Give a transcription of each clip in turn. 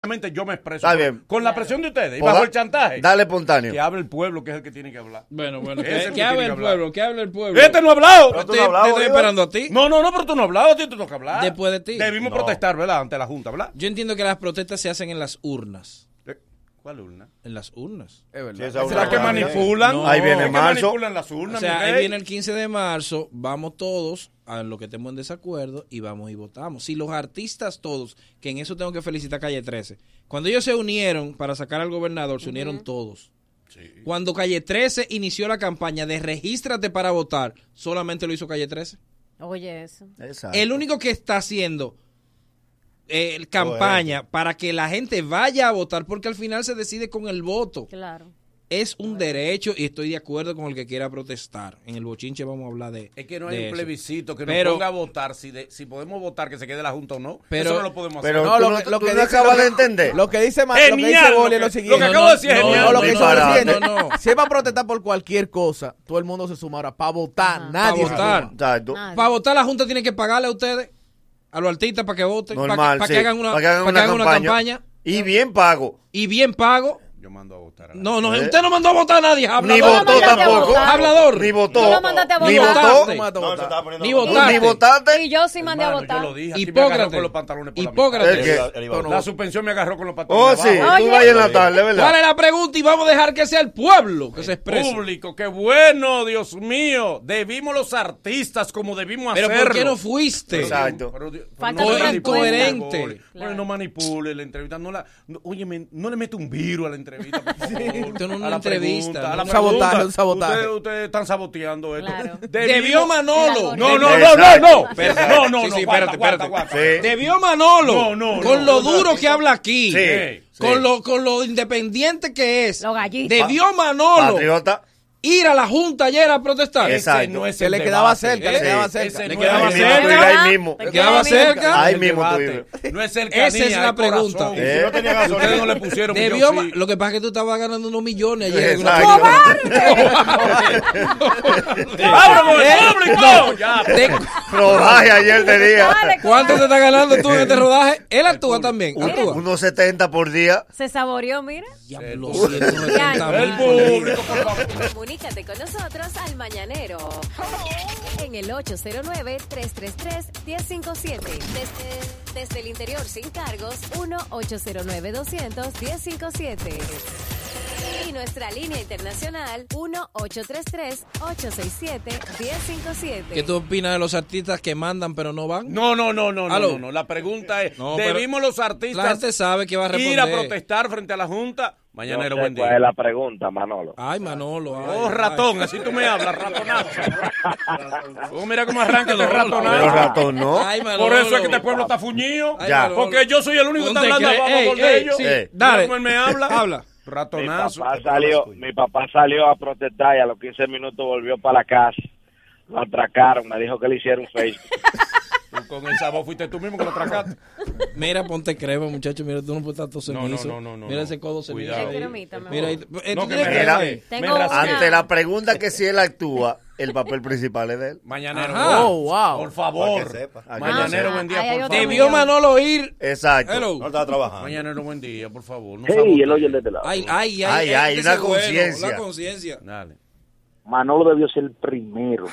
políticamente yo me expreso. Está bien. Con la presión de ustedes y Pues bajo da- el chantaje. dale espontáneo. Que hable el pueblo, que es el que tiene que hablar. Bueno, bueno, Ese es el que, que que hable tiene que el hablar. pueblo, que hable el pueblo. Este no ha hablado. Yo Pero tú estoy, no has hablado, yo estoy Bolívar. esperando a ti. No, no, no, pero tú no has hablado, a ti te toca hablar. Después de ti. Debimos No. protestar, ¿verdad? Ante la Junta, ¿verdad? Yo entiendo que las protestas se hacen en las urnas. Eh, ¿Cuál urna? En las urnas. Es verdad. Sí, esa Esa es urna la que no, manipulan. no. Ahí viene Es que marzo. manipulan las urnas. O sea, mi ahí rey. viene el 15 de marzo, vamos todos a lo que estemos en desacuerdo y vamos y votamos. Si los artistas todos, que en eso tengo que felicitar a Calle 13, cuando ellos se unieron para sacar al gobernador, se unieron todos. Cuando Calle 13 inició la campaña de regístrate para votar, solamente lo hizo Calle 13. Oye, eso. Exacto. El único que está haciendo eh, campaña para que la gente vaya a votar, porque al final se decide con el voto. Claro. Es un derecho y estoy de acuerdo con el que quiera protestar. En el bochinche vamos a hablar de. Es que no de hay un eso. plebiscito que Pero- nos ponga a votar si, de- si podemos votar que se quede la Junta o no. Pero- Eso no lo podemos hacer. Pero No, tú lo no, que- tú lo que no dice- lo acabas de que- entender. Lo que dice Ma- lo que dice Genial, Boli lo es lo que- siguiente. lo que acabo de decir es No, genial. no, lo que hizo Disparate. reciente. No, no. Si es para protestar por cualquier cosa, todo el mundo se suma ahora. Para votar, Ah, Ajá. nadie Pa' se votar. suma. Exacto. Nada. Para votar, la Junta tiene que pagarle a ustedes, a los artistas, para que voten, para que, Normal, para sí. que hagan una, para que hagan una campaña. Y bien pago. Y bien pago. Yo mando a votar. a la- No, no, ¿Eh? usted no mandó a votar a nadie. Ni hablador. votó mandaste a tampoco. votar. Hablador. Ni Tú lo votó. mandaste a Ni votar. votó. Votaste. No, se estaba poniendo Ni como- votaste. Ni Y votaste. yo sí mandé Hermano, a votar. Yo lo dije. aquí me Hipócrates. agarró con los pantalones por la mitad. Hipócrates. ¿El qué? El La suspensión me agarró con los Oh, pantalones. sí. abajo. Tú Oye. vayas en la tarde, ¿Cuál ¿verdad? es la pregunta? Y vamos a dejar que sea el pueblo que se exprese. Público, qué bueno, Dios mío. Debimos los artistas como debimos Pero hacerlo. ¿por qué no fuiste? Exacto. Pero, pero Falta no de manipule, coherencia. Boli. Claro. Bueno, no manipule la entrevista. No la, no, óyeme, no le mete un virus a la entrevista, por favor. Esto no es A una la pregunta, entrevista, ¿no? a la Un sabotaje, pregunta. un sabotaje. Ustedes, ustedes están saboteando esto. Claro. Debió Manolo. No, no, no, no, Exacto. no. No, no, no. Sí, sí, guarda, espérate, guarda, guarda. espérate. Sí. Debió Manolo, No, no, con no. lo duro que habla aquí, Sí, con, sí. Lo, con lo independiente que es. Los gallitos. Debió Manolo Patriota. ir a la Junta ayer a protestar. Exacto. Ese no es Que el le quedaba debate. cerca, le Sí. quedaba Ese cerca. no Le es quedaba el cerca. debate. Tú ibas ahí mismo. Te Quedaba quedaba cerca. Ahí El mismo tú debate. ibas. No es cercanía, Esa es la es pregunta. corazón. Eh. Si no tenía Ustedes no gasolina. le pusieron pero Debió yo Ma- sí. Lo que pasa es que tú estabas ganando unos millones ayer. en una Exacto. ¡Abro con el público! Ya. Eh, pues. Te- Rodaje ayer te día. Eh, ¿Cuánto te estás ganando tú en este rodaje? Él actúa también. Actúa. Unos 70 por día. Se saboreó, mira. Diablo, El 170 mil El Ah. público, por favor. Comunícate con nosotros al Mañanero. En el 809-333-1057. Desde, desde el interior sin cargos, 1-809-200-1057. Y nuestra línea internacional, 1-833-867-1057. ¿Qué tú opinas de los artistas que mandan pero no van? No, no, no, no, no, Aló. no, no. La pregunta es, No, pero ¿debimos los artistas la gente sabe que va a responder. ir a protestar frente a la Junta? Mañana era No sé buen cuál es día. la pregunta, Manolo? Ay, Manolo. ay, Oh, ay. ratón, así tú me hablas, ratonazo. Oh, mira cómo arranca este Pero ratonazo. ratón, ¿no? Ay, Manolo. Por eso es que este pueblo está fuñido. Ay, Ya. Manolo. Porque yo soy el único que está ¿Dónde hablando crees? abajo Ey, con ey, ellos. sí, Mira dale. Mira cómo él me habla. Habla. Mi Ratonazo. papá, salió, mi papá salió a protestar y a los 15 minutos volvió para la casa. Lo atracaron, me dijo que le hicieron Facebook. Tú Con el sabor fuiste tú mismo que lo tracaste. Mira, ponte crema, muchacho. Mira, tú no puedes estar todo No, no, cenizo. no, no, no, Mira no. ese codo cenizo. Cuidado. ahí. Ten cremita, mi amor. Mira, ahí. Eh, No, tú que tienes me que- rasqué. Tengo rasqué. una. Ante la pregunta que si él actúa, el papel principal es de él. Mañanero. Ajá. Oh, wow. Por Para que favor. sepa. Mañanero, Ah, buen día, ahí hay por otro favor. Debió Manolo ir. Exacto. Hello. No estaba trabajando. Mañanero, buen día, por favor. No Hey, sabotee. el este hoyo es desde la. Ay, ay, ay. Ay, ay, este una es bueno, conciencia. Una conciencia. Dale. Manolo debió ser el primero.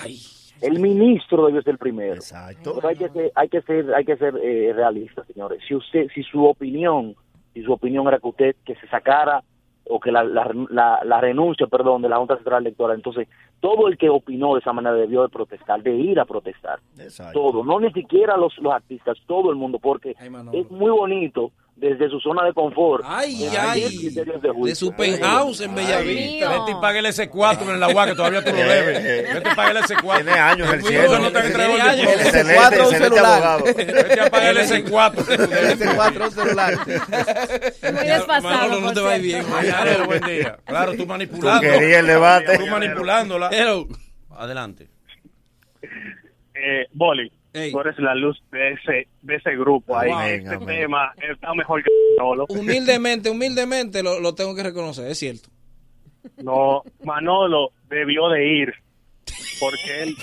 El ministro debió ser el primero. Exacto. Pero hay que ser, hay que ser, hay que ser eh, realista, señores. Si usted, si su opinión, si su opinión era que usted que se sacara o que la, la, la- la renuncia, perdón, de la Junta Central Electoral, entonces todo el que opinó de esa manera debió de protestar, de ir a protestar. Exacto. Todo, no ni siquiera los, los artistas, todo el mundo, porque Ay, Manolo. es muy bonito desde su zona de confort. Ay, Ahí es ay. criterio de juicio. De su penthouse en Bellavista. Mío. Vete y pague el S4 en la UAC, que todavía tú lo debes. Vete y pague el S4. Eh, Tiene años el Muy cielo. Eso no te entregó el Tiene diploma. años. Excelente, S4 un excelente celular. abogado. Vete a pagar el S4. que tú debes. Ese cuatro celular. Muy desfasado. Manolo, no por te va a ir bien. cierto. Mañanero, buen día. Claro, tú Tú manipulando. querías el Tú debate. manipulándola. Hello. Adelante. eh, Boli, Ey. tú eres la luz de ese, de ese grupo ahí. Amén, este amén. tema está mejor que Manolo. Humildemente, humildemente lo, lo tengo que reconocer, es cierto. No, Manolo debió de ir. porque él,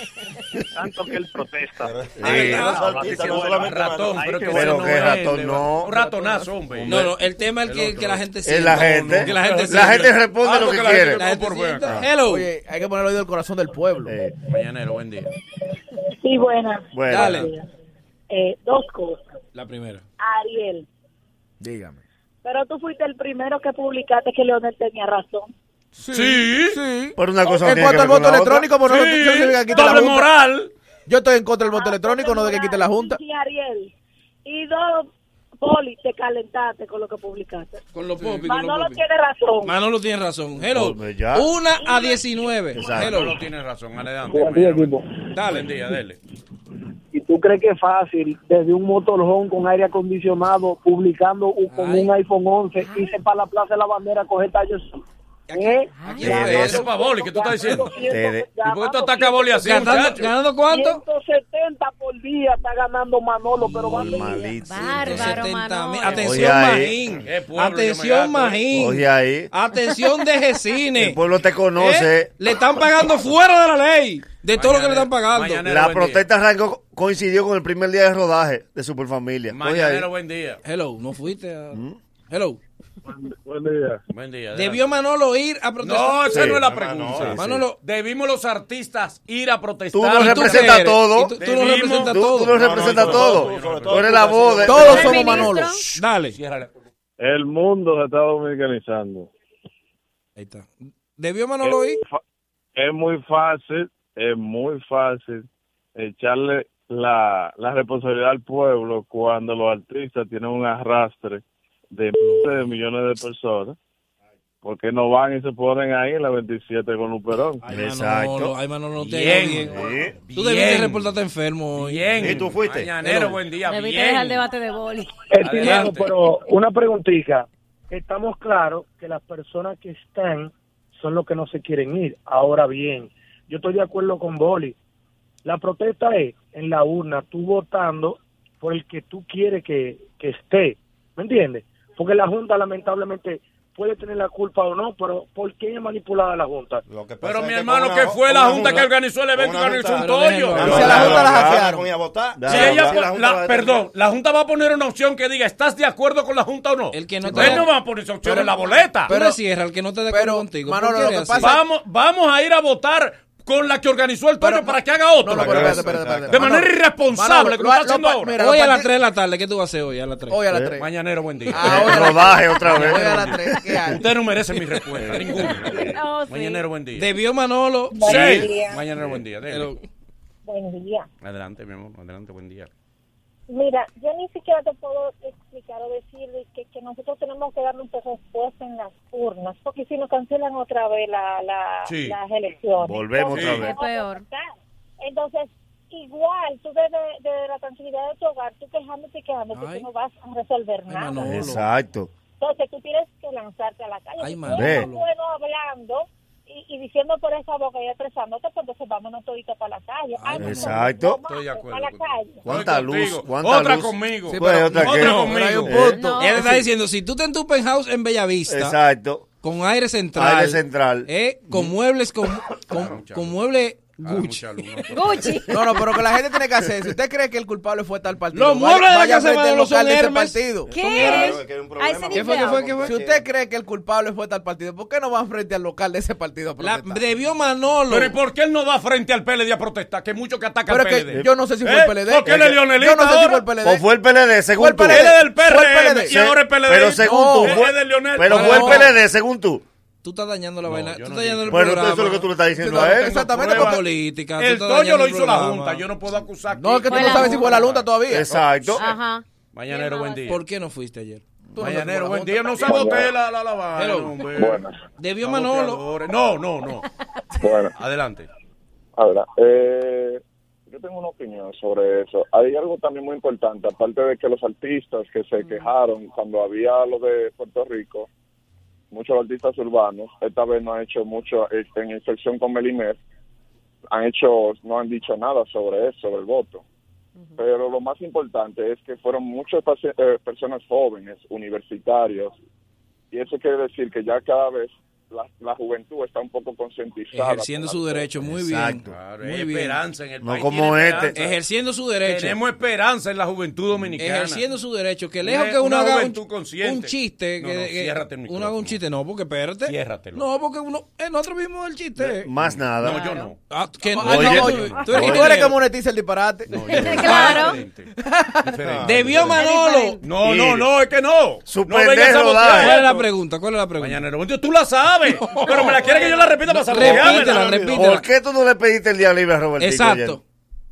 tanto que él protesta. Ahí está. no, saltita, no solamente ratón, Ahí pero que que bueno. ese Pero no que es, ratón, le- no. Un ratonazo, hombre. No, no, el tema es que, que la gente sienta. Es la gente. Que la gente La sienta. gente responde Ah, lo porque que la gente quiere. La gente Por ver sienta, acá. Hello. Oye, hay que ponerlo oído del corazón del pueblo. Eh, Mañanero, buen día. Sí, buenas. bueno, Dale. Eh, dos cosas. La primera. Ariel, Dígame. pero tú fuiste el primero que publicaste que Leonel tenía razón. Sí. por una cosa no En tiene que cuanto al ver voto con la electrónico, por no- Sí. yo sé que quite la Doble junta. moral. Yo estoy en contra del voto electrónico, Ah, no de que quite la junta. Sí, Ariel. Y dos, Poli, te calentaste con lo que publicaste. Con los popis, con los Manolo popis. tiene razón. Manolo tiene razón. Hello. Hombre, ya. Una a 19. Exacto. Hello. Manolo tiene razón, adelante. Buen día, equipo. Dale. Buen día, dele. ¿Y tú crees que es fácil desde un motorhome con aire acondicionado publicando un- con Ay. un iPhone 11 irse para la Plaza de la Bandera a coger tallos? ¿Eh? Aquí- Ustedes- Pero eso es para Boli, ¿qué tú estás diciendo? Ustedes- ¿Y por qué tú atacas a Boli así, ¿Ganando, muchacho? ganando cuánto? 170 por día está ganando Manolo, pero va a otra. venir. Maldito. Bárbaro, 70 mil. Manolo. Oye, Atención, ahí. Magín. Qué pueblo, yo me Atención, gasto. ¿eh? Oye Magín. ahí. Atención, de Cine. El pueblo te ¿Eh? conoce. Le están pagando fuera de la ley. De todo lo que le Mañanero, están pagando. mañanero, La buen día. protesta arrancó, coincidió con el primer día de rodaje de Superfamilia. Oye ahí. Mañanero, buen día. Hello, no fuiste a... ¿Mm? Hello. Buen día. adelante. Debió Manolo ir a No, protestar. esa Sí, no es la no, pregunta. no, sí, Manolo, Debimos los artistas ir a protestar. Tú no ¿Y tú representas qué eres? todo. ¿Y Tú, tú no Debimos- representas Tú, todo. tú lo representas no, todo. sobre todo, Tú sobre todo, eres la sobre voz de... Todos ¿El somos ministro? Manolo. Dale. Ciérrale. El mundo se está dominicanizando. Ahí está. Debió Manolo ir. es muy fácil, es muy fácil echarle la, la responsabilidad al pueblo cuando los artistas tienen un arrastre de miles de millones de personas, porque no van y se ponen ahí en la 27 con Luperón. Ay, Exacto. Manolo, ay, Manolo, no te ha Bien. ido bien. Sí. Tú debiste Bien. reportarte enfermo hoy. Bien. ¿Y tú fuiste? Mañanero, buen día. Debiste bien. dejar el debate de boli. Adelante. pero una preguntita. Estamos claros que las personas que están son los que no se quieren ir. Ahora bien, yo estoy de acuerdo con Boli. La protesta es en la urna, tú votando por el que tú quieres que, que esté. ¿Me entiendes? Porque la Junta lamentablemente puede tener la culpa o no, pero ¿por qué es manipulada la Junta? Lo que pasa Pero es mi que hermano, con que una- fue con la una junta que organizó el evento, con una organizó un junta- tollo. Pero No, Si a la no, Junta la no, hackearon. con ella votar. Da- Si Claro, ella claro, po- la Junta la- va a determinar. perdón, la Junta va a poner una opción que diga, ¿estás de acuerdo con la Junta o no? El que no Él te da- no va a poner esa opción Pero- en la boleta. Pero Pero- cierra, el que no te de acuerdo pero, contigo. Manolo, ¿Por qué lo que eres pasa- así? vamos, vamos a ir a votar con la que organizó el tollo Pero- para que haga otro. No, no, pero espérate, espérate, espérate. De manera irresponsable, Manolo, como está lo- lo- haciendo lo- ahora. mira, hoy a lo las partí- 3 de la tarde, ¿qué tú vas a hacer hoy a las 3? Hoy a las 3. Mañanero, buen día. Ahora- Rodaje otra Hoy a vez. las 3. ¿Qué hay? Usted no merece mi respuesta, ninguno. Oh, sí. Mañanero, buen día. Debió Manolo. Sí. Mañanero, buen día. dele. Pero- Buen día. Adelante, mi amor, adelante, buen día. Mira, yo ni siquiera te puedo explicar o decir que, que nosotros tenemos que darle un respuesta en las urnas, porque si nos cancelan otra vez la, la- Sí. las elecciones. Volvemos Sí. otra vez. Es peor. Entonces, igual, tú desde, desde la tranquilidad de tu hogar, tú quejándote y quejándote, Ay. tú no vas a resolver Ay, nada. Manolo. Exacto. Entonces, tú tienes que lanzarte a la calle. Ay, Si tú Manolo. eres bueno hablando y, y diciendo por esa boca y expresándote, pues entonces vámonos toditos para la calle. Ay, no, Exacto. no, no, Estoy de acuerdo Para la contigo. calle. ¿Cuánta Estoy luz? contigo. ¿Cuánta Otra luz? conmigo. Sí, Pues, pero- otra otra que- conmigo. Pero hay un Eh, punto. Ella te está diciendo, si tú estás en tu penthouse en Bellavista, Exacto. con aire central, Aire central. Mm. Ah, eh, con muebles, con, con, mucha con luz. muebles Ah, Gucci. mucha luz, no, pero- Gucci. No, no, pero que la gente tiene que hacer. Si usted cree que el culpable fue tal partido, Los vaya- muebles de la vaya casa de frente al Manolo son local de ese Hermes. partido. ¿Qué es? Claro, que hay un A problema. ese ¿Qué fue, nivel. fue, qué fue? Si usted cree que el culpable fue tal partido, ¿por qué no van frente al local de ese partido? a La, protestar? debió Manolo. Pero ¿y por qué él no va frente al PLD a protestar? Que muchos que atacan Pero al es PLD. que yo no sé si fue el ¿Eh? PLD. ¿Por qué él es Leonelito Yo no sé si fue ahora? el PLD. ¿O fue el PLD según Fue el tú? PLD. Él es del Fue el PRM PLD. y ahora es PLD. Pero según No, tú. él fue- es de Leonel. Pero fue No. el PLD según tú. Tú estás dañando la vaina. yo tú no estás dañando el dije. Bueno, programa. entonces eso es lo que tú le estás diciendo a él. Exactamente. Prueba porque- política. tú El estás tollo dañando lo el hizo la programa. Junta. Yo no puedo acusar. No, es que tú Fue no la sabes si Junta. fue la lunta todavía. Exacto. Ajá. Mañanero, buen día. ¿Por qué no fuiste ayer? Tú no Mañanero, sabes buen si día. fue la No junta. sabotee la, la, la vaina, Hello. hombre. Buenas, Debió Manolo. Saboteadores. No, no, no. buenas. Adelante. Ahora, eh, yo tengo una opinión sobre eso. Hay algo también muy importante, aparte de que los artistas que se quejaron cuando había lo de Puerto Rico, muchos artistas urbanos, esta vez no han hecho mucho, eh, en inspección con Melimed, han hecho, no han dicho nada sobre eso, sobre el voto. Pero lo más importante es que fueron muchas paci- eh, personas jóvenes, universitarios, y eso quiere decir que ya cada vez la, la juventud está un poco concientizada. Ejerciendo con su las derecho, muy Exacto. bien. Claro, muy hay bien. esperanza en el No país. como tiene este. esperanza. Ejerciendo su derecho. Tenemos esperanza en la juventud dominicana. Ejerciendo su derecho. Que lejos Una- que uno una haga un, juventud consciente. un chiste. No, que, no, que ciérrate el uno micrófono. haga un chiste. No, porque espérate. Ciérratelo. No, porque uno, eh, nosotros vimos el chiste. Más nada. No, yo Claro. no. Ah, que- Ah, Oye, no, tú- oye, tú eres oye. tú eres que ingeniero. monetiza el disparate. No, yo no. Claro. Diferente. Diferente. Debió Manolo. diferente. No, no, no, es que no. Suspender no vengas a rodaje. botear. ¿Cuál es la pregunta? ¿Cuál es la pregunta? Mañanero, Bonito, tú la sabes. Pero me la quieres que yo la repita para Repítela, saboreármela. repítela. ¿Por qué tú no le pediste el día libre a Robertico? ayer? Exacto.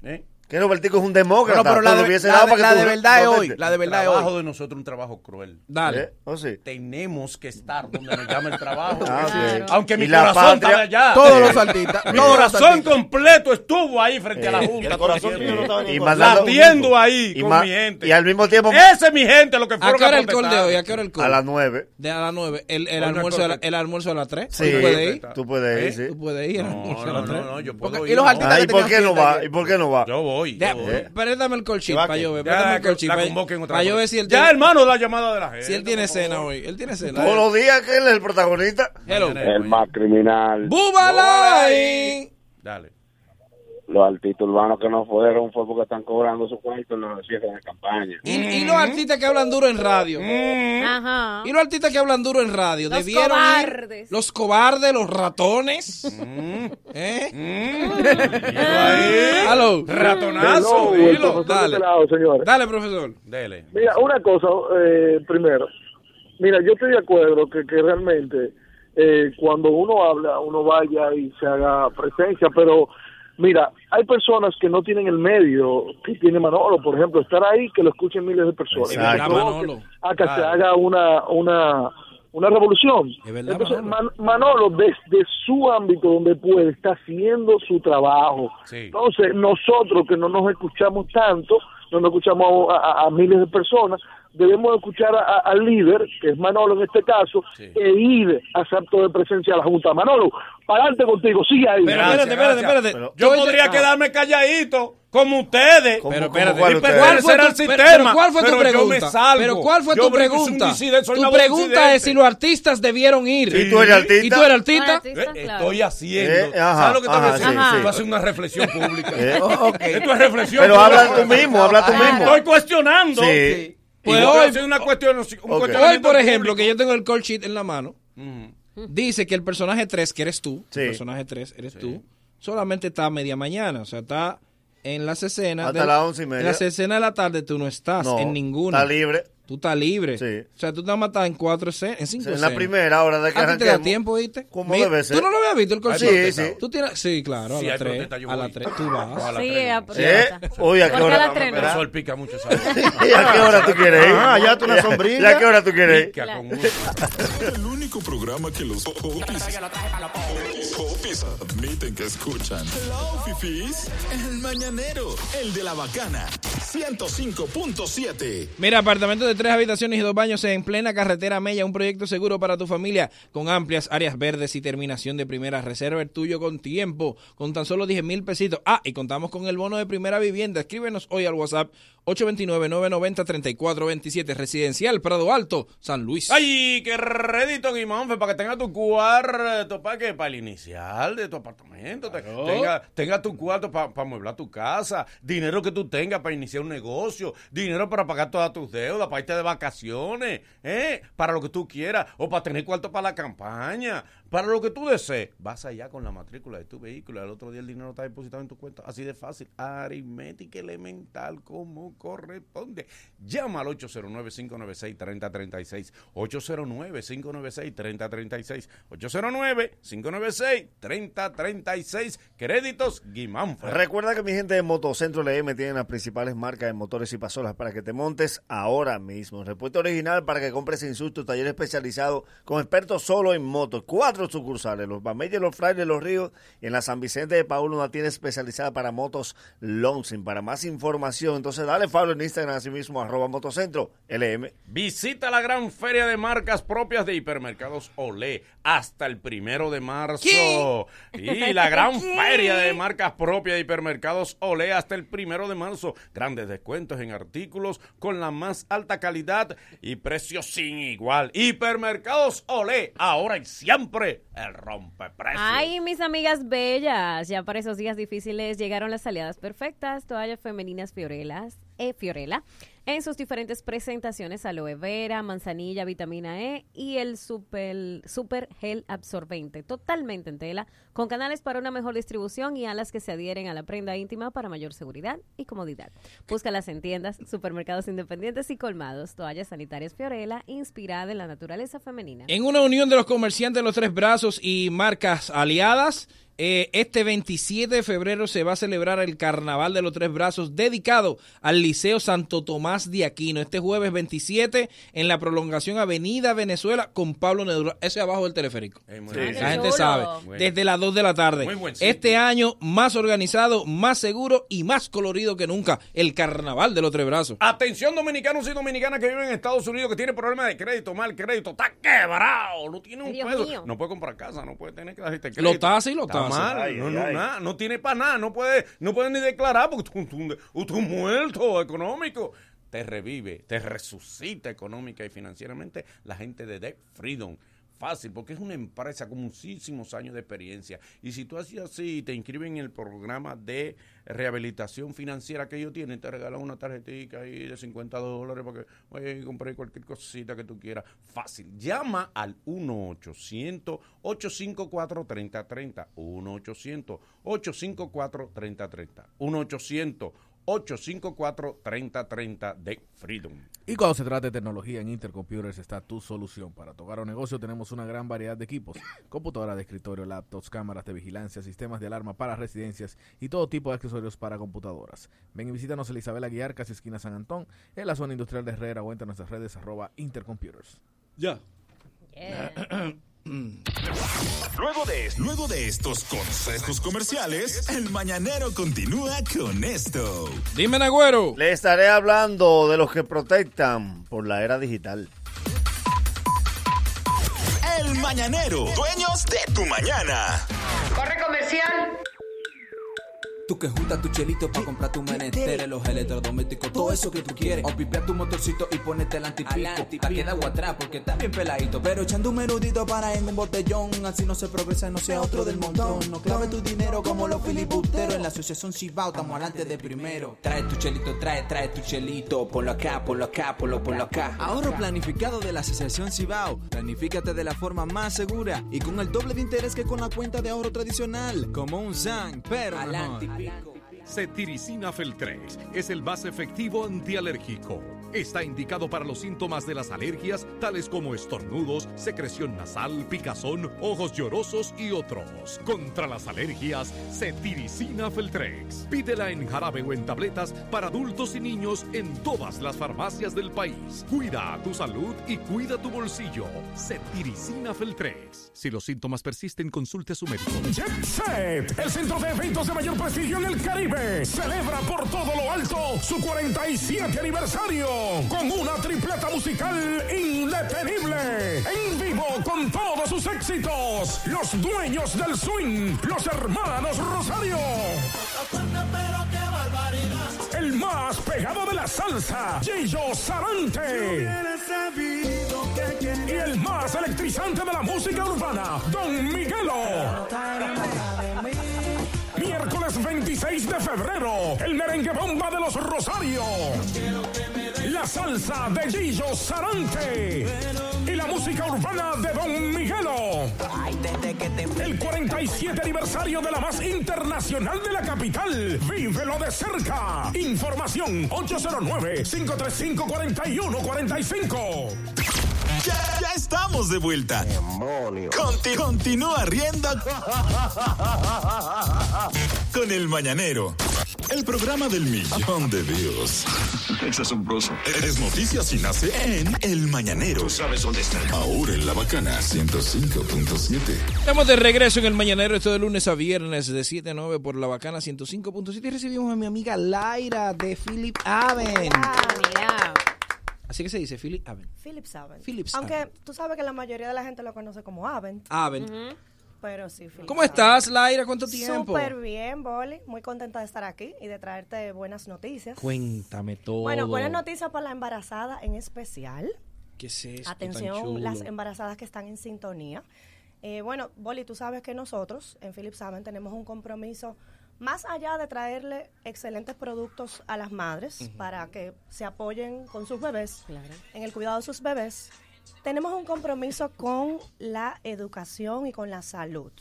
¿Eh? Que Robertico es un demócrata. Bueno, pero la Tú le de, hubiese la dado de- para que la tú de verdad es hoy. votes. La de El verdad es trabajo hoy. de nosotros es un trabajo cruel. Dale. ¿Eh? ¿O sí? Tenemos que estar donde nos llama el trabajo. Ah, ok. Claro. Aunque mi Y la corazón patria- estaba allá. Todos los artistas. Mi todos los corazón artistas. completo estuvo ahí frente a la Eh, Junta. el corazón mío no estaba en Y el mandando- Pues, Latiendo ahí con ma- mi gente. Y al mismo tiempo Ese es mi gente, lo que ¿A fueron qué hora a el call de protestar. hoy? ¿A qué hora el call? a las 9. De a las 9. El, el Hoy no almuerzo, a la- corte. el almuerzo a las 3. Sí, ¿Tú puedes ir? tú puedes ir, ¿Tú sí. puedes ir? el ¿Eh? No, almuerzo a no, las no, tres? no, yo puedo Porque- ir. y los no. artistas- Ah, ¿y que por qué tenían no fiesta va? ayer. ¿Y por qué no va? Yo voy. Ya, pues, Yo voy. Préstame el call sheet va para que- yo ver. Ya, Préstame el call sheet. la pa' yo- convoquen otra pa' yo vez. ver si él Ya, tiene- hermano, la llamada de la gente. si él tiene cena hoy. Él tiene cena. Todos los días que él es el protagonista. Hello. cosas. El más criminal. Bubalain. Dale. Los artistas urbanos que no fueron fue porque están cobrando su cuarto en las fiestas de campaña. Y, y Mm. los artistas que hablan duro en radio. Ajá. Y los artistas que hablan duro en radio. Los debieron ir- cobardes. Los cobardes, los ratones. Mm. ¿Eh? Hello. Hello, Ratonazo, el dilo. profesor dale. de este lado, señores. Dale, profesor. Dele. Mira, una cosa, eh, primero. Mira, yo estoy de acuerdo que, que realmente eh, cuando uno habla, uno vaya y se haga presencia, pero mira, hay personas que no tienen el medio que tiene Manolo, por ejemplo, estar ahí que lo escuchen miles de personas. Es verdad, Eso Manolo. que- A que se Claro. haga una, una, una revolución. Es verdad, Entonces, Manolo. Man- Manolo, desde su ámbito donde puede, está haciendo su trabajo. Sí. Entonces, nosotros que no nos escuchamos tanto, no nos escuchamos a, a- a miles de personas, debemos escuchar a- a- al líder, que es Manolo en este caso, Sí. e ir a ese acto de presencia a la Junta. Manolo, para adelante contigo, sigue ahí. Pero Gracias, espérate, espérate, gracias. espérate. Yo Estoy de- podría Ah. quedarme calladito, como ustedes. ¿Cómo, Pero cómo, espérate, cuál y ustedes? perder- Ese era el tu, sistema, pero ¿cuál fue tu pero yo pregunta? me salgo. Pero ¿cuál Yo fue soy tu un pregunta? disiden- soy tu una voz pregunta disidente. es si los artistas debieron ir. ¿Y tú eres artista? ¿Y tú eres artista? Artista. Eh, Claro. Estoy haciendo. Eh, ajá, ¿Sabes lo que ajá, estás haciendo? sí, sí. Tú haces una reflexión pública. Eh, Oh, ok. Esto es reflexión Pero pública. habla tú mismo, habla tú Claro. mismo. Estoy cuestionando. Sí. Pues Estoy hoy- haciendo una cuestión. un Hoy, cuestionamiento por ejemplo, que público. yo tengo el call sheet en la mano, dice que el personaje 3, que eres tú, Sí. el personaje 3 eres tú, solamente está a media mañana, o sea, está en las escenas. Hasta de- las once y media. En las escenas de la tarde tú no estás, No, en ninguna. Está libre. Tú estás libre. Sí. O sea, tú te matas en cuatro escenas, en cinco En escenas. la primera hora de que ¿A ti te da arranquemos. tiempo, ¿viste? ¿Cómo debe ser? ¿Tú no lo habías visto el call Hay sheet? protesta. sí. ¿Tú tienes? Sí, claro, a Si hay las 3. protesta, yo A las voy. 3 tú No, a vas. las Sí, tres no. a protesta. ¿Eh? Oye, ¿a qué Porque a hora? las tres Pero no. eso el pica mucho, ¿sabes? ¿Y a qué hora tú quieres ir? Ah, ya tú una ¿Y a- sombrilla. ¿Y a qué hora tú quieres ir? Pica con un- El único programa que los popis, popis admiten que escuchan. Hello, fifis. El mañanero, el de la bacana. 105.7. Mira, apartamento de tres habitaciones y dos baños en plena carretera Mella, un proyecto seguro para tu familia con amplias áreas verdes y terminación de primera. Reserva el tuyo con tiempo, con tan solo 10 mil pesitos. Ah, y contamos con el bono de primera vivienda. Escríbenos hoy al WhatsApp 829-990-3427, Residencial Prado Alto, San Luis. Ay, qué redito, Guimonfe, para que tenga tu cuarto, para que para el inicial de tu apartamento, te- tenga, tenga tu cuarto para amueblar tu casa, dinero que tú tengas para iniciar un negocio, dinero para pagar todas tus deudas, para irte de vacaciones, ¿eh? para lo que tú quieras, o para tener cuarto para la campaña, para lo que tú desees. Vas allá con la matrícula de tu vehículo, el otro día el dinero está depositado en tu cuenta, así de fácil, aritmética elemental, como corresponde. Llama al 809-596-3036. 809-596-3036. 809-596-3036. Créditos Guimánfer. Recuerda que mi gente de Motocentro LM tienen las principales marcas de motores y pasolas para que te montes ahora mismo. Repuesto original para que compres sin susto, taller especializado con expertos solo en motos. Cuatro sucursales, los Bameyes, los Frailes, los Ríos y en la San Vicente de Paul una tienda especializada para motos Lonsing. Para más información, entonces dale Pablo en Instagram, así mismo, arroba Motocentro LM. Visita la gran feria de marcas propias de hipermercados Olé hasta el primero de marzo. Y la gran feria de marcas propias de hipermercados Olé hasta el primero de marzo. Grandes descuentos en artículos con la más alta calidad y precio sin igual. Hipermercados Olé, ahora y siempre el rompeprecios. Ay, mis amigas bellas, ya para esos días difíciles llegaron las aliadas perfectas, toallas femeninas Fiorelas, eh, Fiorella, en sus diferentes presentaciones aloe vera, manzanilla, vitamina E y el super, super gel absorbente, totalmente en tela, con canales para una mejor distribución y alas que se adhieren a la prenda íntima para mayor seguridad y comodidad. Búscalas en tiendas, supermercados independientes y colmados, toallas sanitarias Fiorella, inspirada en la naturaleza femenina. En una unión de los comerciantes de los tres brazos y marcas aliadas, eh, este 27 de febrero se va a celebrar el Carnaval de los Tres Brazos dedicado al Liceo Santo Tomás de Aquino. Este jueves 27 en la prolongación Avenida Venezuela con Pablo Nedura. Ese abajo del teleférico. muy la bien. Qué gente chulo. sabe. Bueno. Desde las 2 de la tarde. Muy buen sitio. Este año más organizado, más seguro y más colorido que nunca. El Carnaval de los Tres Brazos. Atención dominicanos y dominicanas que viven en Estados Unidos que tienen problemas de crédito, mal crédito, está quebrado, no tiene un Dios peso, mío. no puede comprar casa, no puede tener tarjeta de Lo crédito. tasa y lo Está tasa. mal, Ay, no, ay, no, ay. nada, no tiene para nada, no puede, no puede ni declarar porque tú- tú- usted es muerto económico. Te revive, te resucita económica y financieramente la gente de Debt Freedom. Fácil, porque es una empresa con muchísimos años de experiencia. Y si tú haces así y te inscriben en el programa de rehabilitación financiera que ellos tienen, te regalan una tarjetita ahí de 50 dólares para que oye, compre cualquier cosita que tú quieras. Fácil. Llama al 1-800-854-3030. 1-800-854-3030. 1-800-854-3030 de Freedom. Y cuando se trata de tecnología, en Intercomputers está tu solución. Para tu hogar o negocio tenemos una gran variedad de equipos. Computadoras de escritorio, laptops, cámaras de vigilancia, sistemas de alarma para residencias y todo tipo de accesorios para computadoras. Ven y visítanos en la Isabela Guiar, casi esquina San Antón, en la zona industrial de Herrera o entra en nuestras redes arroba Intercomputers. Ya. Yeah. Luego de, es- luego de estos consejos comerciales, el mañanero continúa con esto. Dime, Nagüero. Le estaré hablando de los que protestan por la era digital. El mañanero, dueños de tu mañana. Tú que juntas tu chelito para comprar tu menesteres, los electrodomésticos, todo eso que tú quieres. O pipea tu motorcito y ponete el antipico. Pa' queda agua atrás porque está bien peladito. Pero echando un menudito para en un botellón. Así no se progresa, no sea otro del montón. No clave tu dinero como los filibusteros. En la asociación Cibao estamos adelante de primero. Trae tu chelito, trae, trae tu chelito. Ponlo acá, ponlo acá, ponlo, ponlo acá. Ahorro planificado de la asociación Cibao. Planifícate de la forma más segura y con el doble de interés que con la cuenta de ahorro tradicional. Como un Zang, pero adelante Cetiricina Feltrex es el más efectivo antialérgico. Está indicado para los síntomas de las alergias, tales como estornudos, secreción nasal, picazón, ojos llorosos y otros. Contra las alergias, Cetiricina Feltrex. Pídela en jarabe o en tabletas para adultos y niños en todas las farmacias del país. Cuida tu salud y cuida tu bolsillo. Cetiricina Feltrex. Si los síntomas persisten, consulte a su médico. Jet Set, el centro de eventos de mayor prestigio en el Caribe, celebra por todo lo alto su 47 aniversario con una tripleta musical indetenible. En vivo con todos sus éxitos, los dueños del swing, los hermanos Rosario. El más pegado de la salsa, Gillo Sarante. Y el más electrizante de la música urbana, Don Miguelo. Miércoles 26 de febrero, el merengue bomba de los Rosario. La salsa de Gillo Sarante. Y la música urbana de Don Miguelo. El 47 aniversario de la más internacional de la capital. Vívelo de cerca. Información 809-535-4145. Ya, estamos de vuelta. continúa riendo Con el Mañanero. El programa del millón de Dios. Es asombroso. Es noticia si nace en El Mañanero. sabes dónde está. Ahora en La Bacana 105.7. Estamos de regreso en el Mañanero, esto de lunes a viernes de 7 a 9 por La Bacana 105.7 y recibimos a mi amiga Laira de Philip Aven. Ah, mira. Así que se dice Philip Aven. Philips Avent. Philips Aunque Avent. tú sabes que la mayoría de la gente lo conoce como Avent. Avent. Ujú. Pero sí, Filipe. ¿Cómo estás, Laira? ¿Cuánto tiempo? Súper bien, Boli. Muy contenta de estar aquí y de traerte buenas noticias. Cuéntame todo. Bueno, buenas noticias para la embarazada en especial. ¿Qué es esto tan chulo? Atención, las embarazadas que están en sintonía. Eh, bueno, Boli, tú sabes que nosotros en Philip Saben tenemos un compromiso más allá de traerle excelentes productos a las madres Ujú. para que se apoyen con sus bebés, en el cuidado de sus bebés, tenemos un compromiso con la educación y con la salud.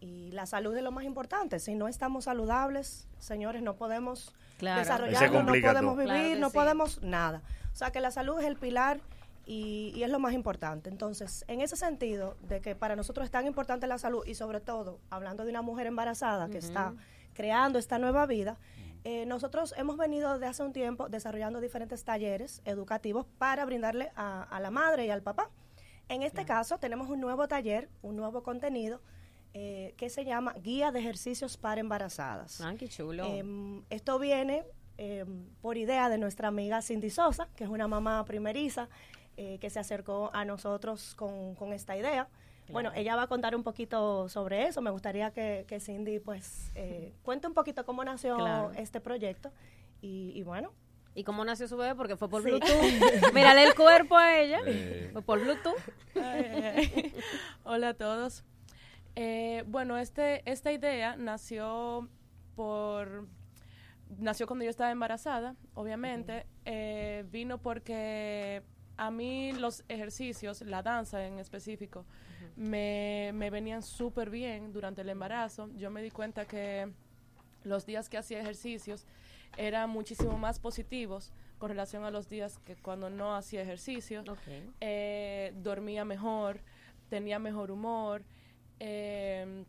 Y la salud es lo más importante. Si no estamos saludables, señores, no podemos Claro. Ahí se desarrollarnos, no complica podemos todo. vivir, Claro que no sí. podemos nada. O sea que la salud es el pilar y, y es lo más importante. Entonces, en ese sentido, de que para nosotros es tan importante la salud y sobre todo, hablando de una mujer embarazada que está Ujú. creando esta nueva vida, eh, nosotros hemos venido desde hace un tiempo desarrollando diferentes talleres educativos para brindarle a, a la madre y al papá. En este caso tenemos un nuevo taller, un nuevo contenido eh, que se llama Guía de Ejercicios para Embarazadas. Ah, qué chulo. Em, esto viene em, por idea de nuestra amiga Cindy Sosa, que es una mamá primeriza eh, que se acercó a nosotros con, con esta idea. Bueno, ella va a contar un poquito sobre eso. Me gustaría que, que Cindy pues eh, cuente un poquito cómo nació Claro. este proyecto y, y bueno. ¿Y cómo nació su bebé? Porque fue por Sí. Bluetooth. Mírale el cuerpo a ella. Eh. Sí. Fue por Bluetooth. Hola a todos. Eh, bueno, este, esta idea nació por nació cuando yo estaba embarazada, obviamente. Eh, vino porque a mí los ejercicios, la danza en específico, me, me venían súper bien durante el embarazo. Yo me di cuenta que los días que hacía ejercicios eran muchísimo más positivos con relación a los días que cuando no hacía ejercicio. Eh, dormía mejor, tenía mejor humor. eh,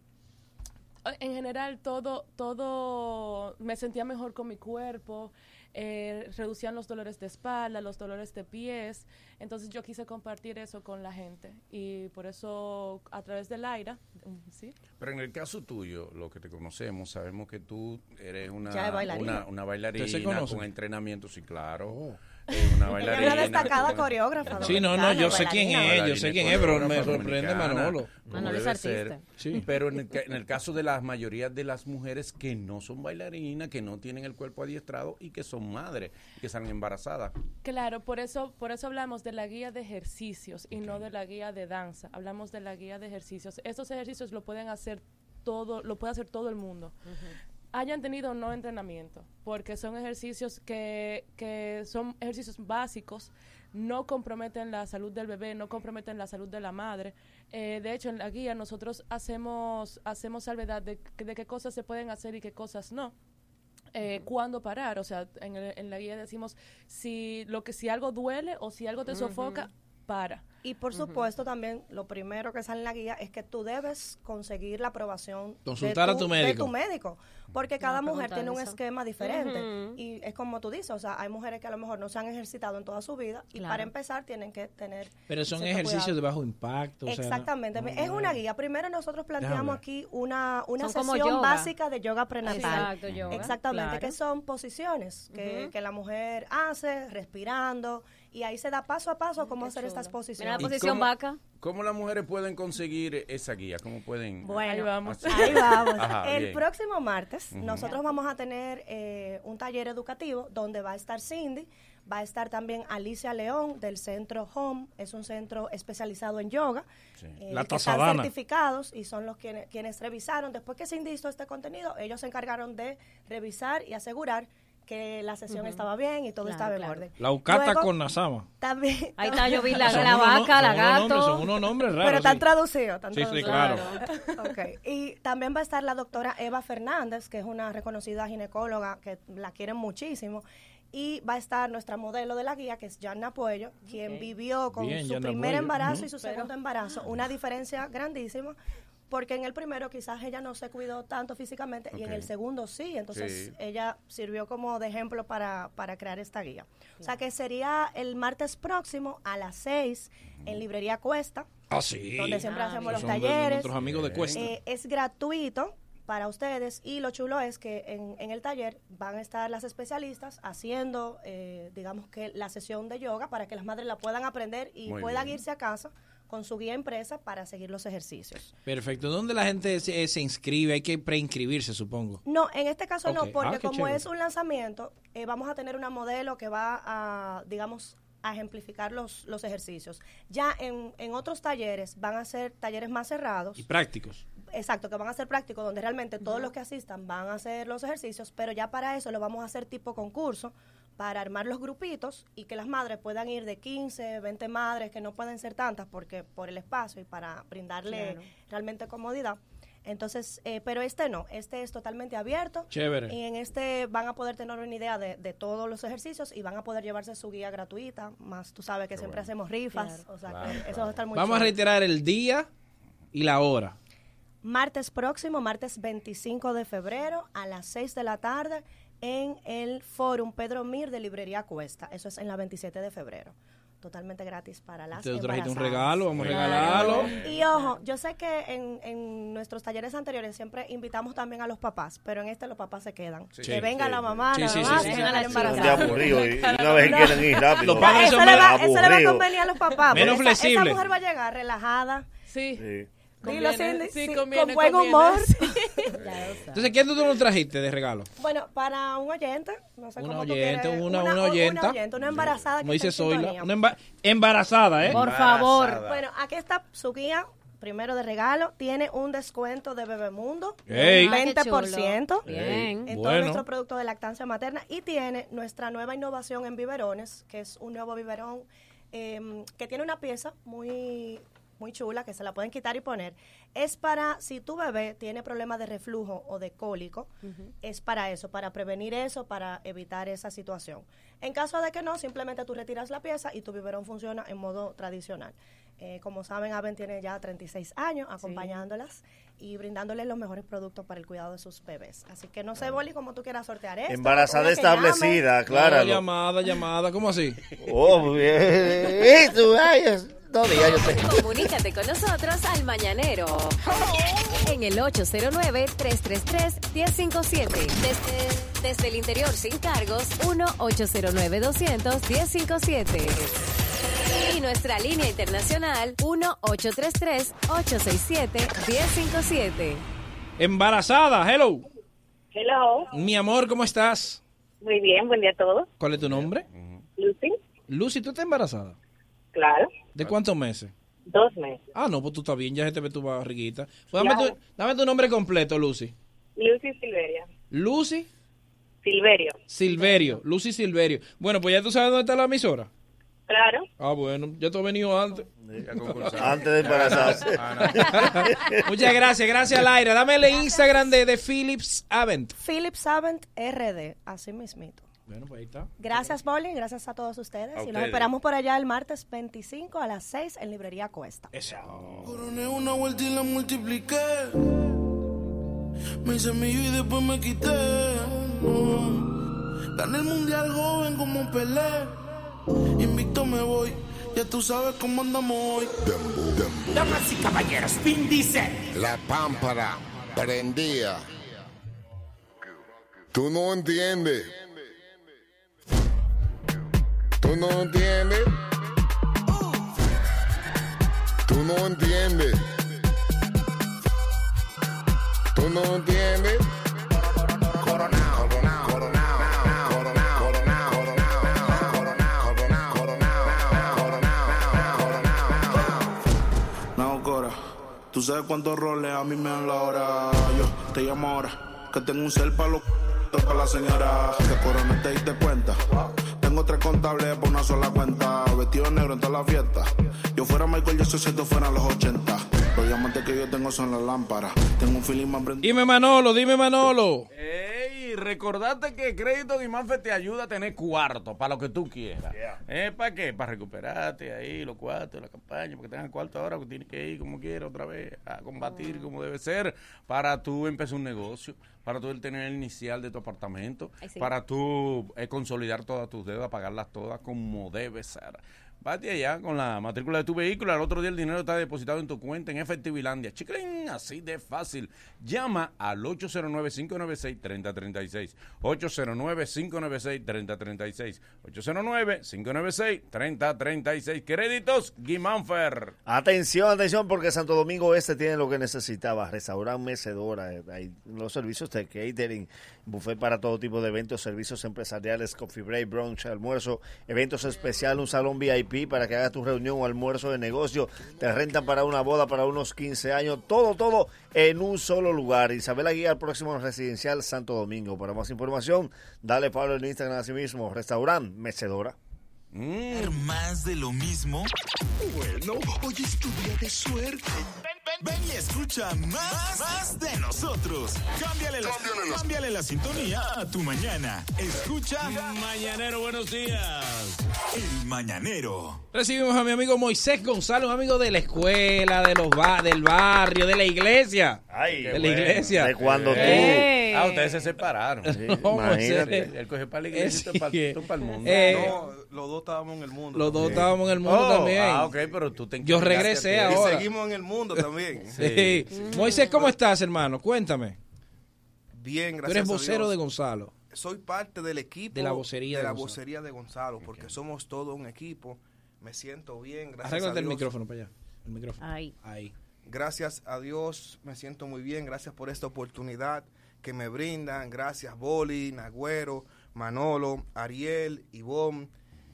en general, todo, todo, me sentía mejor con mi cuerpo, eh, reducían los dolores de espalda, los dolores de pies. Entonces yo quise compartir eso con la gente y por eso a través del aire, mm, ¿sí? Pero en el caso tuyo, lo que te conocemos, sabemos que tú eres una, Ya es bailarina. una, una bailarina ¿Ustedes se conocen? con entrenamiento, sí, claro. Eh, una bailarina. Una destacada coreógrafa. Sí, no, no, yo sé quién es, yo sé quién es, pero me sorprende Manolo. Manolo es artista. Sí. Pero en el, ca- en el caso de la mayoría de las mujeres que no son bailarinas, que no tienen el cuerpo adiestrado y que son madres, que están embarazadas. Claro, por eso, por eso hablamos de la guía de ejercicios y no de la guía de danza. Hablamos de la guía de ejercicios. Estos ejercicios lo pueden hacer todo, lo puede hacer todo el mundo. Hayan tenido o no entrenamiento, porque son ejercicios que, que son ejercicios básicos, no comprometen la salud del bebé, no comprometen la salud de la madre. Eh, de hecho, en la guía nosotros hacemos, hacemos salvedad de, de qué cosas se pueden hacer y qué cosas no eh, cuándo parar. O sea, en, el- en la guía decimos si lo que si algo duele o si algo te Ujú. sofoca, para. Y por supuesto también lo primero que sale en la guía es que tú debes conseguir la aprobación de Consultar a tu de médico. tu médico, porque cada Me mujer preguntaron tiene un eso. esquema diferente Ujú. y es como tú dices, o sea, hay mujeres que a lo mejor no se han ejercitado en toda su vida y Claro. para empezar tienen que tener Pero son cierto ejercicios de cuidado. bajo impacto. o sea, no- Exactamente, no, es no. una guía. Primero nosotros planteamos Déjame. aquí una, una Son como sesión yoga. básica de yoga prenatal. Exacto, yoga, Exactamente, claro. que son posiciones que, Ujú. que la mujer hace respirando y ahí se da paso a paso cómo hacer estas posiciones. ¿Y cómo- ¿Cómo las mujeres pueden conseguir esa guía? ¿Cómo pueden? Bueno, ahí vamos. Así- Ajá, el bien. próximo martes Ujú. nosotros vamos a tener eh, un taller educativo donde va a estar Cindy, va a estar también Alicia León del centro Home, es un centro especializado en yoga. eh, La que están Tazadana. certificados y son los quienes, quienes revisaron. Después que Cindy hizo este contenido, ellos se encargaron de revisar y asegurar que la sesión Ujú. estaba bien y todo Claro, estaba claro. en orden. La ucata Luego, con Nazama. También, Ahí está, yo vi la, Son la unos no- vaca, la son unos gato. nombres, son unos nombres raros. pero están sí. traducidos. están Sí, sí, traducidos. Ok. Y también va a estar la doctora Eva Fernández, que es una reconocida ginecóloga que la quieren muchísimo. Y va a estar nuestra modelo de la guía, que es Janna Puello, quien Ok. vivió con Bien, su Yanna primer Puello. embarazo Ujú. y su Pero- segundo embarazo. Una diferencia grandísima, porque en el primero quizás ella no se cuidó tanto físicamente y en Ok. el segundo sí. Entonces Sí. ella sirvió como de ejemplo para, para crear esta guía. O sea que sería el martes próximo a las 6 en Librería Cuesta Ah, sí. donde siempre Ah, hacemos mira. los Son de- de talleres. nuestros amigos de Cuesta. Eh, es gratuito para ustedes y lo chulo es que en, en el taller van a estar las especialistas haciendo, eh, digamos que la sesión de yoga para que las madres la puedan aprender y Muy puedan bien. irse a casa con su guía impresa para seguir los ejercicios. Perfecto. ¿Dónde la gente se, eh, se inscribe? Hay que preinscribirse, supongo. No, en este caso Ok. no, porque Ah, qué como chévere. es un lanzamiento, eh, vamos a tener una modelo que va a, digamos, a ejemplificar los, los ejercicios. Ya en, en otros talleres van a ser talleres más cerrados. Y prácticos. Exacto, que van a ser prácticos, donde realmente todos los que asistan van a hacer los ejercicios, pero ya para eso lo vamos a hacer tipo concurso, para armar los grupitos y que las madres puedan ir de 15, 20 madres, que no pueden ser tantas porque por el espacio y para brindarle Claro. realmente comodidad. Entonces, eh, pero este no, este es totalmente abierto. Chévere. Y en este van a poder tener una idea de, de todos los ejercicios y van a poder llevarse su guía gratuita, más tú sabes que siempre hacemos rifas, o sea, Claro, que eso claro. va a estar muy Vamos a chulo. reiterar el día y la hora. Martes próximo, martes 25 de febrero a las 6 de la tarde en el Fórum Pedro Mir de Librería Cuesta. Eso es en la 27 de febrero. Totalmente gratis para las Te trajiste un embarazadas. regalo, vamos a Claro. regalarlo. Y ojo, yo sé que en, en nuestros talleres anteriores siempre invitamos también a los papás, pero en este los papás se quedan. Sí. que venga Sí. la mamá, Sí, la sí, mamá, sí, que sí. venga la Sí, embarazada. de aburrido, y- y una vez que quieren ir rápido. Los Los padres padres eso, son le va, más- eso le va a aburrido. convenir a los papás. Menos porque esa- flexible. Esa mujer va a llegar relajada. Sí. Dilo, Conviene, Cindy, sí, ¿eh? sí, conviene, con ¿eh? buen conviene. humor. Entonces, ¿qué tú nos trajiste de regalo? Bueno, para un oyente, no sé Un cómo tú oyente, quieres, una- una o- oyenta. Una una embarazada. Como Ah, que dice esté en Zoila. sintonía. Una emba- embarazada, ¿eh? Bueno, aquí está su guía, primero de regalo. Tiene un descuento de Bebemundo, Ey. un Ah, qué 20% chulo. Bien. en todo Bueno. nuestro producto de lactancia materna. Y tiene nuestra nueva innovación en biberones, que es un nuevo biberón eh, que tiene una pieza muy muy chula que se la pueden quitar y poner es para si tu bebé tiene problemas de reflujo o de cólico es para eso, para prevenir eso, para evitar esa situación. En caso de que no, simplemente tú retiras la pieza y tu biberón funciona en modo tradicional. Eh, como saben, Aven tiene ya 36 años acompañándolas y brindándoles los mejores productos para el cuidado de sus bebés. Así que no sé, Boli, cómo tú quieras sortear esto. Embarazada Una que llame. establecida, Clara. No, llamada, llamada, ¿cómo así? Oh, bien. Eso, ay, es- no, ya yo sé. Comunícate con nosotros al Mañanero. En el 809-333-1057. Desde, desde el interior sin cargos, 1-809-200-1057. Y nuestra línea internacional, 1-833-867-1057. Embarazada, hello. Hello, Mi amor, ¿cómo estás? muy bien, buen día a todos. ¿Cuál es tu nombre? Lucy, Lucy, ¿tú estás embarazada? claro, ¿De cuántos meses? dos meses. Ah, no, pues tú estás bien, ya se te ve tu barriguita. Pues dame, Claro. tu, dame tu nombre completo, Lucy. Lucy Silveria. Lucy Silverio, Silverio. Lucy Silverio. Bueno, pues ya tú sabes dónde está la emisora. claro. Ah, bueno, ya tú has venido antes. Antes de embarazarse. Muchas gracias, gracias Laira. Dame el Instagram de, de Philips Avent. Philip Savant RD, así mismito. Bueno, pues ahí está. Gracias, Boli, gracias a todos ustedes. A y los ustedes. esperamos por allá el martes 25 a las 6 en Librería Cuesta. Coroné una vuelta y la multipliqué. Me hice millo y después me quité. No. Gané el mundial joven como Pelé. Invicto me voy, ya tú sabes cómo andamos hoy. Damas y caballeros, Vin Diesel. La pámpara prendía. Tú no entiendes. Tú no entiendes. Tú no entiendes. Tú no entiendes. Coronao, coronao, coronao, coronao, coronao, coronao, coronao, coronao, coronao, coronao, coronao. No, Cora, tú sabes cuántos roles a mí me dan la hora. Yo te llamo ahora, que tengo un cel para los para la señora. Que coroné te diste cuenta. Tengo tres contables por una sola cuenta. Vestido de negro en toda la fiesta. Yo fuera Michael, yo soy si esto fuera los 80. Los diamantes que yo tengo son las lámparas. Tengo un feeling más prendido. Dime Manolo, dime Manolo. Ey, recordate que Crédito Guimánfe te ayuda a tener cuarto para lo que tú quieras. ¿Eh? ¿Para qué? Para recuperarte ahí, los cuartos, la campaña, porque tengas cuarto ahora, que tienes que ir como quieras otra vez a combatir Ah. como debe ser, para tú empezar un negocio, para tú tener el inicial de tu apartamento, Ay, sí. para tú eh, consolidar todas tus deudas, pagarlas todas como debe ser. Vate allá con la matrícula de tu vehículo. Al otro día el dinero está depositado en tu cuenta en Efectivilandia. Chiclin, así de fácil. Llama al 809-596-3036. 809-596-3036. 809-596-3036. Créditos, Guimánfer. Atención, atención, porque Santo Domingo Este tiene lo que necesitaba: restaurante, mecedora, eh, hay los servicios de catering, buffet para todo tipo de eventos, servicios empresariales, coffee break, brunch, almuerzo, eventos especiales, un salón VIP para que hagas tu reunión o almuerzo de negocio, te rentan para una boda, para unos 15 años, todo, todo en un solo lugar. Isabela Guía, al próximo residencial Santo Domingo. Para más información, dale Pablo en Instagram a sí mismo: restaurante, mecedora. ¿Más de lo mismo? Bueno, hoy es tu día de suerte. Ven, y escucha más, más de nosotros. Cámbiale la, cámbiale, la, sintonía a tu mañana. Escucha Mañanero, buenos días. El Mañanero. Recibimos a mi amigo Moisés Gonzalo, un amigo de la escuela, de los ba- del barrio, de la iglesia. Ay, de la iglesia. De cuando tú- Ey. Ah, ustedes se separaron. No, Moisés. Él, él coge para la iglesia y tú para que- el mundo. Eh, No. Los dos estábamos en el mundo. Los dos Sí. estábamos en el mundo Oh, también. Ah, ok, pero tú te Yo regresé Y ahora. seguimos en el mundo también. Mm. Sí. Moisés, ¿cómo estás, hermano? Cuéntame. Bien, Tú gracias. eres a vocero Dios. de Gonzalo. Soy parte del equipo. De la vocería de de la Gonzalo. vocería de Gonzalo, porque somos todo un equipo. Me siento bien, gracias a Arréglate el Dios. Ah, micrófono para allá. El micrófono. Ahí. Gracias a Dios, me siento muy bien. Gracias por esta oportunidad que me brindan. Gracias, Boli, Nagüero, Manolo, Ariel, Ivonne.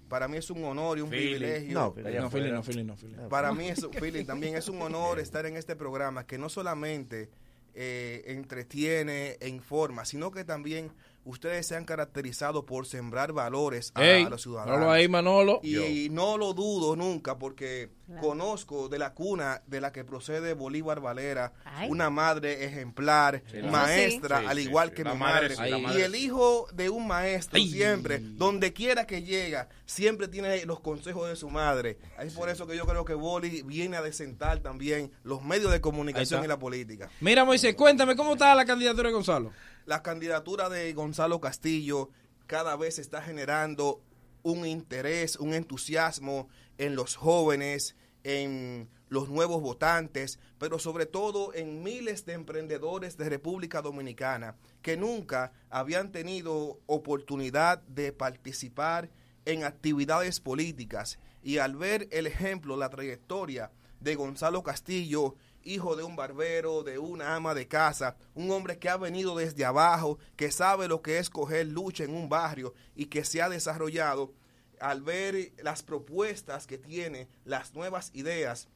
Para mí es un honor y un Philly. privilegio. No, Philly. No, Philly, no, Philly, no, Philly. Para mí es, Philly, también es un honor estar en este programa que no solamente eh, entretiene e informa, sino que también ustedes se han caracterizado por sembrar valores a, Ey, a los ciudadanos. Manolo ahí, Manolo. Y no lo dudo nunca porque conozco de la cuna de la que procede Bolívar Valera, Ay. una madre ejemplar, Sí, la- maestra, Eso sí. al Sí, sí, igual sí, que la mi madre, madre. sí, la Y madre. el hijo de un maestro siempre, donde quiera que llega, siempre tiene los consejos de su madre. Es por eso que yo creo que Boli viene a desentar también los medios de comunicación está. y la política Mira, Moisés, cuéntame, ¿cómo está la candidatura de Gonzalo? la candidatura de Gonzalo Castillo cada vez está generando un interés, un entusiasmo en los jóvenes, en los nuevos votantes, pero sobre todo en miles de emprendedores de República Dominicana que nunca habían tenido oportunidad de participar en actividades políticas. Y al ver el ejemplo, la trayectoria de Gonzalo Castillo, hijo de un barbero, de una ama de casa, un hombre que ha venido desde abajo, que sabe lo que es coger lucha en un barrio y que se ha desarrollado, al ver las propuestas que tiene, las nuevas ideas,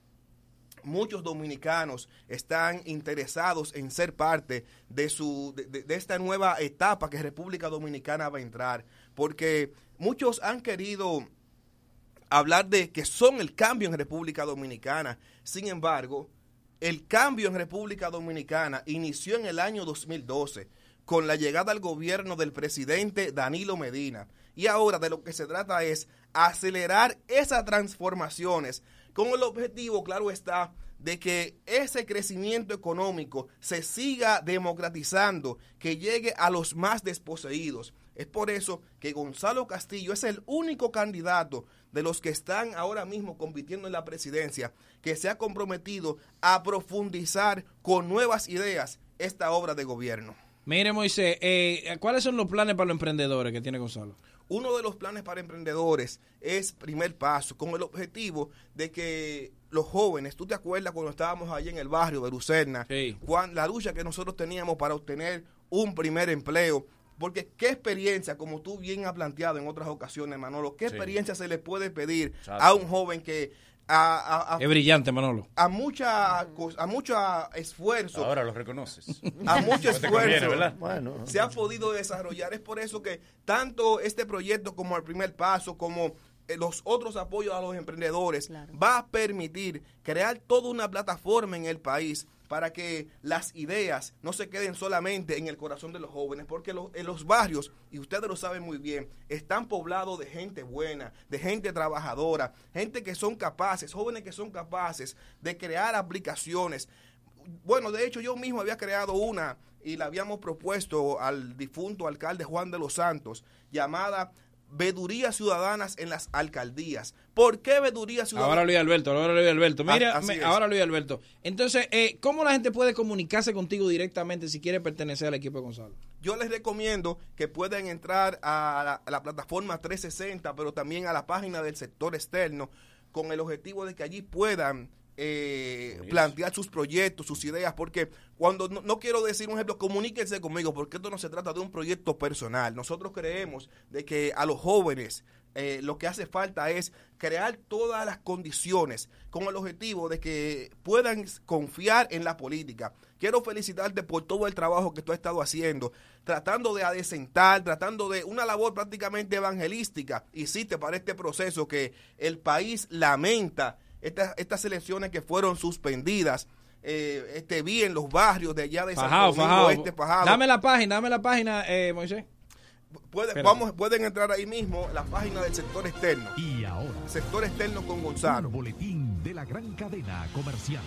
muchos dominicanos están interesados en ser parte de su de- de, de esta nueva etapa que República Dominicana va a entrar, porque muchos han querido hablar de que son el cambio en República Dominicana. Sin embargo, el cambio en República Dominicana inició en el año 2012 con la llegada al gobierno del presidente Danilo Medina. Y ahora de lo que se trata es acelerar esas transformaciones con el objetivo, claro está, de que ese crecimiento económico se siga democratizando, que llegue a los más desposeídos. Es por eso que Gonzalo Castillo es el único candidato de los que están ahora mismo compitiendo en la presidencia que se ha comprometido a profundizar con nuevas ideas esta obra de gobierno. Mire, Moisés, eh, ¿cuáles son los planes para los emprendedores que tiene Gonzalo? Uno de los planes para emprendedores es primer paso, con el objetivo de que los jóvenes, tú te acuerdas cuando estábamos allí en el barrio de Lucerna, cuan- la lucha que nosotros teníamos para obtener un primer empleo, porque qué experiencia, como tú bien has planteado en otras ocasiones, Manolo, qué Sí. experiencia se le puede pedir a un joven que a, a- a- Es brillante, Manolo. a mucha cos- a mucho esfuerzo Ahora lo reconoces. a mucho No te esfuerzo conviene, ¿verdad? Bueno. se ha podido desarrollar es por eso que tanto este proyecto como el primer paso como eh, los otros apoyos a los emprendedores va a permitir crear toda una plataforma en el país para que las ideas no se queden solamente en el corazón de los jóvenes, porque los, en los barrios, y ustedes lo saben muy bien, están poblados de gente buena, de gente trabajadora, gente que son capaces, jóvenes que son capaces de crear aplicaciones, bueno, de hecho yo mismo había creado una y la habíamos propuesto al difunto alcalde Juan de los Santos, llamada vedurías ciudadanas en las alcaldías. ¿Por qué vedurías ciudadanas? Ahora Luis Alberto, ahora Luis Alberto. Mira, Ah, así me- es. ahora Luis Alberto. Entonces, eh, ¿cómo la gente puede comunicarse contigo directamente si quiere pertenecer al equipo de Gonzalo? Yo les recomiendo que puedan entrar a la, a la plataforma 360, pero también a la página del sector externo, con el objetivo de que allí puedan eh, plantear sus proyectos, sus ideas, porque cuando, no, no quiero decir un ejemplo, comuníquense conmigo, porque esto no se trata de un proyecto personal. Nosotros creemos de que a los jóvenes eh, lo que hace falta es crear todas las condiciones con el objetivo de que puedan s- confiar en la política. Quiero felicitarte por todo el trabajo que tú has estado haciendo, tratando de adecentar, tratando de una labor prácticamente evangelística. Hiciste para este proceso que el país lamenta estas, estas elecciones que fueron suspendidas. Eh, este, vi en los barrios de allá de Fajao, Santo Domingo fajao. Este, Fajao. Dame la página, dame la página, eh, Moisés. Puede- Espérate. vamos, pueden entrar ahí mismo la página del sector externo. Y ahora. Sector externo con Gonzalo. Un boletín de la gran cadena comercial.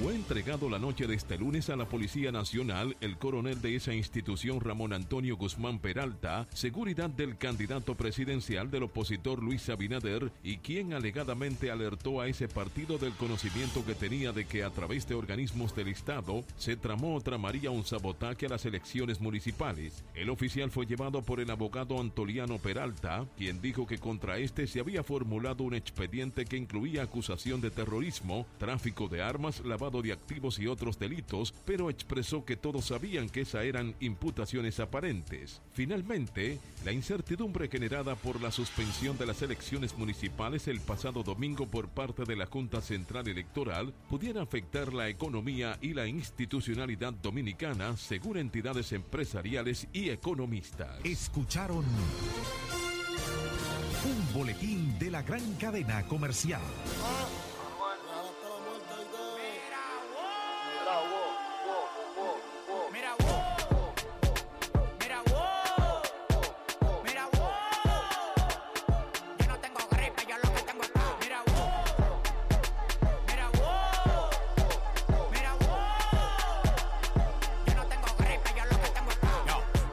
Fue entregado la noche de este lunes a la Policía Nacional el coronel de esa institución Ramón Antonio Guzmán Peralta, seguridad del candidato presidencial del opositor Luis Abinader y quien alegadamente alertó a ese partido del conocimiento que tenía de que a través de organismos del Estado se tramó o tramaría un sabotaje a las elecciones municipales. El oficial fue llevado por el abogado Antoliano Peralta, quien dijo que contra este se había formulado un expediente que incluía acusación de terrorismo, tráfico de armas, lavado de activos y otros delitos, pero expresó que todos sabían que esas eran imputaciones aparentes. Finalmente, la incertidumbre generada por la suspensión de las elecciones municipales el pasado domingo por parte de la Junta Central Electoral pudiera afectar la economía y la institucionalidad dominicana, según entidades empresariales y economistas. Escucharon un boletín de la gran cadena comercial.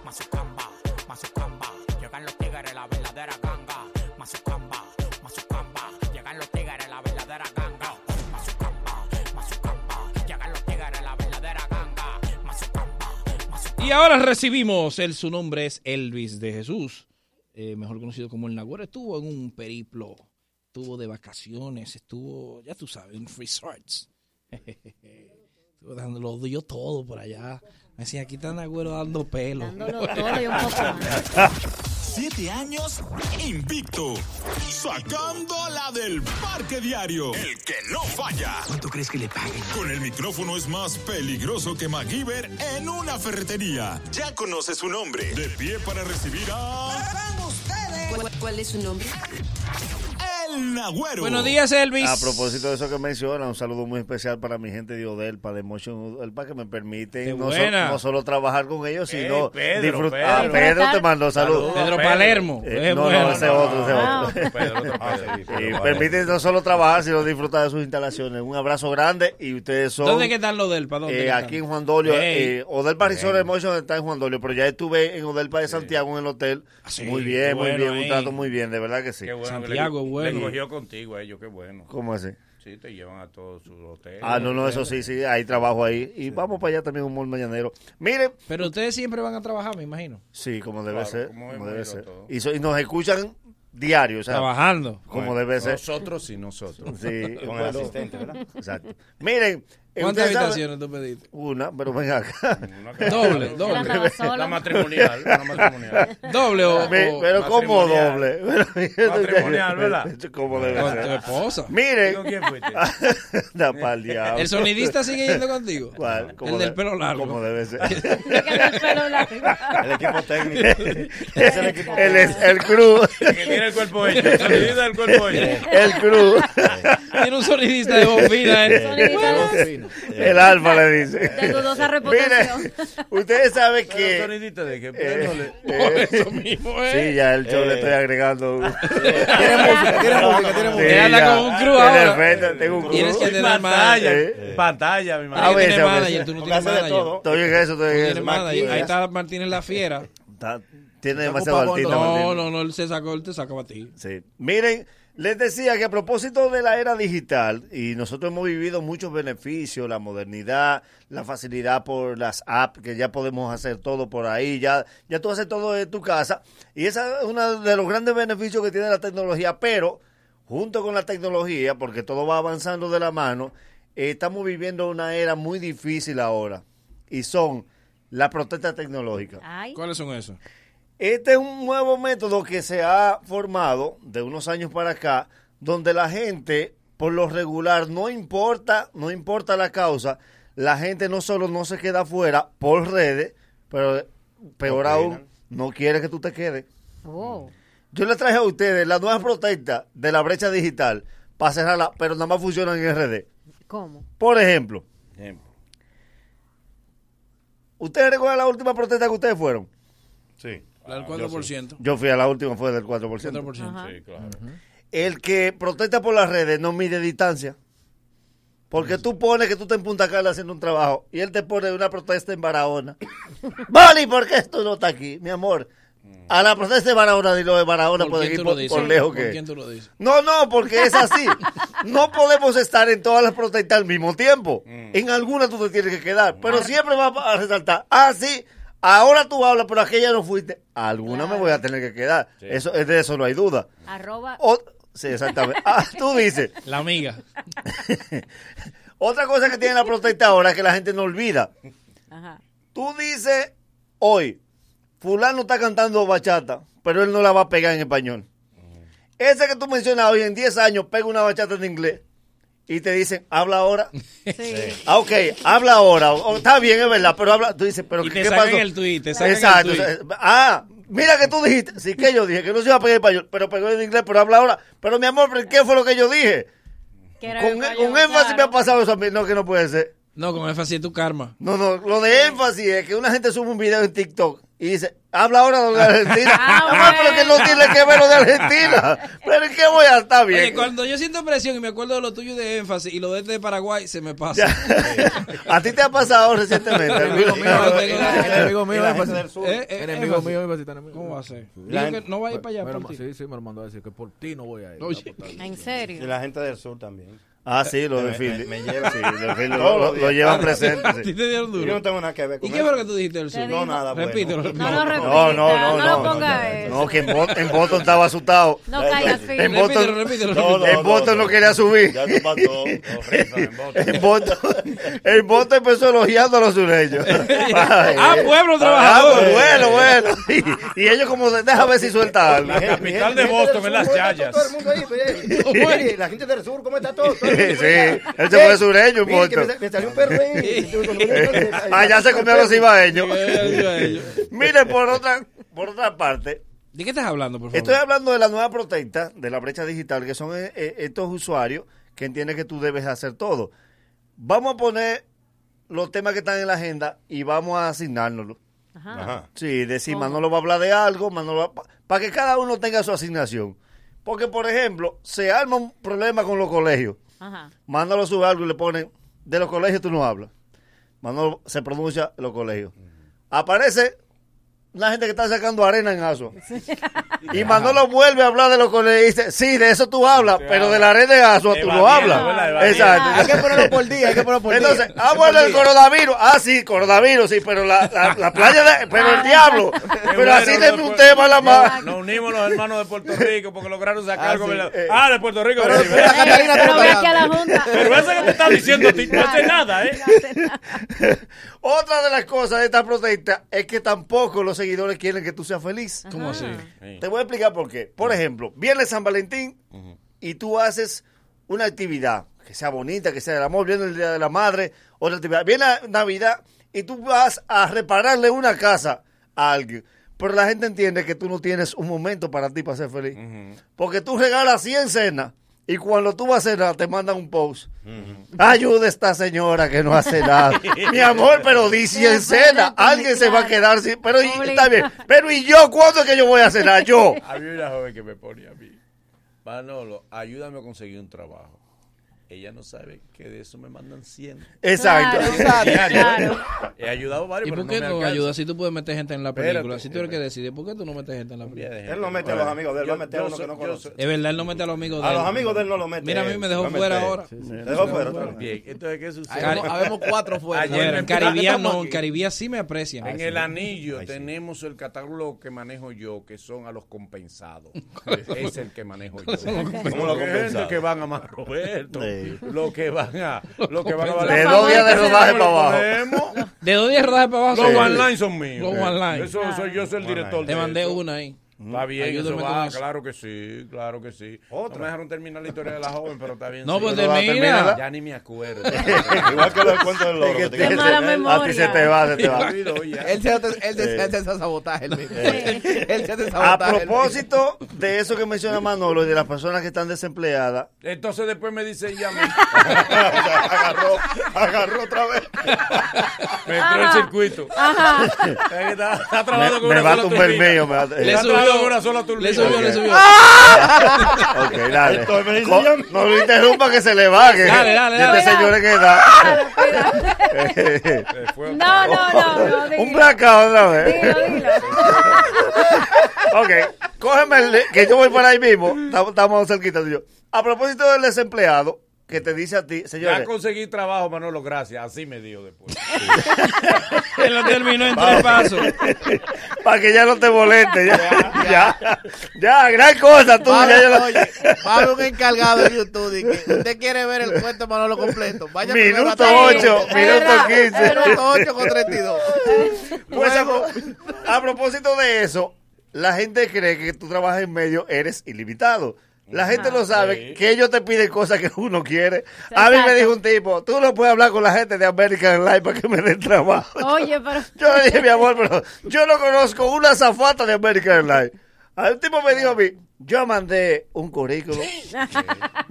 Mazucamba, Mazucamba, llegan los tigres, la verdadera ganga. Mazucamba, Mazucamba, llegan los tigres, la verdadera ganga. Mazucamba, Mazucamba, llegan los tigres, la verdadera ganga. Mazucamba, Y ahora recibimos, el, su nombre es Elvis de Jesús, eh, mejor conocido como el Nagüero. Estuvo en un periplo, estuvo de vacaciones, estuvo, ya tú sabes, en resorts. Estuvo dando- lo dio todo por allá. Me decía, aquí está Nagüero dando pelo. Dándolo todo y un poco Siete años invicto. Sacándola del parque diario. El que no falla. ¿Cuánto crees que le paguen? Con el micrófono es más peligroso que MacGyver en una ferretería. Ya conoce su nombre. De pie para recibir a. ¿Cuál, cuál es su nombre? El Nagüero. A propósito de eso que menciona, un saludo muy especial para mi gente de Odelpa, de Motion Odelpa, que me permite no, so- buena. no solo trabajar con ellos, Ey, sino Pedro, disfrutar. Pedro. Ah, Pedro te mandó saludos. Saludos, Pedro Pedro. Palermo. Eh, Es no, bueno. no, ese otro, ese Ah, otro. ok. Pedro, otro Pedro. Y Pedro permite no solo trabajar, sino disfrutar de sus instalaciones. Un abrazo grande y ustedes son... ¿Dónde que están los del pa? ¿Dónde Eh, que aquí están? en Juan Dolio, Ey. eh, Odelpa Resort Emotion está en Juan Dolio, pero ya estuve en Odelpa de Santiago en el hotel. Ah, sí, muy qué bien, muy bueno, bien, un ey. trato muy bien, de verdad que sí. Qué bueno que le- le cogió contigo a ellos, qué bueno. ¿Cómo así? Sí, te llevan a todos sus hoteles. Ah, no, no, eso sí, sí, hay trabajo ahí. Y vamos para allá también, humor mañanero. Miren. Pero ustedes siempre van a trabajar, me imagino. Sí, como debe Claro, ser. como Como hemos debe ido ser. todo. Y, so- y nos escuchan diario, o sea, Trabajando. Como Bueno, debe ser. Nosotros y nosotros. Sí, Con el bueno. asistente, ¿verdad? Exacto. Miren. eh, ¿Cuántas ustedes saben- habitaciones tú pediste? Una, pero venga acá. Doble, doble. La daba sola. La matrimonial, la matrimonial. Doble o- Mi- o- Pero ¿cómo Matrimonial. doble? Pero- Matrimonial, ¿verdad? ¿Cómo debe Con ser? tu esposa. Miren. ¿Con quién fuiste? Anda pa'l diablo. ¿El sonidista sigue yendo contigo? ¿Cuál? ¿Cómo El del de- pelo largo. ¿Cómo debe ser? el pelo largo. El equipo técnico. es el equipo El, es- el crew. El que tiene el cuerpo hecho, el sonidista del cuerpo hecho. El crew. Tiene un sonidista de bocina, ¿eh? Sonidista de bocina. El alfa le dice. De dudosa reputación. Mire, ustedes saben Pero que... sonidista de que Eh, Por eh, eso mismo, ¿eh? Sí, ya el show Eh. le estoy agregando. Tiene música, tiene música, tiene música. Sí, Anda ya. con un crew En ahora. efecto, tengo un crew. Tienes que tener Pantalla, manager. pantalla, mi Ah, A madre. Tienes que veces, a tener veces. manager, tú no Porque tienes hace de manager. todo. Estoy en eso, estoy en Tiene eso. manager. Ahí está Martínez la fiera. Está- Tiene Te demasiado ocupa altito. con- No, Martín. no, no, él se sacó, él te sacaba a ti. Sí. Miren, les decía que a propósito de la era digital, y nosotros hemos vivido muchos beneficios, la modernidad, la facilidad por las apps, que ya podemos hacer todo por ahí, ya, ya tú haces todo de tu casa, y esa es uno de los grandes beneficios que tiene la tecnología, pero junto con la tecnología, porque todo va avanzando de la mano, eh, estamos viviendo una era muy difícil ahora, y son las protestas tecnológicas. ¿Cuáles son esos? Este es un nuevo método que se ha formado de unos años para acá, donde la gente, por lo regular, no importa, no importa la causa, la gente no solo no se queda afuera por redes, pero peor aún, no quiere que tú te quedes. Yo le traje a ustedes las nuevas protestas de la brecha digital para cerrarla, pero nada más funcionan en RD. ¿Cómo? Por ejemplo, ¿ustedes recuerdan la última protesta que ustedes fueron? Sí. Ah, La del 4%. Yo fui a la última, fue del 4%. 4%. Ajá. Sí, claro. El que protesta por las redes no mide distancia. Porque tú pones que tú estás en Punta Cana haciendo un trabajo y él te pone una protesta en Barahona. Vale, ¿por qué esto no está aquí, mi amor? A la protesta de Barahona, dilo de Barahona, Mm. ¿Por puede quién ir tú por, lo dices? por lejos ¿Por que. quién tú lo dices? No, no, porque es así. No podemos estar en todas las protestas al mismo tiempo. En alguna tú te tienes que quedar, pero siempre va a resaltar. Ah, sí, ahora tú hablas, pero aquella no fuiste. A alguna me voy a tener que quedar. Eso, es de eso no hay duda. Arroba. O- sí, exactamente. Ah, tú dices. La amiga. Otra cosa que tiene la protesta ahora es que la gente no olvida. Ajá. Tú dices hoy, fulano está cantando bachata, pero él no la va a pegar en español. Ese que tú mencionas hoy en 10 años pega una bachata en inglés y te dicen, habla ahora. Ah, ok, habla ahora. O- está bien, es verdad, pero habla. Tú dices, pero Y ¿qué, te qué sacan pasó? el tweet, te sacan el Exacto. tweet. o sea, Ah, mira que tú dijiste. Sí, que yo dije que no se iba a pegar en español, pero pegó en inglés, pero habla ahora. Pero mi amor, ¿pero ¿qué fue lo que yo dije? Con, e, con énfasis me ha pasado eso a mí. No, que no puede ser. No, con énfasis es tu karma. No, no, lo de énfasis es que una gente sube un video en TikTok y dice, habla ahora de lo de Argentina. Amor, pero que no tiene que ver lo de Argentina. Pero es que voy a estar bien. Oye, cuando yo siento presión y me acuerdo de lo tuyo de énfasis y lo de este de Paraguay, se me pasa. ¿A ti te ha pasado recientemente? Enemigo mío, El amigo mío me énfasis. pasa- Eh, eh, El amigo énfasis. mío me pasa- enemigo. ¿Cómo va a ser? Sí. Dijo que no va a ir para allá Pero- por ti. Sí, sí, me lo mandó a decir que por ti no voy a ir. Oye. ¿En serio? Y la gente del sur también. Ah, sí, lo de Me- Philly. Me, me lleva. Sí, lo Ah, de Philly, lo- Todos los lo- lo días. llevan presente, sí. A ti te dieron duro. Yo no tengo nada que ver con ¿Y qué fue lo eso. que tú dijiste del sur? No, nada. bueno. Repítelo. No, no, repita, No, no, no no, no. lo ponga eso. No, que en, Bot- en Boston estaba asustado. No caigas, Phil. En Boston, Repítelo, repítelo, repítelo. en Boston no quería subir. Ya te pasó. No, risa, en Boston. En Boston, en Boston empezó elogiando a los sureños. Ah, pueblo trabajador. Ah, bueno, bueno. Y, y ellos como, de, deja ver si suelta algo. La gente- mi gente- mi gente del sur, Ah. ¿cómo está Todo el mundo ahí, oye. Bueno. Oye, la gente del sur, ¿cómo está todo? Todo el Sí, mundo ahí. él se fue sureño, Mire, que Boston. me, sa- me salió un perro ahí. Allá se comió a los ibaeños. Mire, por otra, por otra parte. ¿De qué estás hablando, por favor? Estoy hablando de la nueva protesta de la brecha digital, que son eh, eh, estos usuarios que entienden que tú debes hacer todo. Vamos a poner los temas que están en la agenda y vamos a asignárnoslos. Ajá. Sí, decir, ¿Cómo? Manolo va a hablar de algo, Manolo para que cada uno tenga su asignación. Porque, por ejemplo, se arma un problema con los colegios. Ajá. Manolo sube algo y le ponen, de los colegios tú no hablas. Manolo se pronuncia los colegios. Aparece la gente que está sacando arena en aso. Y Manolo vuelve a hablar de los colegios y dice, sí, de eso tú hablas, pero de la arena en aso tú no Evadiendo, ¿verdad? hablas. Evadiendo. Exacto. Hay que ponerlo por día, hay que ponerlo por día. Entonces, ah, Por bueno, el día. coronavirus. Ah, sí, coronavirus, sí, pero la, la, la playa, de- pero el diablo. Pero bueno, así no, denme no, un tema a la más. Nos unimos los hermanos de Puerto Rico porque lograron sacar Ah, algo. sí, ¿verdad? eh. ah, de Puerto Rico. sí, ¿verdad? Pero eso que te está diciendo a ti no hace nada, ¿eh? Otra de las cosas de esta protesta es que tampoco los seguidores quieren que tú seas feliz. ¿Cómo así? Te voy a explicar por qué. Por ejemplo, viene San Valentín y tú haces una actividad que sea bonita, que sea del amor, viene el Día de la Madre, otra actividad. Viene Navidad y tú vas a repararle una casa a alguien. Pero la gente entiende que tú no tienes un momento para ti para ser feliz. Porque tú regalas 100 cenas y cuando tú vas a cenar te mandan un post. Ayuda a esta señora que no hace nada. Mi amor, pero di 100 cenas. Alguien se va a quedar sin. Pero y- está bien. Pero ¿y yo? ¿Cuándo es que yo voy a cenar? Yo. Había una joven que me ponía a mí. Manolo, ayúdame a conseguir un trabajo. Ella no sabe que de eso me mandan 100. Exacto. Claro, Diario. claro. He ayudado varios, ¿Y pero por no qué me no, alcanza. ayudas? Si tú puedes meter gente en la Espérate, película, si tú eres que decides, ¿por qué tú no metes gente en la película? Él no mete a los amigos de él, va a meter a uno que no conoce. Es verdad, él no mete a los amigos de A él. los amigos de él no lo mete Mira, a mí él, me dejó lo mete fuera él. ahora. Sí, sí. Me Dejó fuera, Bien, entonces, ¿qué sucede? Cari- Habemos cuatro fuera. Ayer, en Estamos Caribiano, aquí. en Caribía sí me aprecian. en el anillo tenemos el catálogo que manejo yo, que son a los compensados. es el que manejo yo. ¿Cuáles son los Como los compensados? gente que van a más Roberto, Sí. los que van a los que van a compensados. Valer- De dos días de rodaje Lo para abajo. ponemos. De dos días de rodaje para abajo. Los sí. one line son míos. Los one line. Eso soy yo, soy el One director. line. Te de mandé eso. una ahí. Está bien, eso Ayúdame va, con eso. claro que sí, claro que sí. No me dejaron terminar la historia de la joven, pero está bien. No, sí. pues termina. Ya ni me acuerdo. Igual que los cuentos del loro que te Qué mala a ti memoria. se te va, se te va. Él Él se hace, él se- él se hace sabotaje. él mismo. Él se hace A sabotaje. él mismo. propósito de eso que menciona Manolo y de las personas que están desempleadas, Entonces después me dice, ya me... agarró, agarró otra vez. Me entró el Ajá. circuito. Ajá. Está, está Me- trabajando con me una va a sola tumbar el turbina. mío, me va a- Le Está trabajando subió, con una sola turbina. le subió, le subió. Ah. Ok, dale. Entonces me dice, Co- ya- no lo interrumpa que se le va. Que Dale, dale, y dale. Este señor Eh, es que Ah, da. no, no, no, no, Un blackout otra vez. Dilo, dilo. Ok, cógeme el li- que yo voy por ahí mismo. Estamos- Estamos cerquita tú y yo. A propósito del desempleado que te dice a ti, Ya señores. conseguí trabajo, Manolo, gracias. Así me dio después. Él lo terminó en Vamos. tres pasos. Para que ya no te moleste. Ya, ya, ya, gran cosa tú. Pablo, ya yo la- oye, Pablo, un encargado de YouTube. dice que usted quiere ver el cuento de Manolo completo. Vaya primero Minuto a- 8, Sí, minuto ¿verdad? 15. Minuto 8 con 32. Pues a, a propósito de eso, la gente cree que tú trabajas en medio, eres ilimitado. La gente lo sabe, Sí. que ellos te piden cosas que uno quiere. A mí me Exacto. dijo un tipo, tú no puedes hablar con la gente de American Airlines para que me den trabajo. Oye, pero. Yo le dije, mi amor, pero yo no conozco una zafata de American Airlines. Al tipo me dijo a mí, yo mandé un currículum.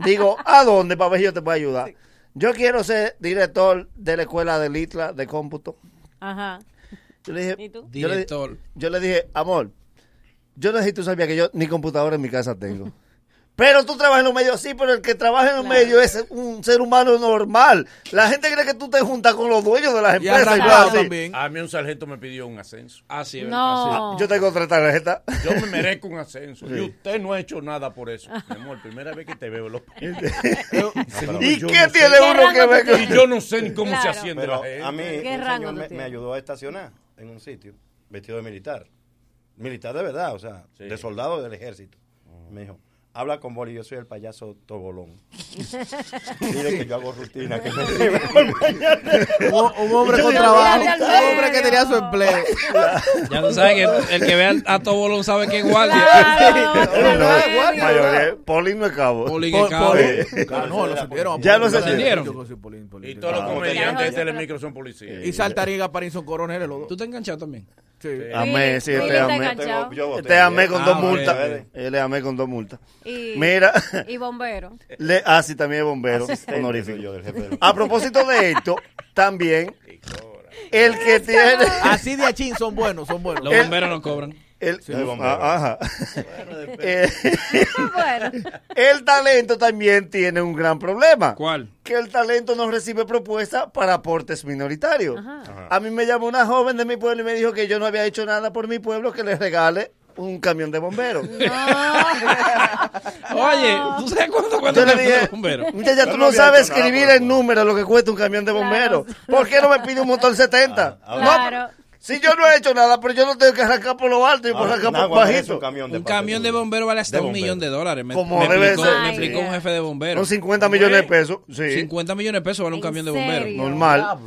Digo, ¿a dónde, para ver si yo te puedo ayudar? Yo quiero ser director de la escuela de Litla de cómputo. Ajá. Yo le dije, ¿Y tú? yo le- Director. Yo le dije, amor, yo no sé si tú sabías que yo ni computadora en mi casa tengo. Pero tú trabajas en los medios, sí, pero el que trabaja en los medios es un ser humano normal. La gente cree que tú te juntas con los dueños de las empresas y cosas así. A mí un sargento me pidió un ascenso. Así Ah, es. No. Yo tengo otra tarjeta. Yo me merezco un ascenso. ¿eh? Sí. Y usted no ha hecho nada por eso. Mi amor, primera vez que te veo. Lo... pero- ¿Y qué tiene ¿Qué uno que rango ver tú con- Y yo no sé ni cómo se asciende Pero la gente. A mí un ¿Qué señor rango tú me, tienes? me ayudó a estacionar en un sitio vestido de militar. Militar de verdad, o sea, de soldado del ejército. Me dijo, habla con Boli, yo soy el payaso Tobolón. Mire que yo hago rutina. Que me Un, un hombre con Yo- trabajo. Yo- Un hombre que tenía su empleo. Ya tú sabes que el que ve al- a Tobolón sabe que es guardia. Mayoría, mayoría. Polín no es cabo. Polín es cabo. Sí. Ah, no, lo ascendieron. Ya lo Lo ascendieron. Y todos los Ah, comediantes de porque- Telemicro son policías. Y Saltarín Gaparinson Coronel, los dos. ¿Tú te has enganchado también? Sí. Amé, sí, Sí, este está amé. enganchado. Yo voté. Este amé con Ah, dos bueno. multas. Él le amé con dos multas. Y, Mira. Y bombero. Le, ah, sí, también es bombero. Asistente Honorífico. soy yo del jefe del- A propósito de esto, también, el que tiene... Así de achín son buenos, son buenos. Los bomberos no cobran. El, Sí, los bomberos. Ah, ajá. Eh, Bueno. el talento también tiene un gran problema. ¿Cuál? Que el talento no recibe propuesta para aportes minoritarios. A mí me llamó una joven de mi pueblo y me dijo que yo no había hecho nada por mi pueblo que le regale un camión de bomberos. Oye, ¿tú sabes cuánto cuesta un Yo le camión de dije, bomberos? muchacha, Yo tú no no había sabes hecho nada escribir el número lo que cuesta un camión de bomberos. ¿Por qué no me pide un motor Ah, 70? No, Claro. si yo no he hecho nada, pero yo no tengo que arrancar por lo alto y Ah, por arrancar por bajito. Un camión de bomberos vale hasta De un millón de dólares. Me, Como me debe explicó, ser. me Ay, explicó un ya. jefe de bomberos. Son 50 millones de pesos. Sí. 50 millones de pesos vale un camión de bomberos. Normal.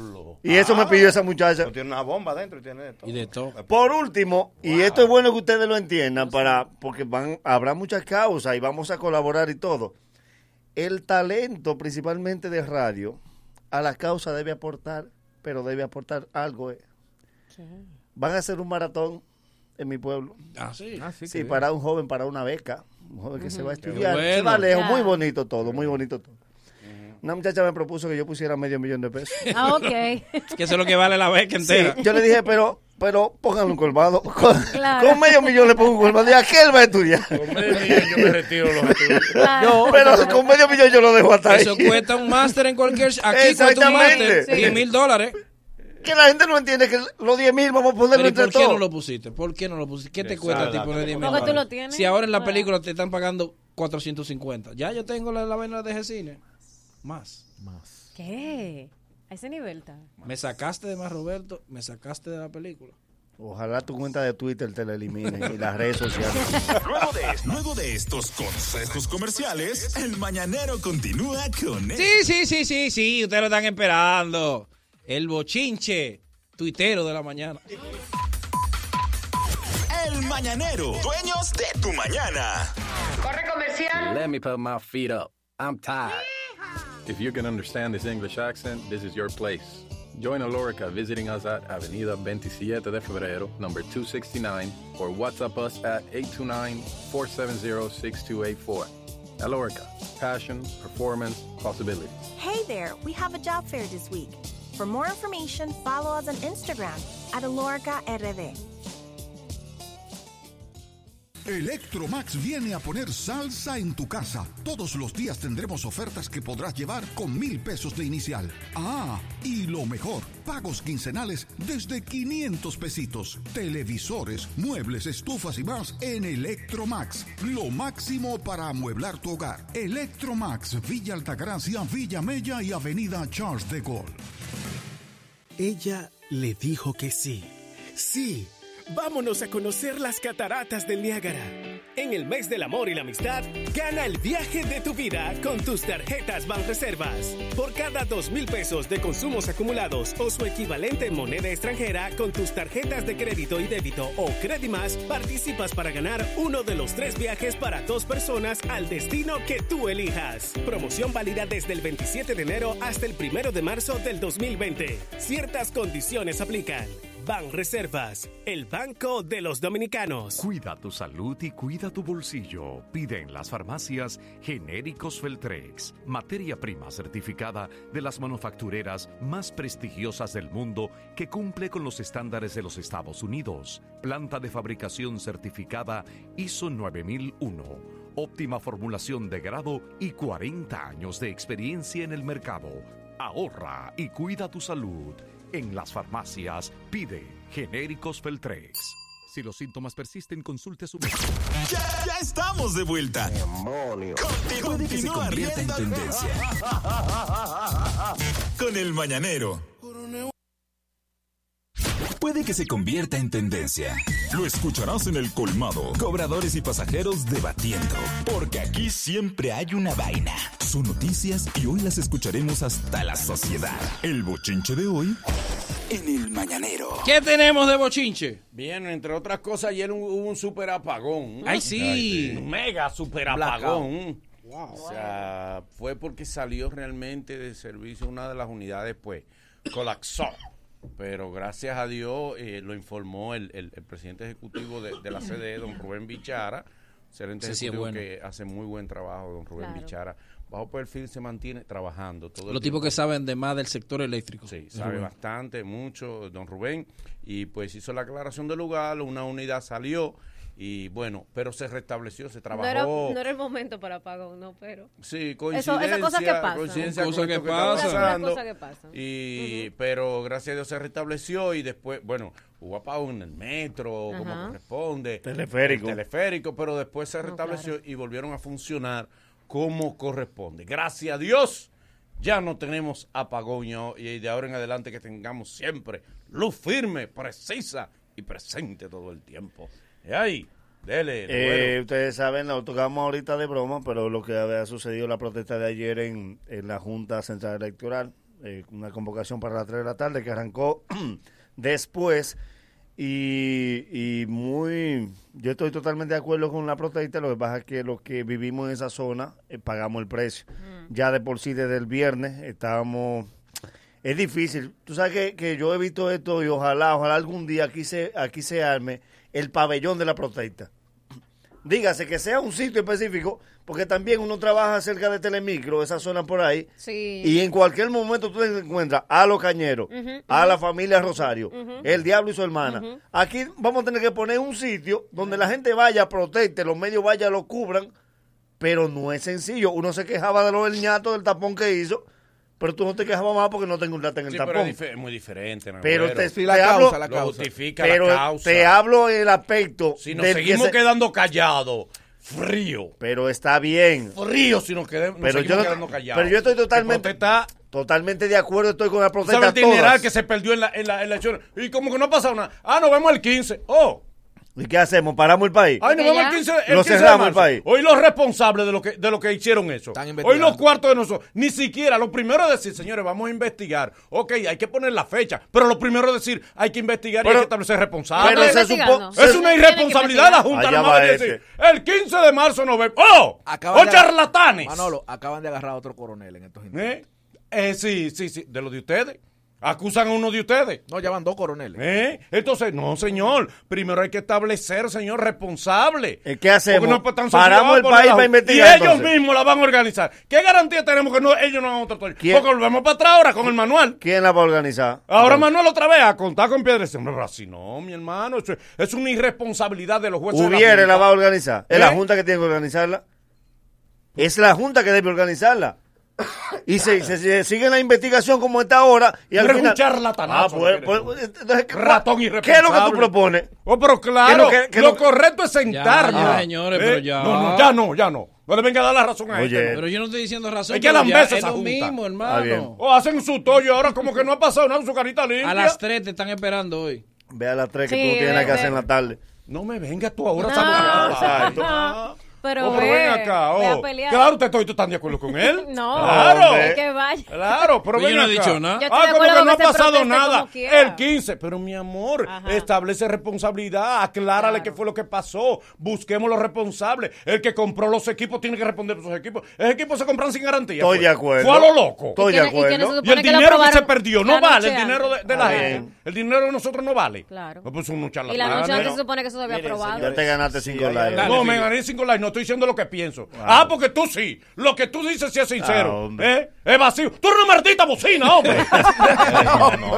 Y eso Ah. me pidió esa muchacha. tiene una bomba dentro y tiene de todo. Y de todo. Por último, y esto es bueno que ustedes lo entiendan, para, porque van, habrá muchas causas y vamos a colaborar y todo. El talento, principalmente de radio, a la causa debe aportar, pero debe aportar algo. eh. Van a hacer un maratón en mi pueblo. Ah, sí. Ah, sí, sí, qué bien. para un joven, para una beca. Un joven que se va a Qué estudiar. bueno. Se va lejos, Ya. muy bonito todo, muy bonito todo. Una muchacha me propuso que yo pusiera medio millón de pesos. Ah, ok. Que eso es lo que vale la beca Sí, entera. yo le dije, pero pero pónganle un colmado. Con, Claro. con medio millón le pongo un colmado. ¿Y aquel va a estudiar? Con medio millón yo me retiro los estudios. Claro. pero con medio millón yo lo dejo hasta Eso ahí. cuesta un máster en cualquier... Aquí cuesta un máster Exactamente. 10 mil dólares. Que la gente no entiende que los 10 mil vamos a Pero ponerlo ¿y entre ¿Por qué no todos. lo pusiste? ¿Por qué no lo pusiste? ¿Qué te Exacto. cuesta a ti poner 10 mil Porque tú dólares? lo tienes. Si ahora en la Claro. película te están pagando 450. Ya yo tengo la, la vaina de G-Cine. Más. Más. ¿Qué? A ese nivel está. Me sacaste de más, Roberto. Me sacaste de la película. Ojalá tu cuenta de Twitter te la eliminen y las redes sociales. Luego de, luego de estos consejos comerciales, el mañanero continúa con el- Sí, sí, sí, sí, sí. Ustedes lo están esperando. El bochinche tuitero de la mañana. el mañanero, dueños de tu mañana. Corre comercial. Let me put my feet up. I'm tired. If you can understand this English accent, this is your place. Join Alorica visiting us at Avenida 27 de Febrero, number 269, or WhatsApp us at 829-470-6284. Alorica, passion, performance, possibility. Hey there, we have a job fair this week. For more information, follow us on Instagram at Alorca RD. Electromax viene a poner salsa en tu casa. Todos los días tendremos ofertas que podrás llevar con mil pesos de inicial. Ah, y lo mejor, pagos quincenales desde 500 pesitos. Televisores, muebles, estufas y más en Electromax. Lo máximo para amueblar tu hogar. Electromax, Villa Altagracia, Villa Mella y Avenida Charles de Gaulle. Ella le dijo que sí. Sí, vámonos a conocer las cataratas del Niágara. En el mes del amor y la amistad, gana el viaje de tu vida con tus tarjetas Banreservas. Por cada dos mil pesos de consumos acumulados o su equivalente en moneda extranjera con tus tarjetas de crédito y débito o Credimas, participas para ganar uno de los tres viajes para dos personas al destino que tú elijas. Promoción válida desde el 27 de enero hasta el 1 de marzo del 2020. Ciertas condiciones aplican. Ban Reservas, el banco de los dominicanos. Cuida tu salud y cuida tu bolsillo. Pide en las farmacias genéricos Feltrex, materia prima certificada de las manufactureras más prestigiosas del mundo que cumple con los estándares de los Estados Unidos. Planta de fabricación certificada ISO 9001. Óptima formulación de grado y 40 años de experiencia en el mercado. Ahorra y cuida tu salud. En las farmacias pide genéricos Feltrex. Si los síntomas persisten, consulte a su médico. Ya, ya estamos de vuelta. Continúa- Puede que se continúa convierta en riendo. Con el mañanero. Puede que se convierta en tendencia. Lo escucharás en el colmado. Cobradores y pasajeros debatiendo. Porque aquí siempre hay una vaina. Son noticias y hoy las escucharemos hasta la sociedad. El bochinche de hoy en el mañanero. ¿Qué tenemos de bochinche? Bien, entre otras cosas, ayer un- hubo un super apagón. este, Ay, sí. Un mega super apagón. O sea, fue porque salió realmente de servicio una de las unidades, pues, colapsó. Pero gracias a Dios eh, lo informó el, el- el presidente ejecutivo de, de la CDE, don Rubén Bichara. Excelente Ese sí es ejecutivo bueno. que hace muy buen trabajo, don Rubén Claro. Bichara. Bajo perfil se mantiene trabajando. Todo el Los tipos tiempo. que saben de más del sector eléctrico. Sí, sabe bastante, mucho, don Rubén. Y pues hizo la aclaración del lugar, una unidad salió y bueno, pero se restableció, se trabajó. No era, no era el momento para apagón, no, pero. Sí, Eso- coincidencia. esa cosa que pasa. coincidencia con Son cosas que esto está pasan. pasando. Son cosas que pasan. Y, Pero gracias a Dios se restableció y después, bueno, hubo apagón en el metro, como Ajá. corresponde. Teleférico. El teleférico, pero después se No, restableció y volvieron a funcionar como corresponde. Gracias a Dios ya no tenemos apagón y a- y de ahora en adelante que tengamos siempre luz firme, precisa y presente todo el tiempo. Y ahí, dele. Eh, Roberto. ustedes saben, lo tocamos ahorita de broma, pero lo que había sucedido la protesta de ayer en, en la Junta Central Electoral, eh, una convocación para las 3 de la tarde que arrancó después y, y muy, yo estoy totalmente de acuerdo con la protesta, lo que pasa es que los que vivimos en esa zona eh, pagamos el precio. Ya de por sí desde el viernes estábamos es difícil. Tú sabes que, que yo he visto esto y ojalá, ojalá algún día aquí se, aquí se arme el pabellón de la protesta. dígase que sea un sitio específico, porque también uno trabaja cerca de Telemicro, esa zona por ahí, Sí. y en cualquier momento tú te encuentras a los cañeros, Ujú, a ujú. la familia Rosario, Ujú. el diablo y su hermana. Ujú. Aquí vamos a tener que poner un sitio donde la gente vaya, proteste, los medios vaya, lo cubran, pero no es sencillo. Uno se quejaba de lo del ñato, del tapón que hizo, pero tú no te quejabas más porque no te encontraste en el Sí, pero tapón. es dife- es muy diferente. Pero Nagüero. te, te hablo, Lo justifica pero la causa. te hablo el aspecto. si nos seguimos quedando callados, frío. Pero está bien. Frío si nos quedamos- nos pero seguimos yo no- quedando callados. Pero yo estoy totalmente, totalmente de acuerdo. Estoy con la ¿Tú sabes protesta el dineral todas. que se perdió en la, en la, en la chona? Y como que no ha pasado nada. Ah, nos vemos el 15. Oh, ¿Y qué hacemos? ¿Paramos el país? ay, nos vemos el 15, el Lo 15 de cerramos el marzo. país. Hoy los responsables de lo que, de lo que hicieron eso. Hoy los cuartos de nosotros. Ni siquiera, lo primero es decir, señores, vamos a investigar. Ok, hay que poner la fecha. Pero lo primero es decir, hay que investigar y hay que establecer responsables. pero se supo- Es se- una irresponsabilidad de la Junta. Allá nada va más de este. decir, el 15 de marzo nos vemos. ¡Oh! ¡Oh, de- charlatanes! Manolo, acaban de agarrar a otro coronel en estos ¿Eh? Eh, sí, sí, sí, de los de ustedes. Acusan a uno de ustedes. No, ya van dos coroneles. ¿Eh? Entonces, no, señor. Primero hay que establecer, señor, responsable. ¿Qué hacemos? Porque no pues, es tan sencillo, vamos Paramos el a poner país la para ju- investigar. Y ellos entonces. mismos la van a organizar. ¿Qué garantía tenemos que no, ellos no van a otro Porque ¿Quién? volvemos para atrás ahora con el manual. ¿Quién la va a organizar? Ahora Manuel otra vez a contar con piedras. Hombre, pero así no, mi hermano. Eso es, es una irresponsabilidad de los jueces. de la Hubiere Junta. la va a organizar. Es la ¿Eh? Junta que tiene que organizarla. Es la Junta que debe organizarla. Y se, se- se sigue la investigación como está ahora. Y al Pero es final- un charlatanazo, Ah, pues, lo que pues, entonces, ¿qué- Ratón ¿Qué es lo que tú irresponsable. propones? Oh, pero claro, Que no, que- que lo no- correcto es sentarnos. Ya, ya, señores, pero ya. eh, No, no, ya no, ya no. No le venga a dar la razón a Oye. este, no. Pero yo no estoy diciendo razón. Hay que pero las ya mesas Es a lo junta. mismo, Está bien. hermano. O hacen su tollo ahora como que no ha pasado nada con su carita limpia. A las 3 te están esperando hoy. Ve a las tres que Sí, tú tienes ve, que hacer en ve. la tarde. No me vengas tú ahora, No, Samuel. exacto. Ah, Pero, oh, pero ve, ven acá. ve a oh. pelear. Claro, usted estoy, tú estás de acuerdo con él. No, claro. es que vaya. Claro, pero Pues yo ven no he acá. dicho nada. Yo estoy Ah, de como acuerdo que con no ha que se pasado proteste nada. como quiera. El 15. Pero mi amor, establece responsabilidad, aclárale qué fue lo que pasó. Busquemos los responsables. El que compró los equipos tiene que responder por sus equipos. Esos equipos se compran sin garantía. Estoy fue. de acuerdo. Fue a lo loco. Estoy de Y acuerdo. el supone que lo dinero que se aprobaron perdió no la vale. El noche dinero de, de la Ah, gente. bien. El dinero de nosotros no vale. Claro. No, pues son unos Y la charlatanes. noche antes se supone que eso se había aprobado. Ya te ganaste cinco likes. No, me gané cinco likes. No estoy diciendo lo que pienso. Ah, porque tú sí. Lo que tú dices sí es Ah, sincero. hombre. ¿eh? Es vacío. Tú eres una maldita bocina, hombre. Una no.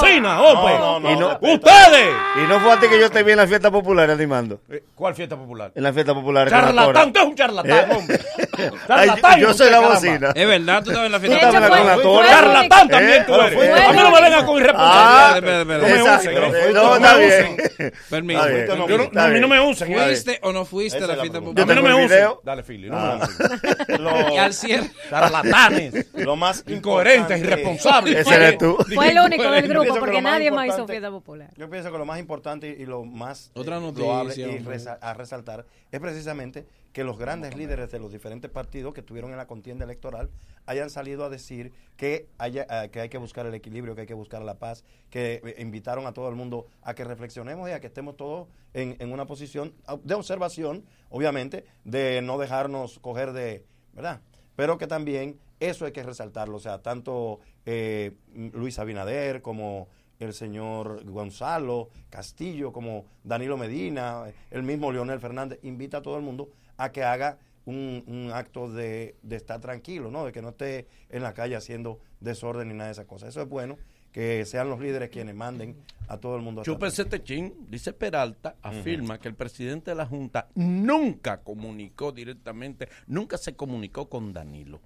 bocina, hombre. No, no, no, Y no- respeta. ¡Ustedes! Y no fue a ti que yo te vi en la fiesta popular animando. Eh, ¿Cuál fiesta popular? En la fiesta popular. con la Cora. Charlatán, usted es un charlatán, ¿Eh? hombre. Ay, Charlatán, yo soy usted, la caramba. bocina. Es verdad, tú estabas en la fiesta. Tú estabas Fue- con la fue- Tora. Charlatán ¿Eh? también tú Pero eres. fuiste. A mí no me vengas con Ah, irresponsabilidad. No me esa- usen. eh, No No, me está usen. bien. Permiso. Está bien. Yo no- no, a mí no me usen. ¿eh? ¿Fuiste o no fuiste a la fiesta A mí popular? no me el usen. video. Dale, Philly, no Ah. me usen. Y al cierre. Charlatanes. Lo más Incoherentes, importante- irresponsables. Ese eres tú. Fue el único Yo del pienso grupo que porque lo más nadie más hizo importante- fiesta popular. Yo pienso que lo más importante y lo más eh, Otra noticia, loable y hombre. resa- a resaltar es precisamente que los grandes líderes de los diferentes partidos que estuvieron en la contienda electoral hayan salido a decir que, haya, ah, que hay que buscar el equilibrio, que hay que buscar la paz, que eh, invitaron a todo el mundo a que reflexionemos y a que estemos todos en, en una posición ah, de observación, obviamente, de no dejarnos coger de, ¿verdad? Pero que también eso hay que resaltarlo, o sea, tanto eh, Luis Abinader como el señor Gonzalo Castillo, como Danilo Medina, el mismo Leonel Fernández, invita a todo el mundo a que haga un, un acto de, de estar tranquilo, ¿no? De que no esté en la calle haciendo desorden ni nada de esas cosas. Eso es bueno, que sean los líderes quienes manden a todo el mundo. a estar Chúpense este chin, dice Peralta, afirma que el presidente de la Junta nunca comunicó directamente, nunca se comunicó con Danilo.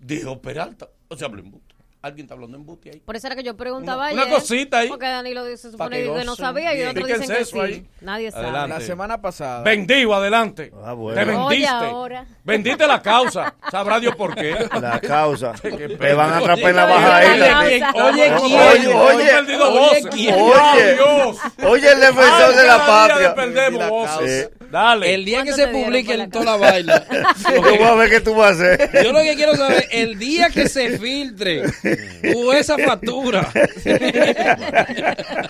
Dijo Peralta, o sea, habló embuste. Alguien está hablando embuste ahí. Por eso era que yo preguntaba Una- una ayer, cosita ahí. Porque Danilo se Pa' supone que que, no gocen sabía y bien. otros Fíjense dicen que eso sí. ahí. Nadie sabe. Adelante. La semana pasada. Bendigo, adelante. Ah, bueno. Te Oye, oh. vendiste. ahora. Vendiste la causa. Sabrá Dios por qué. La causa. Qué Te pena. van a atrapar en la Oye, bajadita. oye, oye, quién, oye, oye, quién. Oye. Oye, el defensor de la patria. Perdemos voces. Dale. El día que se dieron publique por la el toda la baila. Yo voy a ver qué tú vas a hacer. Yo lo que quiero saber, el día que se filtre o esa factura,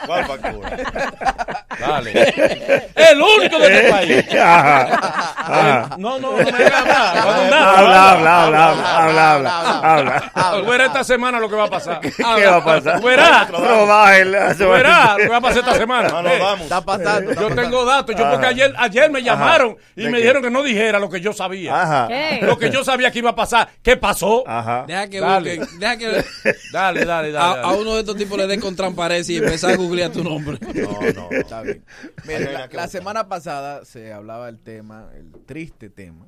¿Cuál factura? Dale. El único de este país. Eh, Ajá. Ajá. No, no, no me hagas hablar. Cuando nada, Habla, habla, habla, habla, habla, habla. Tú verás esta semana lo que va a pasar. ¿Qué va a pasar? Tú verás. No bajes la- Tú verás lo que va a pasar esta semana. Mano, Eh, vamos. Está pasando. Yo tengo datos. Yo porque ayer, ayer ayer me Ajá. llamaron y ¿De me qué? dijeron que no dijera lo que yo sabía. Ajá. ¿Qué? Lo que yo sabía que iba a pasar. ¿Qué pasó? Deja que Dale. busquen, deja que- Dale, dale, dale. dale. A, a uno de estos tipos le den con transparencia y empezar a googlear tu nombre. No, no, está bien. Mira, Hay una la, que la buscar. semana pasada se hablaba el tema, el triste tema,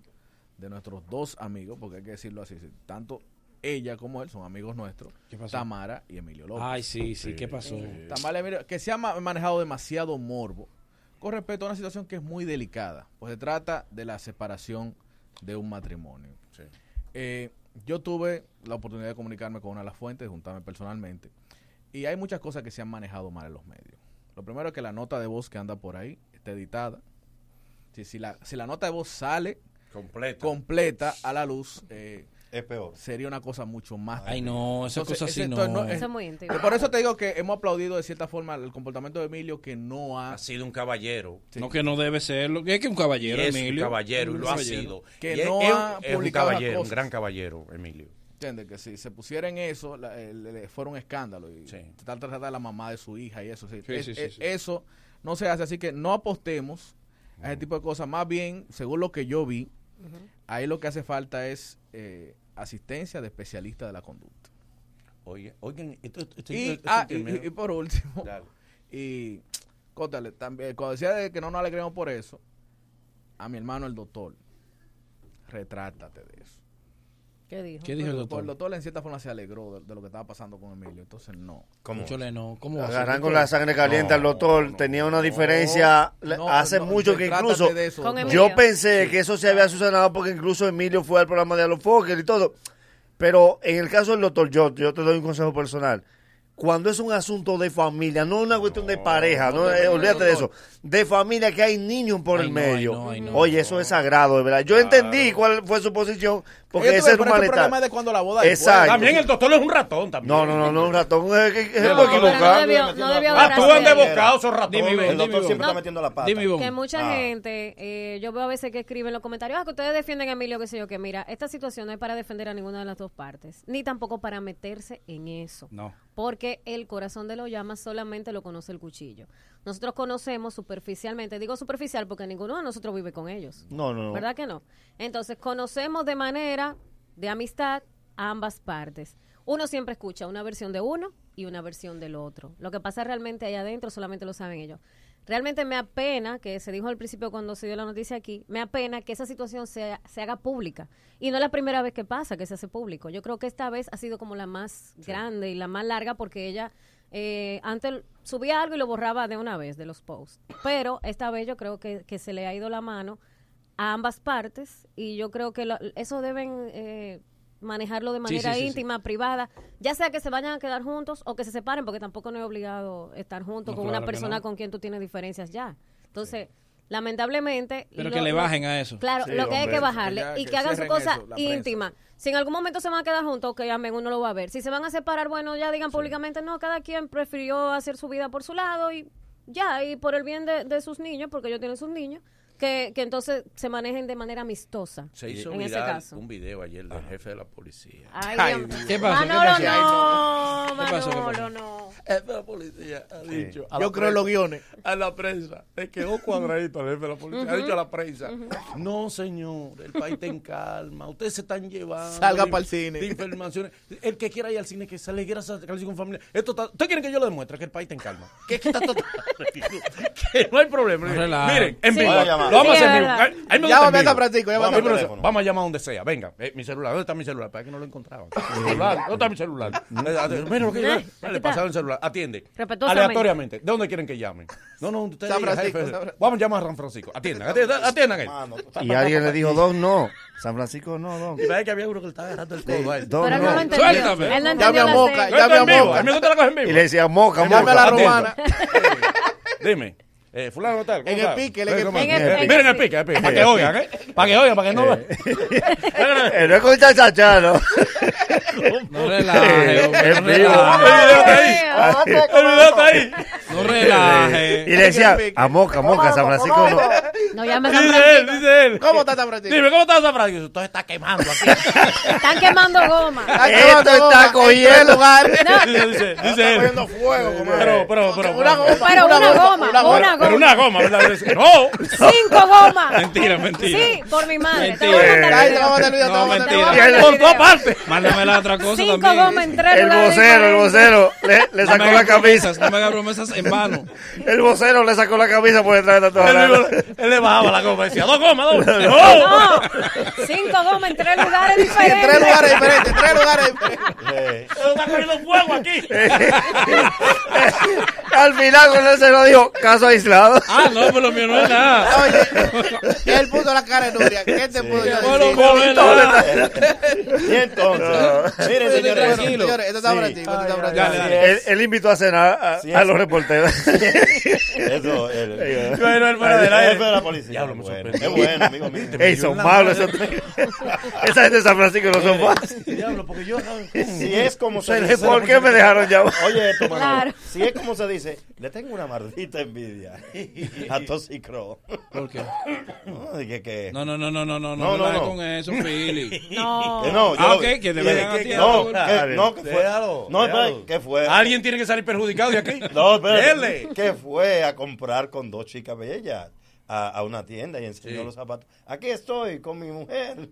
de nuestros dos amigos, porque hay que decirlo así, sí, tanto ella como él son amigos nuestros, Tamara y Emilio López. Eh, Ay, sí, sí, ¿qué pasó? Tamara y Emilio, que se ha ma- manejado demasiado morbo con respecto a una situación que es muy delicada, pues se trata de la separación de un matrimonio. Eh, yo tuve la oportunidad de comunicarme con una de las fuentes, de juntarme personalmente, y hay muchas cosas que se han manejado mal en los medios. Lo primero es que la nota de voz que anda por ahí está editada. Si, si la, si la nota de voz sale completa, a la luz, eh, es peor. Sería una cosa mucho más. Ay, no, esa cosa así esto no. Eso es muy íntimo. eh, Por eso te digo que hemos aplaudido de cierta forma el comportamiento de Emilio que no ha. Ha sido un caballero. No que no debe serlo. Que es que un caballero, Y es un Emilio. caballero, y lo ha sido. Que Y es- no es, ha es un publicado las caballero, un cosas. gran caballero, Emilio. Entiende que si se pusiera en eso, la- el- el- fuera un escándalo. Y tratar de tratar a la mamá de su hija y eso. sí. Sí, Es- sí, sí, es- sí. Eso no se hace, así que no apostemos a ese tipo de cosas. Más bien, según lo que yo vi, ahí lo que hace falta es eh, asistencia de especialista de la conducta. Oye, oigan, esto, esto- y, esto- ah, esto- y- y- y por último, y cótale, también, cuando decía de que no nos alegremos por eso, a mi hermano el doctor, retrátate de eso. ¿Qué dijo? ¿Qué dijo el doctor? El doctor en cierta forma se alegró de, de lo que estaba pasando con Emilio, entonces no. ¿Cómo? Chole, no. ¿Cómo va a ser? Agarran con la sangre caliente al doctor, tenía una diferencia le- no, hace no, mucho no, que trátate incluso de eso, Con doctor. yo Emilio. pensé que eso se había solucionado porque incluso Emilio fue al programa de Alofoker y todo. Pero en el caso del doctor, yo, yo te doy un consejo personal. Cuando es un asunto de familia, no una cuestión de pareja, no, eh, olvídate de eso, de familia que hay niños por el medio. Oye, eso es sagrado, de verdad. Yo entendí cuál fue su posición, porque Oye, tú ese ves, este pero era un ese maletal. problema es de cuando la boda Exacto. También el doctor es un ratón también. No, no, no, no, un ratón es, es- es No, por no equivocar. debió- no debió Ah, tú andas Gracias. embocado, esos ratones. Dime, Ivonne, El doctor dime, siempre No, Que Que mu- mucha Ah. gente, eh, yo veo a veces que escriben en los comentarios, ah, que ustedes defienden a Emilio, qué sé yo, que mira, esta situación no es para defender a ninguna de las dos partes, ni tampoco para meterse en eso. No. Porque el corazón de los llamas solamente lo conoce el cuchillo. Nosotros conocemos superficialmente, digo superficial porque ninguno de nosotros vive con ellos. No, no, no. ¿Verdad que no? Entonces, conocemos de manera de amistad a ambas partes. Uno siempre escucha una versión de uno y una versión del otro. Lo que pasa realmente ahí adentro solamente lo saben ellos. Realmente me apena, que se dijo al principio cuando se dio la noticia aquí, me apena que esa situación se, se haga pública. Y no es la primera vez que pasa que se hace público. Yo creo que esta vez ha sido como la más grande y la más larga porque ella eh, antes subía algo y lo borraba de una vez de los posts. Pero esta vez yo creo que, que se le ha ido la mano a ambas partes y yo creo que lo- eso deben eh, manejarlo de Sí, manera sí, sí, sí. íntima, privada, ya sea que se vayan a quedar juntos o que se separen, porque tampoco no es obligado estar juntos No, con claro una que persona no. con quien tú tienes diferencias ya. Entonces, lamentablemente... Pero que le bajen a eso. Claro, Sí, lo que hay hombre, que bajarle que ya- y que que hagan su cierren cosa eso, la prensa. íntima. Si en algún momento se van a quedar juntos, que amén, uno lo va a ver. Si se van a separar, bueno, ya digan públicamente, no, cada quien prefirió hacer su vida por su lado y ya, y por el bien de, de sus niños, porque ellos tienen sus niños, que, que entonces se manejen de manera amistosa. Se hizo en ese viral caso. un video ayer del jefe de la policía. Ay, Dios mío. ¿Qué pasó? Manolo, ¿Qué pasó? no, ¿Qué pasó? ¿Qué pasó? Manolo, no. El jefe de la policía ha dicho. a Yo la creo en prensa- los guiones. A la prensa. Le quedó cuadradito al jefe de la policía. Ha Ujú. dicho a la prensa. No, señor, el país está en calma. Ustedes se están llevando. Salga de- pa'l cine. de informaciones. El que quiera ir al cine, que se alegre a sacarse con familia. Esto está- ¿Ustedes quieren que yo lo demuestre? Que el país está en calma. Que, es que está total. que no hay problema. relajo. Miren, en Sí. vivo. Voy a Lo llamar. vamos a Sí, hacer en es vivo. verdad. Ay, ay, me gusta Llámame en acá, vivo. Francisco, llámame Vamos, acá. pero Vamos a llamar donde sea. Venga, eh, mi celular. ¿Dónde está mi celular? Para que no lo encontraba. Mi celular, ¿Dónde está mi celular? Mira lo que Eh, yo. aquí Dale, está. pasado el celular. Atiende. Respetuosamente. Aleatoriamente. ¿De dónde quieren que llamen? No, no, ustedes. San digan, Francisco, jefe. San Francisco. Vamos a llamar a San Francisco. Atiendan, atiendan, atiendan. ahí. Y alguien le dijo, Don, no. San Francisco, no, Don. Y parece que había uno que le estaba agarrando el codo a él. Don, no. Suéltame. Me gusta la cosa en vivo. Y le decía, moca, moca. Llame a la romana. Dime. Eh, fulano tal. ¿cómo En el está? pique, en Eh, el ¿cómo pique. está? En el Eh, pique, Miren el sí. pique, el pique. Para que oigan, ¿eh? Para que oigan, para que no vean. Eh, no escucha chachano. No relaje, hombre, Es no vivo. relaje. Ah, El video está ahí. No relaje. Y le decía, a moca, moca, San Francisco, no. No llames a San Dice él, Francisco. dice él. ¿Cómo está San Francisco? Dime, ¿cómo está San Francisco? Usted está quemando aquí. Están quemando goma. Esto está cogiendo lugar. Dice, dice, dice él. fuego, Pero, pero, pero. Una goma, Pero una, una goma, goma, una goma. una Pero goma. una goma, ¿verdad? Dice, No. Cinco gomas. Mentira, mentira. Sí, por mi madre. Te voy a mandar Mentira. el video. No, mentira. mandar el Por tu video. parte. Mándame la otra cosa Cinco también. gomas en tres El lugares vocero, el diferentes. vocero le, le No sacó me la hagas promesas, camisa. No me hagas promesas en vano. El vocero le sacó la camisa por detrás de Él, tatuaje. mismo- él le bajaba la goma y decía, dos gomas, dos. No, cinco gomas en tres lugares diferentes. En tres lugares diferentes, en tres lugares diferentes. Pero está cogiendo fuego aquí. Eh, Al final con él se lo dijo, caso aislado. Ah, no, pero lo mío no es nada. Oye, él puso la cara de Nuria. ¿Qué te pudo yo Bueno, decir? bueno, nada. Y entonces, Miren, señores, tranquilo. señores, esto está Sí. Francisco, esto está Ay, Francisco. ay, ay. Él, él invitó a cenar a, Sí, a es. los reporteros. Eso, el, Ahí va. Bueno, él fuera del aire. Eso de la policía. Diablo, me Bueno, sorprendió. Es bueno, amigo mío. Ey, son malos. esos tres. Esa gente de San Francisco no son malos. Diablo, porque yo. Si es como se Pero, dice. ¿Por qué me dejaron llamar? Oye, esto, Manolo, Claro. Si es como se dice, le tengo una maldita envidia a Toxicro. ¿Por qué? No, dije que. No, no, no, no, no, No, no, no, no, no, no. con eso, Philly. No. Que no, yo Ah, lo ok, vi. que te Sí, vengan a ti a No, tu- que, no, que fue. Déjalo, No, déjalo. espera, ¿qué fue? Alguien tiene que salir perjudicado de aquí. No, espérate. Dele. Que fue a comprar con dos chicas bellas a, a una tienda y enseñó los zapatos. Aquí estoy con mi mujer,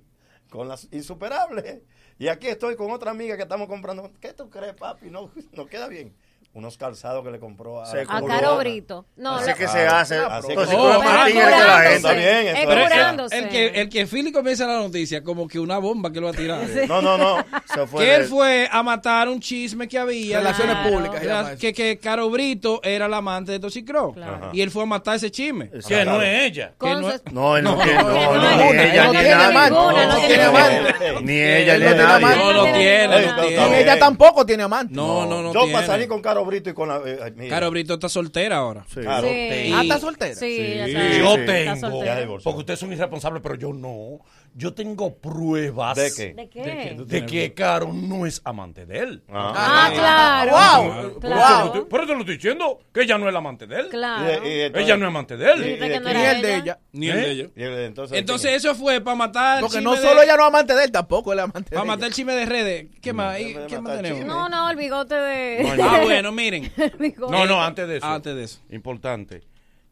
con las insuperables. Y aquí estoy con otra amiga que estamos comprando. ¿Qué tú crees, papi? No, no queda bien. Unos calzados que le compró a, Se la colgó. A fulana. Caro Brito. No, Así la- Ah, que se hace. Así Entonces, que- como Oh, más ah, tigre que la curándose. Está gente. bien, eso Es es. curándose. El que, el que Philly comienza la noticia como que una bomba que lo va a tirar. No, no, no. Se fue Que él de- fue a matar un chisme que había. Relaciones Claro. públicas, se llama eso. Que, que Caro Brito era la amante de Toxicro. Claro. Y él fue a matar ese chisme. Exacto. Que no es ella. con que no- sus- No, él no, No, tiene. No, no, no, no, ni no, ella no ni tiene nadie. ninguna, no tiene amante. Ni ella Él ni no tiene nadie. amante. No lo tiene, no Oye, Y no, tiene. ella tampoco tiene amante. No, no, no Yo tiene. para salir con Caro Brito y con la. eh, mira, Caro Brito está soltera ahora. Sí. Caro. Sí. Ah, está soltera. Sí, ella Sí, está- yo está tengo. soltera. Ya divorciado. Porque ustedes son irresponsables, pero yo no. Yo tengo pruebas ¿De qué? ¿De qué? de que Caro no es amante de él. Ah, claro. Wow. Por eso lo Claro. estoy- Por eso lo estoy diciendo, que ella no es la amante de él. Claro. Y- y entonces- Ella no es amante de él. Dijiste y- que y- no Ni era el de ella. Ni el de ellos. ¿Eh? Y entonces, Entonces eso fue para matar. Porque el no chisme solo de- ella no es amante de él, tampoco él es amante de Para matar ella. el chisme de redes. ¿Qué más? ¿Y Debe de ¿Qué más matar tenemos? chisme. No, no, el bigote de. No, Ah, bueno, miren. El bigote. No, no, antes de eso. Antes de eso. Importante.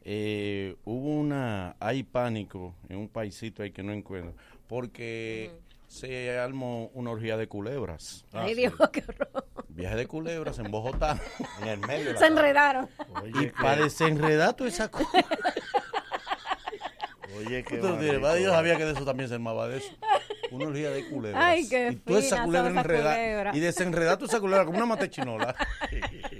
Eh, hubo una. Hay pánico en un paisito ahí que no encuentro. Porque se armó una orgía de culebras. Ah, Ay, Dios, qué horror. Viaje de culebras en Bogotá. En el medio. de la Se cara. enredaron. y para desenredar toda esa cosa. Oye, qué Tú tienes, bonito. va, Yo sabía que de eso también se armaba de eso. Una orgía de culebras. Ay, qué y toda esa fina culebra toda esa enredada. culebra. Y desenredar toda esa culebra como una matechinola.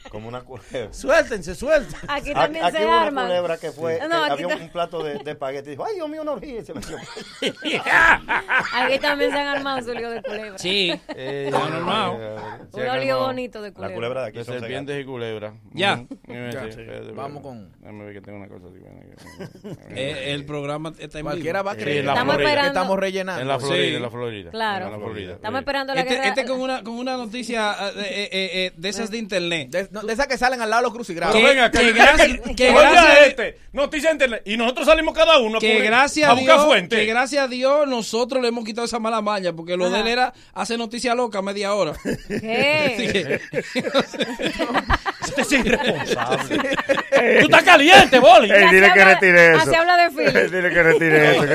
Como una culebra. suéltense, suéltense. Aquí A- también aquí se hubo una arman. culebra que fue, No, que aquí había ta- un, un plato de, de espagueti y dijo, ay Dios mío, una orgía y se metió. Aquí también se han armado su lío de culebra. Sí. Eh, No, no, no. Un olio bonito de La culebra. culebra de aquí De son serpientes y culebras. Ya. Ujú. Dime, Ya, sí, sí. espérate, Vamos espérate. con- Déjame ver que tengo una cosa así. bueno, que- Eh, el programa está en vivo. Cualquiera va a Sí, creer Eh, la Estamos Florida. que esperando. estamos rellenando. En la Florida, Sí. en la Florida. Claro. En la Florida. Estamos Sí. esperando la Este, guerra. este con, una, con una noticia eh, eh, eh, eh, de esas de internet. De, no, de esas que salen al lado de los crucigramas. Pero Que- venga, que, que gracias, gracias- que gracias- este, noticia de internet. Y nosotros salimos cada uno a Que cubrir- gracias a a buscar Dios, fuente. que gracias a Dios nosotros le hemos quitado esa mala maña, porque lo Ajá. de él era hacer noticia loca media hora. Así ¿Qué? que- Usted Este es irresponsable. Tú estás caliente, Boli. Ey, Así dile que habla- retire eso. así habla de Philly. Ey, Dile que retire eso. Que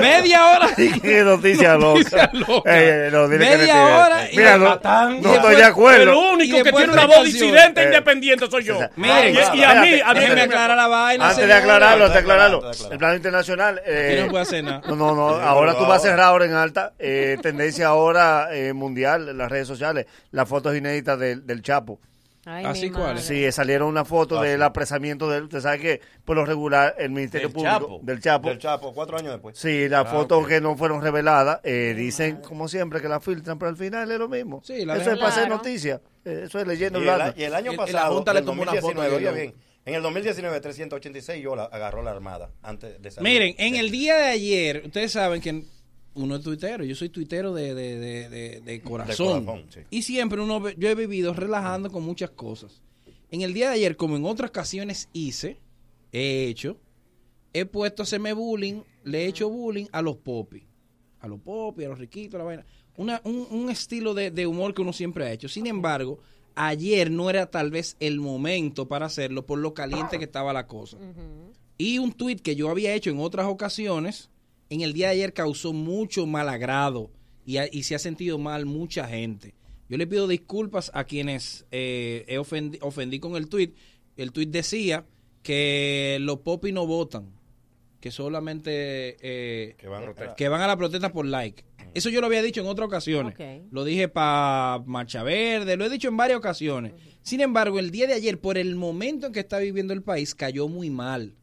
media hora. Qué noticia loca. loca. Ey, ey, no, dile que Media retire hora eso. y Mira, el no, patán. no Y estoy después de El acuerdo. único Y que después tiene una tres voz canciones. disidente Eh. independiente soy yo. Miren, y, y a mí, a mí déjenme me aclarar la vaina. Antes de señores. aclararlo, antes de aclararlo. Antes de aclarar. El plano internacional. Aquí Eh, no puede hacer nada. no, no, no. Ahora tú vas a cerrar ahora en alta. eh, tendencia ahora eh, mundial en las redes sociales. Las fotos inéditas del, del Chapo. Ay, Así mi cual. madre. Sí, eh, salieron una foto Ah, del sí. apresamiento de él. Usted sabe que por lo regular el Ministerio Del Público Chapo. del Chapo. Del Chapo, cuatro años después. Ah, Sí, las fotos que no fueron reveladas eh, dicen, como siempre, que las filtran, pero al final es lo mismo. Sí, la eso es dejan- para hacer Claro. noticia. Eh, Eso es leyendo Y el, a- blanda. y el año Y- y la pasado, Junta en le el tomó una 2019, foto y oiga lo- bien, en el 2019, 386 yo la agarró la Armada antes de salir. Miren, en el día de ayer, ustedes saben que uno es tuitero, yo soy tuitero de, de- de- de- de corazón. corazón, sí. Y siempre uno, ve- yo he vivido relajando con muchas cosas. En el día de ayer, como en otras ocasiones hice, he hecho, he puesto a hacerme bullying, le he hecho bullying a los popis. A los popis, a los riquitos, a la vaina. Una- un, un estilo de, de humor que uno siempre ha hecho. Sin embargo, ayer no era tal vez el momento para hacerlo por lo caliente que estaba la cosa. Y un tuit que yo había hecho en otras ocasiones, en el día de ayer causó mucho mal agrado y, ha- y se ha sentido mal mucha gente. Yo le pido disculpas a quienes eh, he ofendi, ofendí con el tuit. El tuit decía que los popis no votan, que solamente eh, que, van a la protesta por like. Eso yo lo había dicho en otras ocasiones. Ok. Lo dije para Marcha Verde, lo he dicho en varias ocasiones. Sin embargo, el día de ayer, por el momento en que está viviendo el país, cayó muy mal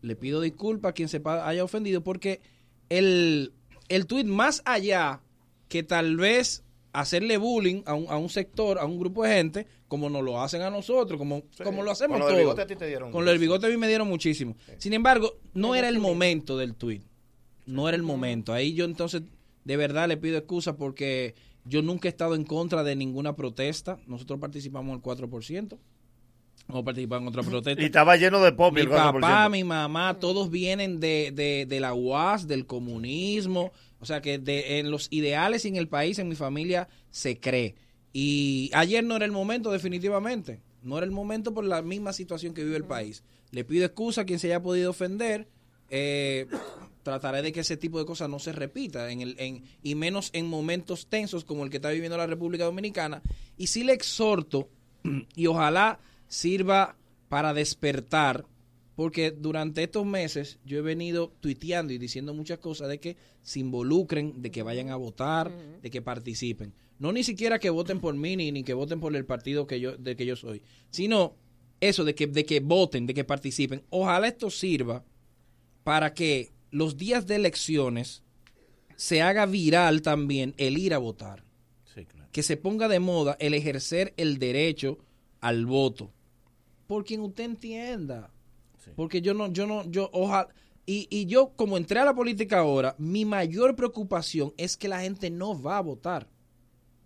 le pido disculpas a quien se pa- haya ofendido porque el, el tuit más allá que tal vez hacerle bullying a un, a un sector, a un grupo de gente, como nos lo hacen a nosotros, como, como lo hacemos Con lo del todos. bigote a ti te dieron Con lo del bigote a mí me dieron muchísimo. Sin embargo, no era el momento del tuit. No era el momento. Ahí yo entonces de verdad le pido excusa porque yo nunca he estado en contra de ninguna protesta. Nosotros participamos el 4%. No participamos en otra protesta. Y estaba lleno de pop. Mi papá, mi mamá, todos vienen de, de- de la UAS, del comunismo. O sea que de- en los ideales y en el país, en mi familia, se cree. Y ayer no era el momento, definitivamente. No era el momento por la misma situación que vive el país. Le pido excusa a quien se haya podido ofender. Eh, trataré de que ese tipo de cosas no se repita en el, en, y menos en momentos tensos como el que está viviendo la República Dominicana. Y sí le exhorto y ojalá sirva para despertar, porque durante estos meses yo he venido tuiteando y diciendo muchas cosas de que se involucren, de que vayan a votar, de que participen. No ni siquiera que voten por mí ni, ni que voten por el partido que yo, de que yo soy, sino eso de que, de que voten, de que participen. Ojalá esto sirva para que los días de elecciones se haga viral también el ir a votar. Que se ponga de moda el ejercer el derecho al voto. Por quien usted entienda. Porque yo no, yo no, yo ojalá. Y, y yo, como entré a la política ahora, mi mayor preocupación es que la gente no va a votar.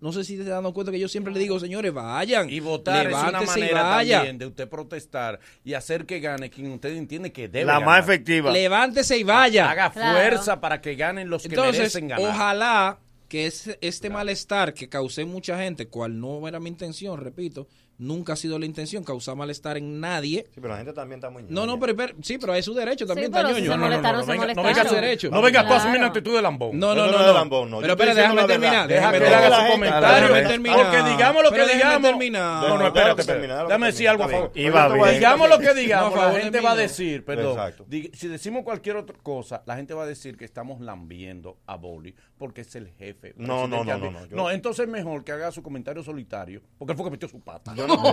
No sé si te dan cuenta que yo siempre le digo, señores, vayan. Y votar es una manera también de usted protestar y hacer que gane quien usted entiende que debe La ganar. más efectiva. Levántese y vaya. Haga Claro. fuerza para que ganen los que Entonces, merecen ganar. ojalá que ese- este malestar que causé en mucha gente, cual no era mi intención, repito, nunca ha sido la intención causar malestar en nadie. Sí, pero la gente también está muy No, no, pero, pero- sí, pero es su derecho también, pero está si ñoño. se No, no, no, no, molestaron, no se venga- no molestaron. venga- Es su derecho. no venga tú a asumir una actitud de lambón. No, No, no, no, no, no. de lambón, no. Pero Yo estoy espérate, diciendo déjame la verdad. terminar, Deja déjame que terminar. la gente- Déjame Déjame terminar. Porque digamos lo que Pero déjame digamos. terminar. No, no, espérate, espérate. terminar, Dame decir algo a terminar. favor. Y va Oye, bien. Digamos lo que No, digamos, a favor la de gente mí va a no. decir, perdón. Exacto. Dig- Si decimos cualquier otra cosa, la gente va a decir que estamos lambiendo a Boli porque es el jefe. No, no, no, no, no. no, yo- entonces mejor que haga su comentario solitario porque él fue que metió su pata. Yo no- Él no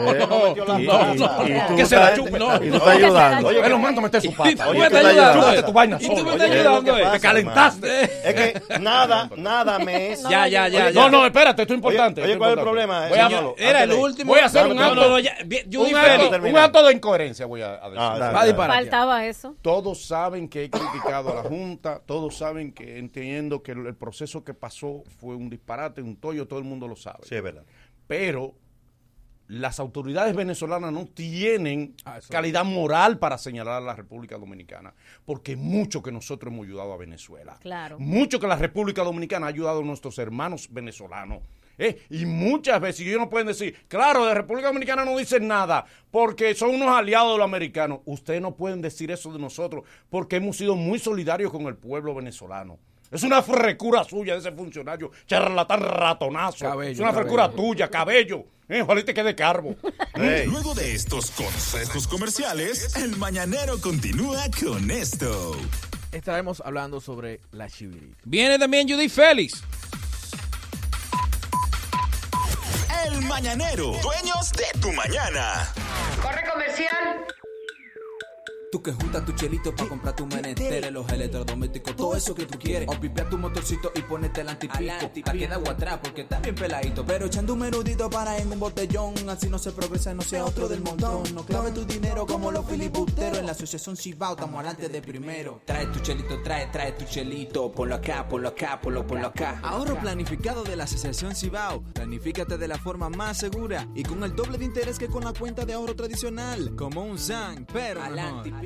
metió la pata. Y- y tú que se la estás- chupe. y tú estás ayudando. Oye, Oye, que lo que- mando a meter su Y pata. tú Oye, me que estás tú ayudando, chúpate eh. tu vaina Y tú me solo. estás Oye, ayudando, eh. Te calentaste. Es que nada, nada me es. Ya, ya, ya, ya. No, no, espérate, esto es importante, Oye, esto es ¿cuál es el problema? importante. Voy a- Señor, era antes el de- último- voy a hacer un acto de- ya- bien, yo dije- un acto de incoherencia voy a, a decir. Ah, dale, Va a dale. disparar. Faltaba eso. Todos saben que he criticado a la Junta, todos saben que entiendo que el, el proceso que pasó fue un disparate, un tollo, todo el mundo lo sabe. Sí, es verdad. Pero las autoridades venezolanas no tienen calidad moral para señalar a la República Dominicana, porque mucho que nosotros hemos ayudado a Venezuela. Claro. Mucho que la República Dominicana ha ayudado a nuestros hermanos venezolanos. ¿eh? Y muchas veces ellos no pueden decir, claro, de República Dominicana no dicen nada porque son unos aliados de los americanos. Ustedes no pueden decir eso de nosotros porque hemos sido muy solidarios con el pueblo venezolano. Es una frecura suya de ese funcionario, charlatán ratonazo. es una cabello. frecura tuya, cabello. ¿eh? Ojalá y te quede carbo. Luego de estos consejos comerciales, el mañanero continúa con esto. Estaremos hablando sobre la chivirica. Viene también Judith Félix. El mañanero, dueños de tu mañana. Corre comercial. Tú que juntas tu chelito para comprar tu menesteres, los electrodomésticos, todo eso que tú quieres. O pipea tu motorcito y ponete el antipico. Te queda agua atrás porque está bien peladito. Pero echando un menudito para en un botellón, así no se progresa, no sea otro del montón. No clave tu dinero como los filibusteros. En la asociación Cibao estamos adelante de primero. Trae tu chelito, trae, trae tu chelito. Ponlo acá, ponlo acá, ponlo, ponlo acá. Ahorro planificado de la Asociación Cibao. Planifícate de la forma más segura y con el doble de interés que con la cuenta de ahorro tradicional. Como un Zang, pero mejor.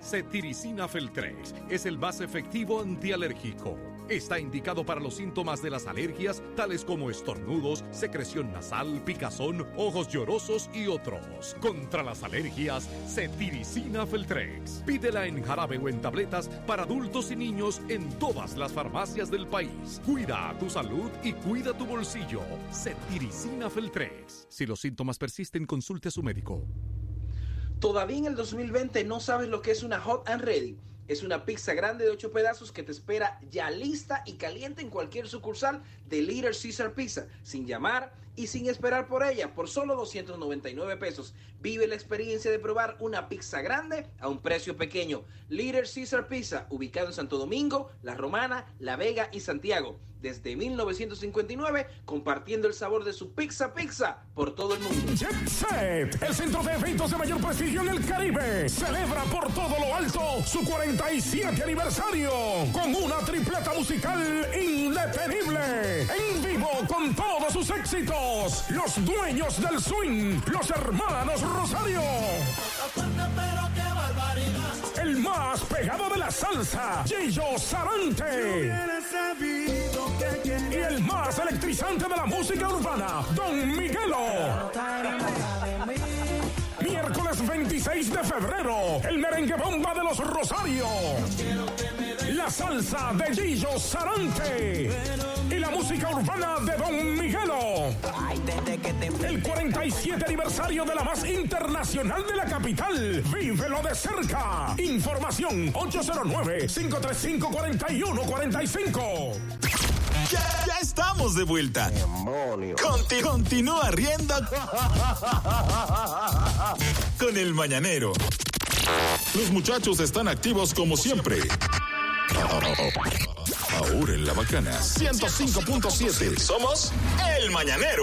Cetiricina Feltrex es el más efectivo antialérgico. Está indicado para los síntomas de las alergias, tales como estornudos, secreción nasal, picazón, ojos llorosos y otros. Contra las alergias, Cetiricina Feltrex. Pídela en jarabe o en tabletas para adultos y niños en todas las farmacias del país. Cuida tu salud y cuida tu bolsillo. Cetiricina Feltrex. Si los síntomas persisten, consulte a su médico. Todavía en el 2020 no sabes lo que es una hot and ready. Es una pizza grande de 8 pedazos que te espera ya lista y caliente en cualquier sucursal de Little Caesar Pizza, sin llamar y sin esperar por ella, por solo 299 pesos. Vive la experiencia de probar una pizza grande a un precio pequeño. Little Caesar Pizza, ubicado en Santo Domingo, La Romana, La Vega y Santiago. Desde 1959, compartiendo el sabor de su pizza pizza por todo el mundo. Jet Set, el centro de eventos de mayor prestigio en el Caribe, celebra por todo lo alto su 47 aniversario con una tripleta musical indetenible. En vivo con todos sus éxitos, los dueños del swing, los hermanos Rosario. El más pegado de la salsa, Gillo Sarante. Y el más electrizante de la música urbana, Don Miguelo. Miércoles 26 de febrero, el merengue bomba de los Rosario. La salsa de Gillo Sarante. Y la música urbana de Don Miguelo. El 47 aniversario de la más internacional de la capital. Vívelo de cerca. Información 809-535-4145. Ya, ya estamos de vuelta. Conti- continúa riendo con el mañanero. Los muchachos están activos como siempre. Ahora en la bacana 105.7 somos el mañanero.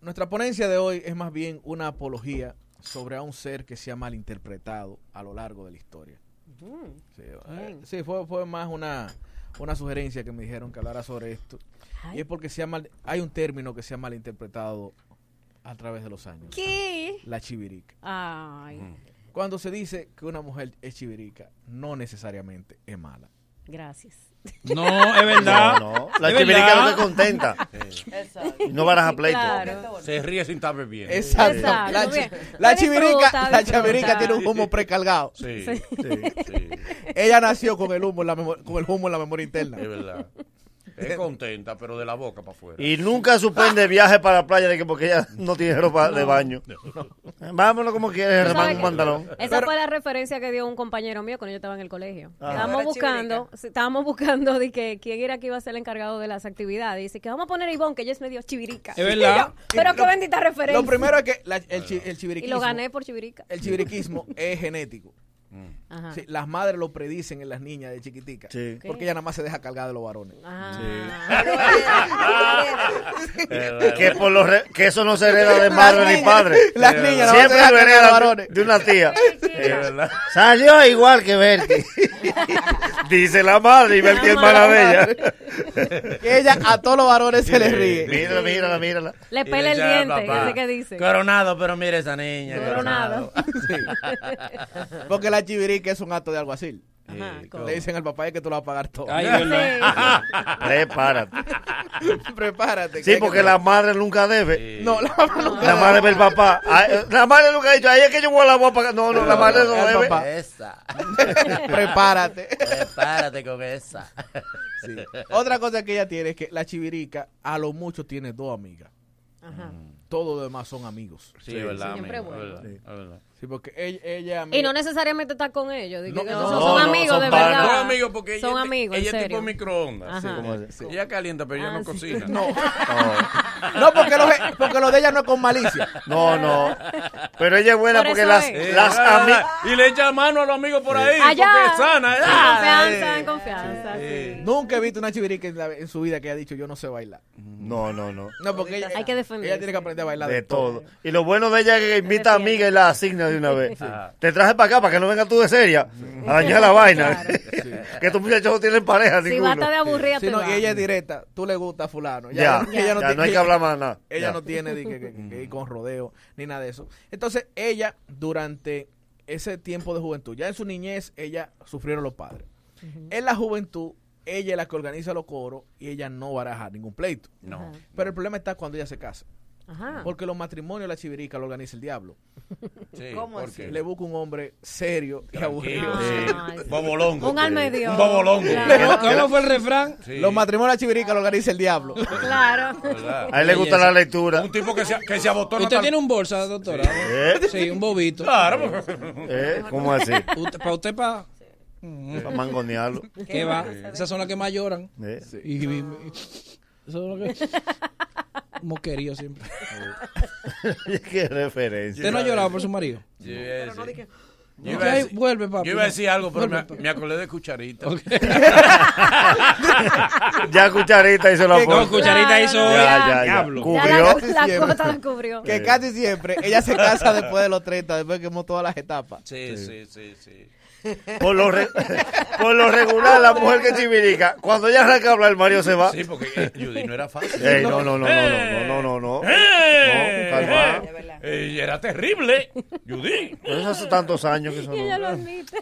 nuestra ponencia de hoy es más bien una apología sobre a un ser que se ha malinterpretado a lo largo de la historia. Mm. Sí, eh, Mm. sí, fue, fue más una, una sugerencia que me dijeron que hablara sobre esto. Y es porque se ha mal- hay un término que se ha malinterpretado a través de los años. ¿Qué? La chivirica. Ay, Mm. Cuando se dice que una mujer es chivirica, no necesariamente es mala. gracias. No, es verdad. No, no. La chivirica no te contenta. Exacto. No baraja pleito. Claro. Se ríe sin estar bebiendo. Exacto. Exacto, La, muy bien. chi- la Disfruta, chivirica, la disfruta. chivirica tiene un humo precargado. Sí, Sí. sí, Ella nació con el humo en la memo- con el humo en la memoria interna. Es verdad. Es contenta, pero de la boca para afuera. Y nunca suspende viaje para la playa de que porque ella no tiene ropa de baño. Vámonos como quieres, ¿Tú hermano, sabes un que- pantalón. Esa fue la referencia que dio un compañero mío cuando yo estaba en el colegio. Ah. Estábamos Era buscando, estábamos buscando de que quién era que iba a ser el encargado de las actividades. Dice que vamos a poner a Ivonne, que ella es medio chivirica. Es verdad. Y yo, Pero qué Lo- bendita referencia. Lo primero es que la- el, chi- el Y chiviriquismo, lo gané por chivirica. el chiviriquismo es genético. Ajá. Sí, las madres lo predicen en las niñas de chiquiticas. Sí. Ok. Ah. Porque ella nada más se deja cargar de los varones. Ah, que, por lo re- que eso no se hereda de madre ni niñas- padre. las niñas no se Siempre dejan lo de hereda varones. de una tía. Es verdad. Salió igual que Bertie. Dice la madre y Bertie es mala de ella. Que ella a todos los varones se les ríe. Mírala, mírala, mírala. Le pela el diente, que sé qué dice. Coronado, pero mire esa niña. Coronado. Porque la chivirica es un acto de alguacil. Ajá, Le dicen al papá "Es que tú lo vas a pagar todo. Ay, verdad. Sí. Prepárate. Prepárate. que Sí, hay que porque la madre nunca debe. No, la madre nunca La debe. madre del papá. Ay, La madre nunca ha dicho, ahí es que yo voy a la voy a pagar. No, no, la madre no Al debe. papá. Esa. Prepárate. Prepárate con esa. Sí. Otra cosa que ella tiene es que la chivirica a lo mucho tiene dos amigas. Mm. Ajá. Todos los demás son amigos. Sí, es verdad, siempre amigo, bueno. es verdad, es verdad. Sí, porque ella, ella Y no amiga- necesariamente está con ellos. digo que No, son, no, son no, amigos, son de panas. verdad. No, amigos, porque ella son es ti- amigos, ella en es tipo serio. microondas. Ajá. Ella calienta, pero ella no Ah, sí. cocina. No. No, porque lo, de- porque lo de ella no es con malicia. No, no. Pero ella es buena Por porque eso las, es. las Eh, ami- Y le echa mano a los amigos por ahí. Allá. Porque es sana. En Ah, confianza, eh. en confianza. sí. Nunca he visto una chivirica en, la- en su vida que haya dicho yo no sé bailar. Mm. No, no, no. No, porque ella, Hay que defenderse. ella tiene que aprender a bailar de, De todo. Y lo bueno de ella es que invita a amiga y la asigna de una vez. Ah. Te traje para acá para que no vengas tú de seria a dañar la vaina. que estos muchachos no tienen pareja. Si ninguno. va a estar de aburrida, Sí, te no, va. y ella es directa. Tú le gusta a fulano. Ya, ya, no hay que hablar más nada. Ella Ya. no tiene de que, que- que ir con rodeo ni nada de eso. Entonces, ella, durante ese tiempo de juventud, ya en su niñez, ella sufrieron los padres. En la juventud, ella es la que organiza los coros y ella no baraja ningún pleito. No. Pero el problema está cuando ella se casa. Ajá. Porque los matrimonios de la chivirica lo organiza el diablo. ¿Cómo ¿por así? qué? Le busca un hombre serio y Tranquilo, aburrido. sí. Ay, sí. Bobolongo. Un alma de Dios. Un bobolongo. babolongo. Claro. ¿Cómo fue el refrán? Sí. Los matrimonios de la chivirica lo organiza el diablo. Claro. A él le gusta la lectura. Un tipo que se, que se abotona Usted tal- tiene un bolsa, doctora. ¿Eh? Sí, un bobito. Claro. ¿Eh? ¿Cómo así? Para usted, para. Para mangonearlo. ¿Qué va? Esas son las que más lloran. ¿Eh? Y, y- y- eso es lo que. Mosquerío siempre. Qué referencia. ¿Usted no ha llorado por su marido? Yo iba a decir- no Yo iba dije- a decir- Vuelve, papi, Yo iba a no. decir algo, pero Vuelve, me, papi. me acordé de Cucharita. ya Cucharita hizo la Que con foto. Cucharita hizo- Ya, ah, ya, ya. Diablo. Cubrió. Ya la- la cuota la cubrió. Que casi siempre ella se casa después de los 30, después que hemos todas las etapas. Sí, sí, sí, sí. Por lo, re- por lo regular, la mujer que chivirica, cuando ella arranca a hablar, el marido se va. Sí, porque eh, Judy no era fácil. Ey, no, no, no, no, no, no, no, no, no. No, calma. Eh, y era terrible, Judy. Por eso hace tantos años que eso Y ella lo no. admite.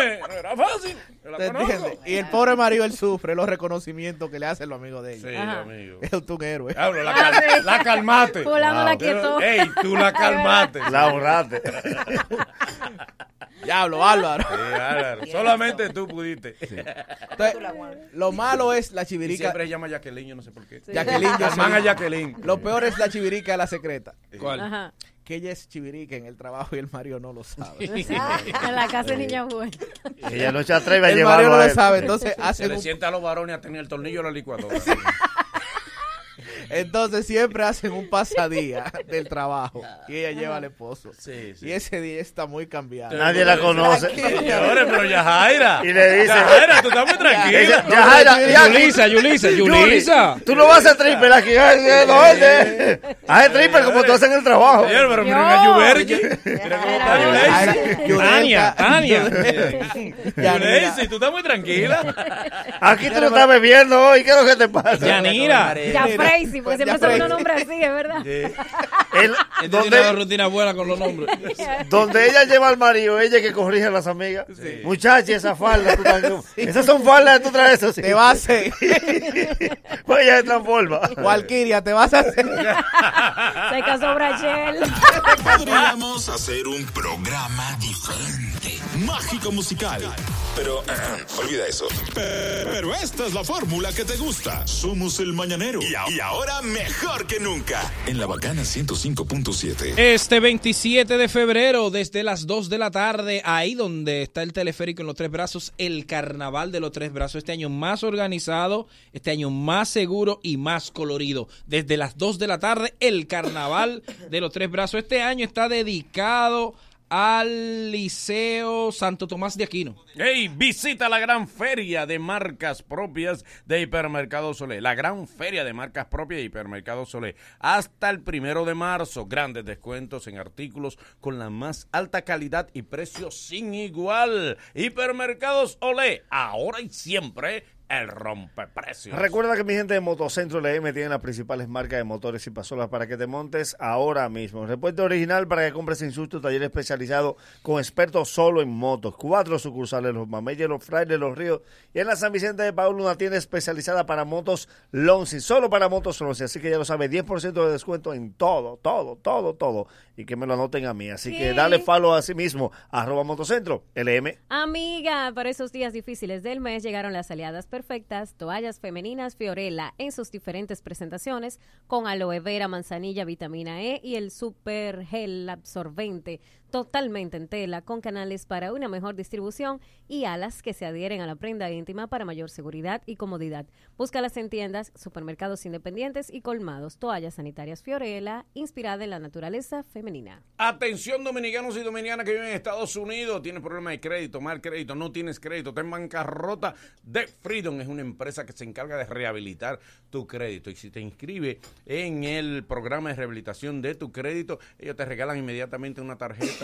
Eh, no era fácil. Yo la ¿Te conozco. entiendes? Y el pobre marido él sufre los reconocimientos que le hacen los amigos de ella. Sí, Ajá. los amigos. Es un héroe. Diablo, la, cal- la calmaste. Fulano la quietó. Ey, tú la calmaste. La ahorraste. Diablo, Álvaro. Sí, Álvaro, Solamente tú pudiste. Entonces, lo malo es la Y chivirica. siempre llama Jacqueline, yo no sé por qué. Jacqueline, yo Llaman a sé. Jacqueline. Lo peor es la chivirica de la secreta. ¿Cuál? Ajá. Que ella es chivirica en el trabajo y el marido no lo sabe. En la casa de niña buena. Ella no se atreve a El llevarlo marido a lo él. sabe, entonces hace Se le un- sienta a los varones a tener el tornillo de la licuadora. Entonces siempre hacen un pasadía del trabajo y ella lleva al esposo. Y ese día está muy cambiado. Nadie la conoce. Señores, pero Yajaira. Y le dice. Yajaira, tú estás muy tranquila. Ya, Yajaira, ya, Yulisa, Yulisa, Yulisa. Tú no vas a hacer triple aquí. ay, Eh, ay, no, eh. Haz triple como tú haces en el trabajo. Señor, pero miren a Yuberge. Mira cómo está Yajaira, Yuleisi. Yulisa. Tania, Tania. Eh. Ya, mira. Yuleisi, tú estás muy tranquila. Aquí tú no estás bebiendo hoy. ¿Qué es lo que te pasa? Yanira. Ya Freisy, porque siempre son Freisy. unos nombres así, es verdad. Él- Este tiene una donde, rutina buena con los nombres. donde ella lleva al marido, ella es que corrige a las amigas. Muchacha, esa falda. tú tan- Esas son faldas que tú traes. Eso, sí. Te vas a hacer. Pues ella se transforma. Walkiria, te vas a hacer. Se casó Brachel. Podríamos hacer un programa diferente, mágico musical. Pero eh, olvida eso. Pero esta es la fórmula que te gusta. Somos el mañanero. Y, a- y ahora mejor que nunca. En la bacana 105.7. Este 27 de febrero, desde las 2 de la tarde, ahí donde está el teleférico en los tres brazos, el carnaval de los tres brazos, este año más organizado, este año más seguro y más colorido. Desde las 2 de la tarde, el carnaval de los tres brazos, este año está dedicado al Liceo Santo Tomás de Aquino. Hey, visita la gran feria de marcas propias de Hipermercado Solé. La gran feria de marcas propias de Hipermercado Solé. Hasta el primero de marzo, grandes descuentos en artículos con la más alta calidad y precios sin igual. Hipermercados Olé, ahora y siempre el rompeprecios. Recuerda que mi gente de Motocentro LM tiene las principales marcas de motores y pasolas para que te montes ahora mismo. Repuesto original para que compres sin susto, taller especializado con expertos solo en motos. Cuatro sucursales, los Mameyes, los Frailes, los Ríos. Y en la San Vicente de Paul, una tienda especializada para motos Lonsi, solo para motos Lonsi. Así que ya lo sabes, 10% de descuento en todo, todo, todo, todo. y que me lo anoten a mí. Así que dale follow a sí mismo, arroba motocentro, LM. Amiga, para esos días difíciles del mes llegaron las aliadas perfectas, toallas femeninas Fiorella en sus diferentes presentaciones con aloe vera, manzanilla, vitamina E y el super gel absorbente totalmente en tela con canales para una mejor distribución y alas que se adhieren a la prenda íntima para mayor seguridad y comodidad. Búscalas en tiendas, supermercados independientes y colmados. Toallas sanitarias Fiorella, inspirada en la naturaleza femenina. Atención dominicanos y dominicanas que viven en Estados Unidos, tienes problema de crédito, mal crédito, no tienes crédito, está en bancarrota. The Freedom es una empresa que se encarga de rehabilitar tu crédito y si te inscribe en el programa de rehabilitación de tu crédito, ellos te regalan inmediatamente una tarjeta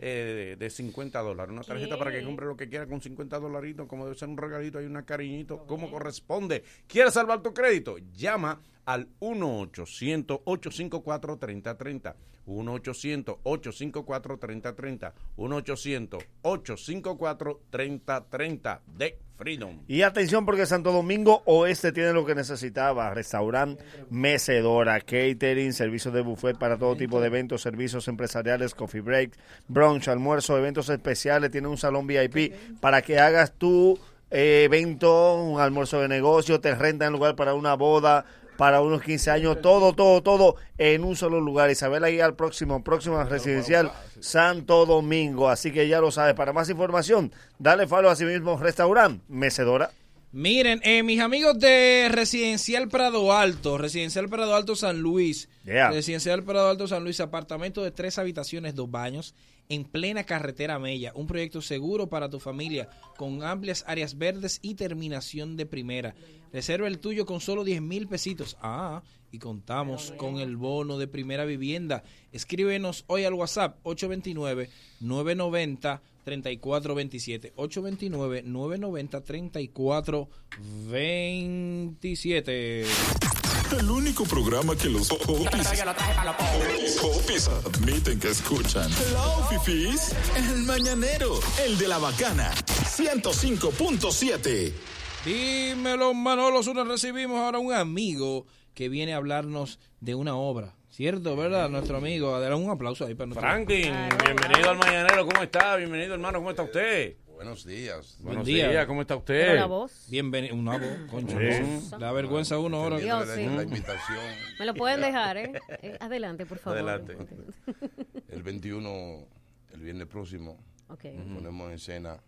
eh, de, de 50 dólares, una tarjeta ¿Qué? para que compres lo que quieras con 50 dolaritos, como debe ser un regalito, hay un cariñito, como corresponde. ¿Quieres salvar tu crédito? Llama al 1-800-854-3030. 1-800-854-3030. 1-800-854-3030. De Freedom. Y atención porque Santo Domingo Oeste tiene lo que necesitaba. Restaurante, mecedora, catering, servicios de buffet para todo tipo de eventos, servicios empresariales, coffee break, brunch, almuerzo, eventos especiales. Tiene un salón VIP para que hagas tu eh, evento, un almuerzo de negocio, te rentan lugar para una boda, para unos 15 años, todo, todo, todo en un solo lugar. Isabel Aguilar, próximo, próxima residencial, Santo Domingo. Así que ya lo sabes. Para más información, dale follow a sí mismo, restaurante, mecedora. Miren, eh, mis amigos de Residencial Prado Alto, Residencial Prado Alto San Luis, Yeah. Residencial Prado Alto San Luis, apartamento de tres habitaciones, dos baños, en plena carretera Mella, un proyecto seguro para tu familia, con amplias áreas verdes y terminación de primera. Reserva el tuyo con solo 10 mil pesitos. Ah, y contamos con el bono de primera vivienda. Escríbenos hoy al WhatsApp 829-990. 3427 829 990 3427 El único programa que los popis, popis admiten que escuchan. Hello, fifis. El mañanero, el de la bacana, 105.7. Dímelo, Manolo Zuna. Recibimos ahora un amigo que viene a hablarnos de una obra. ¿Cierto, verdad? Nuestro amigo. Adelante, un aplauso ahí para nuestro Franklin, bienvenido al Mañanero. ¿Cómo está? Bienvenido, hermano. ¿Cómo está usted? Buenos días. Buenos días. ¿Cómo está usted? Pero la voz. Bienvenido. Una voz, coño. Sí. Da vergüenza uno ahora. Entendiendo Dios, la, sí. la invitación. Me lo pueden dejar, ¿eh? Eh, Adelante, por favor. Adelante. El 21, el viernes próximo, Ok. ponemos en escena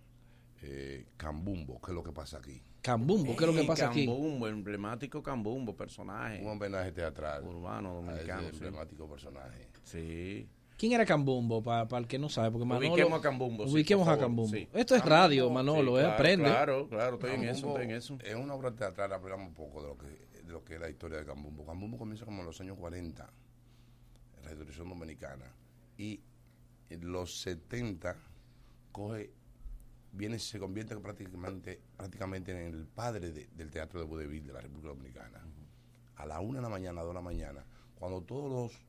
eh, Cambumbo, que es lo que pasa aquí. Cambumbo, ¿qué es lo que Ey, pasa aquí? Cambumbo, emblemático Cambumbo, personaje. Un homenaje teatral. Urbano, dominicano. ese emblemático personaje. Sí. ¿Quién era Cambumbo? Para el que no sabe, porque Manolo. Ubiquemos a Cambumbo, sí, Ubiquemos por a favor, Cambumbo. sí. Esto es radio, Manolo, Sí, ¿eh? Aprende. Claro, claro, estoy en eso, Cambumbo estoy en eso. Es una obra teatral, hablamos un poco de lo que, de lo que es la historia de Cambumbo. Cambumbo comienza como en los años 40, en la Revolución Dominicana. Y en los 70 coge, viene, se convierte prácticamente, prácticamente en el padre de- del teatro de Vodevil de la República Dominicana. A la una de la mañana, dos de la mañana, cuando todos los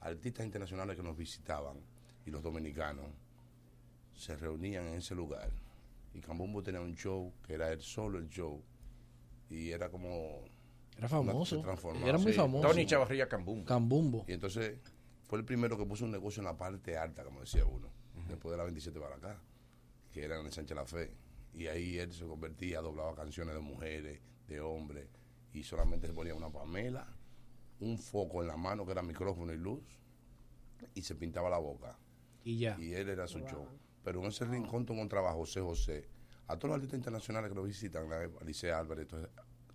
artistas internacionales que nos visitaban y los dominicanos se reunían en ese lugar. Y Cambumbo tenía un show que era el solo el show. Y era como. Era una- famoso. se transformaba. Era muy Sí. famoso. Tony Chavarría Cambumbo. Cambumbo. Y entonces fue el primero que puso un negocio en la parte alta, como decía uno, después de la 27 para acá, que era en el Sánchez La Fe. Y ahí él se convertía, doblaba canciones de mujeres, de hombres, y solamente se ponía una pamela, un foco en la mano que era micrófono y luz, y se pintaba la boca. Y ya. Y él era su show. Pero en ese rincón tú encontrabas a José José, a todos los artistas internacionales que lo visitan, la- Alicia Álvarez, todo,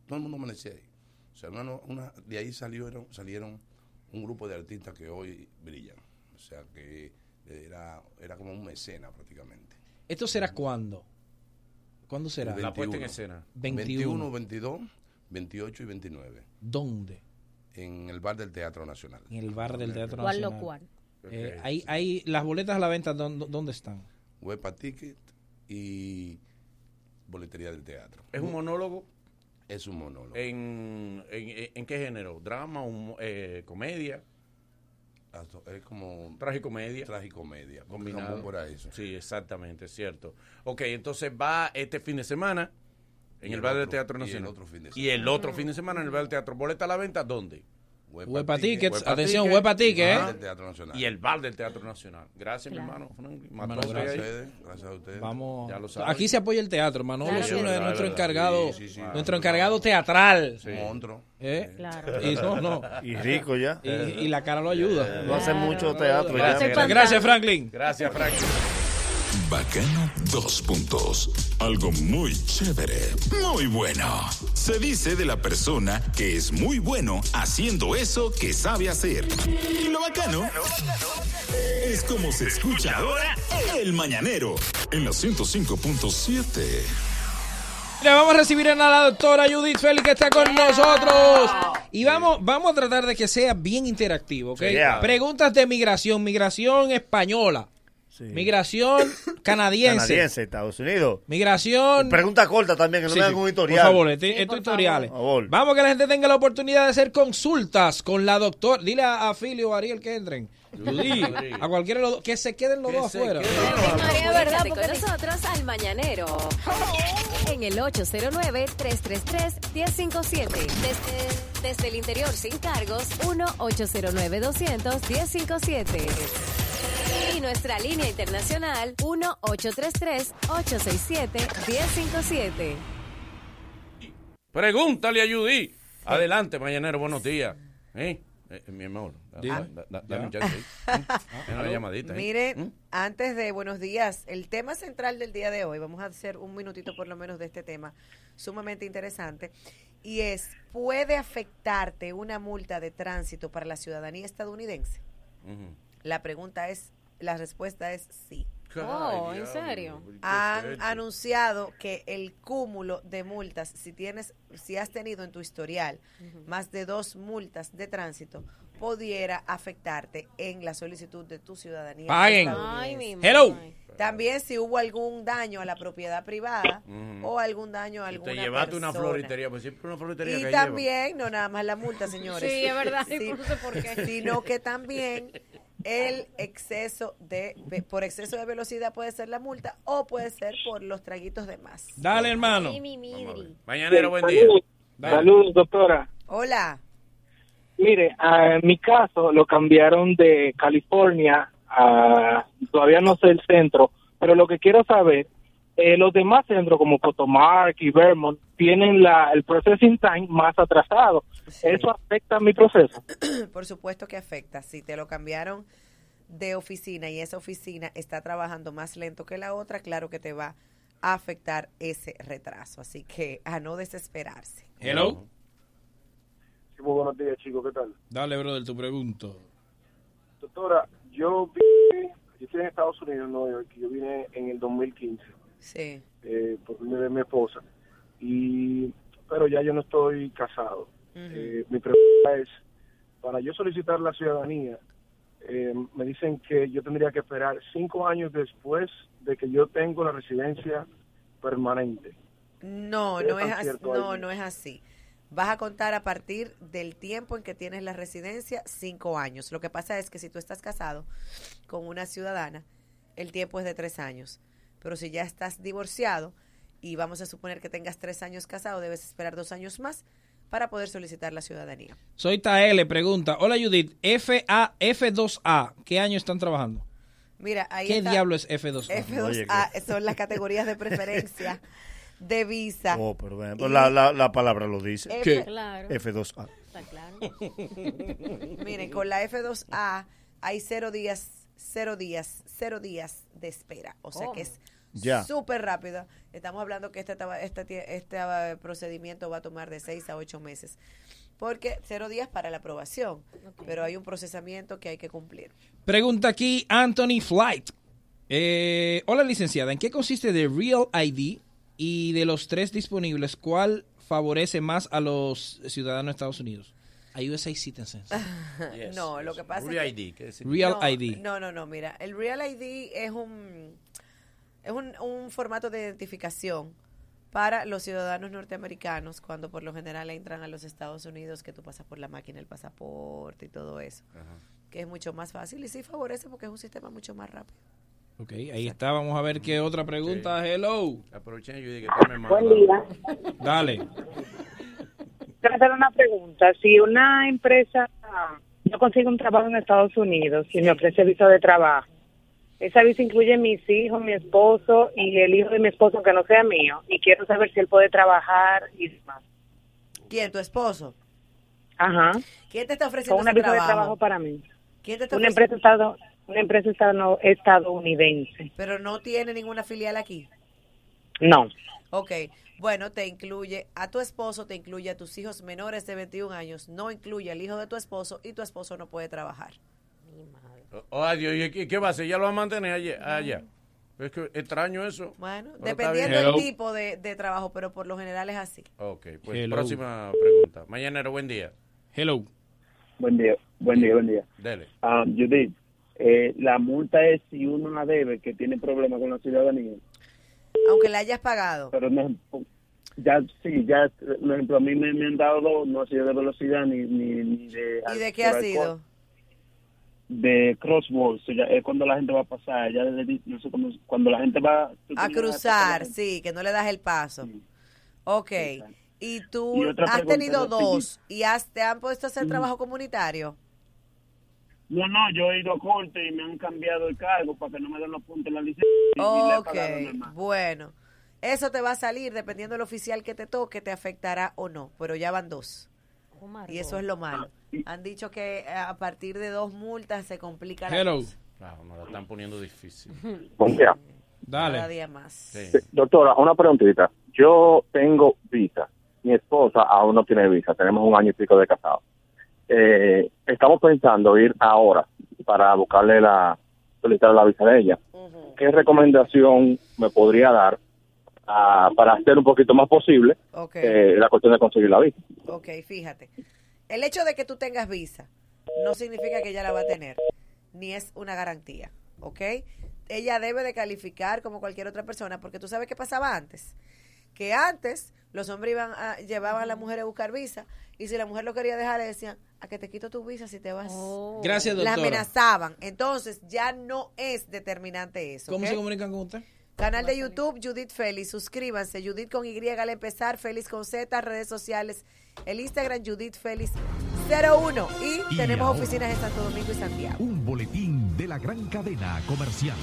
todo el mundo amanecía ahí. O sea, una, una- de ahí salieron, salieron un grupo de artistas que hoy brillan. O sea, que era, era como un mecena prácticamente. ¿Esto será cuándo? ¿Cuándo será? El 21. 21, 21. 22, 28 y 29. ¿Dónde? En el bar del Teatro Nacional. En el bar del Teatro ¿Cuál lo Nacional. cual? Eh, ahí, ahí, las boletas a la venta, ¿dó- dó- ¿dónde están? Huepa Ticket y Boletería del Teatro. ¿Es un monólogo? Es un monólogo. ¿En, en, en qué género? ¿Drama? humo- eh, ¿Comedia? Es como... Tragicomedia. Tragicomedia. Combinado. Cambumbo era eso. Sí, exactamente, es cierto. Ok, entonces va este fin de semana en Y el el Bar del otro- Teatro y el Nacional. otro fin de Y el otro fin de semana en el Bar del Teatro. ¿Boleta a la venta dónde? Huepa Tickets. Atención, Huepa Tickets, Y el bar ¿eh? del Teatro Nacional. Y el bar del Teatro Nacional. Gracias, Claro. mi hermano. Franklin. Hermano, Mató gracias. a ustedes. Gracias a ustedes. Vamos. Ya lo saben. Aquí se apoya el teatro, Manolo Claro. Osuna Sí, es verdad, nuestro verdad. encargado, Sí, sí, sí. nuestro encargado teatral. Sí. Monstruo. ¿Eh? Claro. Y, no, no. Y rico ya. Y, y la cara lo ayuda. No hace mucho teatro ya, Gracias, mira. gracias, Franklin. Gracias, Franklin. Bacano, dos puntos. Algo muy chévere, muy bueno. Se dice de la persona que es muy bueno haciendo eso que sabe hacer. Y lo bacano es como se escucha ahora el mañanero en la 105.7. Le vamos a recibir a la doctora Judith Félix que está con nosotros. Y vamos, vamos a tratar de que sea bien interactivo, ¿ok? Sí, yeah. Preguntas de migración, migración española, migración canadiense. Canadiense, Estados Unidos. Migración. Pregunta corta también, que no Sí, me hagan sí. un historial. Por favor, este, este tutoriales. Vamos a que la gente tenga la oportunidad de hacer consultas con la doctora. Dile a, a Filio o a Ariel que entren. Judith, a cualquiera de los dos. Que se queden los dos afuera. María, ¿verdad? Porque nosotros al Mañanero. En el 809-333-1057. Desde, desde el interior sin cargos, 1-809-200-1057. Y nuestra línea internacional, 1-833-867-1057. Pregúntale a Judy. Adelante, mañanero, buenos días. ¿Eh? Eh, mi amor, da- Dime. da- da- dame un Ya. chance ahí. Dame una llamadita. ahí. ¿Mm? Mire, antes de buenos días, el tema central del día de hoy, vamos a hacer un minutito por lo menos de este tema, sumamente interesante, y es, ¿puede afectarte una multa de tránsito para la ciudadanía estadounidense? La pregunta es, la respuesta es sí. Oh, ¿en serio? Han anunciado que el cúmulo de multas, si tienes, si has tenido en tu historial Ujú. más de dos multas de tránsito, pudiera afectarte en la solicitud de tu ciudadanía. Paguen. estadounidense. Ay, mi madre. Hello. También si hubo algún daño a la propiedad privada Ujú. o algún daño a Y alguna Te llevaste una persona. floritería, pues siempre una floritería que Y lleva. también, no nada más la multa, señores. Sí, es verdad, Sí, yo no sé por qué. Sino que también el exceso de, ve- por exceso de velocidad puede ser la multa o puede ser por los traguitos de más. Dale, hermano. Mañanero, buen día. Saludos. Dale. Saludos, doctora. Hola. Mire, ah, en mi caso lo cambiaron de California Ah. a. Todavía no sé el centro, pero lo que quiero saber, eh, los demás centros como Potomac y Vermont tienen la, el processing time más atrasado. ¿Eso afecta mi proceso? por supuesto que afecta. Si te lo cambiaron de oficina y esa oficina está trabajando más lento que la otra, claro que te va a afectar ese retraso. Así que a no desesperarse. Hello. Sí, muy buenos días, chicos. ¿Qué tal? Dale, brother, tu pregunta. Doctora, yo vine, yo estoy en Estados Unidos, en Nueva York. y Yo vine en el 2015 Sí. eh, por primera vez mi esposa. Y, pero ya yo no estoy casado. Eh, mi pregunta es, para yo solicitar la ciudadanía, eh, me dicen que yo tendría que esperar cinco años después de que yo tengo la residencia permanente. No, ¿Qué no es, tan así, cierto hay? no, no es así. Vas a contar a partir del tiempo en que tienes la residencia, cinco años. Lo que pasa es que si tú estás casado con una ciudadana, el tiempo es de tres años. Pero si ya estás divorciado y vamos a suponer que tengas tres años casado, debes esperar dos años más para poder solicitar la ciudadanía. Soy Taele, pregunta. Hola Judith, FA, F2A, ¿qué año están trabajando? Mira, ahí ¿Qué está. diablo es F2A? F2A son las categorías de preferencia de visa. Oh, pero bueno, pues la, la- la palabra lo dice. F- ¿Qué? Claro. F2A. Miren, con la F2A hay cero días, cero días, cero días de espera. O sea que es Ya. súper rápida. Estamos hablando que este, taba- este, tie- este ah, procedimiento va a tomar de seis a ocho meses. Porque cero días para la aprobación. Pero hay un procesamiento que hay que cumplir. Pregunta aquí Anthony Flight. Eh, hola licenciada, ¿en qué consiste de Real ID y de los tres disponibles, cuál favorece más a los ciudadanos de Estados Unidos? A USA Citizens. Ah. Yes, no, lo yes. que pasa Real es que- ID, ¿qué es? Real no, ID. No, no, no, mira, el Real ID es un es un, un formato de identificación para los ciudadanos norteamericanos cuando por lo general entran a los Estados Unidos que tú pasas por la máquina el pasaporte y todo eso. Que es mucho más fácil y sí favorece porque es un sistema mucho más rápido. Ok, ahí está, vamos a ver qué otra pregunta. Hello. Mm, Aprovechen y que tú me Buen día. Dale. Quiero hacer una pregunta. Si una empresa yo consigo un trabajo en Estados Unidos y me ofrece visa de trabajo. Esa visa incluye mis hijos, mi esposo y el hijo de mi esposo que no sea mío. Y quiero saber si él puede trabajar y demás. ¿Quién? ¿Tu esposo? Ajá. ¿Quién te está ofreciendo Con una ese visa de trabajo para mí. ¿Quién te está Una empresa, ofreciendo? estado, una empresa estado- estadounidense. Pero no tiene ninguna filial aquí. No. Ok, bueno, te incluye a tu esposo, te incluye a tus hijos menores de 21 años, no incluye al hijo de tu esposo y tu esposo no puede trabajar. Oh, ay, Dios, ¿y qué- qué va a hacer? ¿Ya lo va a mantener allá? allá? Es que extraño eso. Bueno, Pero está Dependiendo bien. del tipo de, de trabajo, pero por lo general es así. Ok, pues Hello. próxima pregunta. Mañanero, buen día. Hello. Buen día, buen día, buen día. Dele. Ah, Judith, eh, la multa es si uno la debe, que tiene problemas con la ciudadanía. Aunque le hayas pagado. Pero un ejemplo, ya, sí, ya, eh, un ejemplo, a mí me, me han dado dos, no ha sido de velocidad ni, ni, ni de... ¿Y de qué ha por alcohol. sido? De crosswalk, o sea, ya es cuando la gente va a pasar, ya le di- no sé cómo, es, cuando la gente va... tú tienes A que cruzar, pasar. sí, que no le das el paso. Ok, y tú Y otra has pregunta, tenido ¿no? dos y has, te han puesto a hacer Ujú. trabajo comunitario. No, no, yo he ido a corte y me han cambiado el cargo para que no me den los puntos en la licencia. y le he Ok, pagado nada más. bueno. Eso te va a salir dependiendo del oficial que te toque, te afectará o no, pero ya van dos. y eso es lo malo. Ah, Han dicho que eh, a partir de dos multas se complica la Hello. cosa. Claro, nos Ah, la están poniendo difícil. Confía. Cada día más. Sí, Doctora, una preguntita. Yo tengo visa. Mi esposa aún no tiene visa. Tenemos un año y pico de casado. Eh, estamos pensando ir ahora para buscarle la, solicitar la visa de ella. ¿Qué recomendación me podría dar ah, para hacer un poquito más posible Ok. eh, la cuestión de conseguir la visa? Ok, fíjate. El hecho de que tú tengas visa no significa que ella la va a tener, ni es una garantía, ¿ok? Ella debe de calificar como cualquier otra persona, porque tú sabes qué pasaba antes. Que antes los hombres iban a- llevaban a la mujer a buscar visa y si la mujer lo quería dejar le decían, a que te quito tu visa si te vas. Gracias, La doctora. amenazaban. Entonces ya no es determinante eso. ¿Cómo ¿ok? se comunican con usted? Canal de YouTube, Judith Félix. Suscríbanse. Judith con Y al empezar, Félix con Z, redes sociales. El Instagram, Judith Félix 01. Y, Y tenemos ahora. oficinas en Santo Domingo y Santiago. Un boletín de la gran cadena comercial.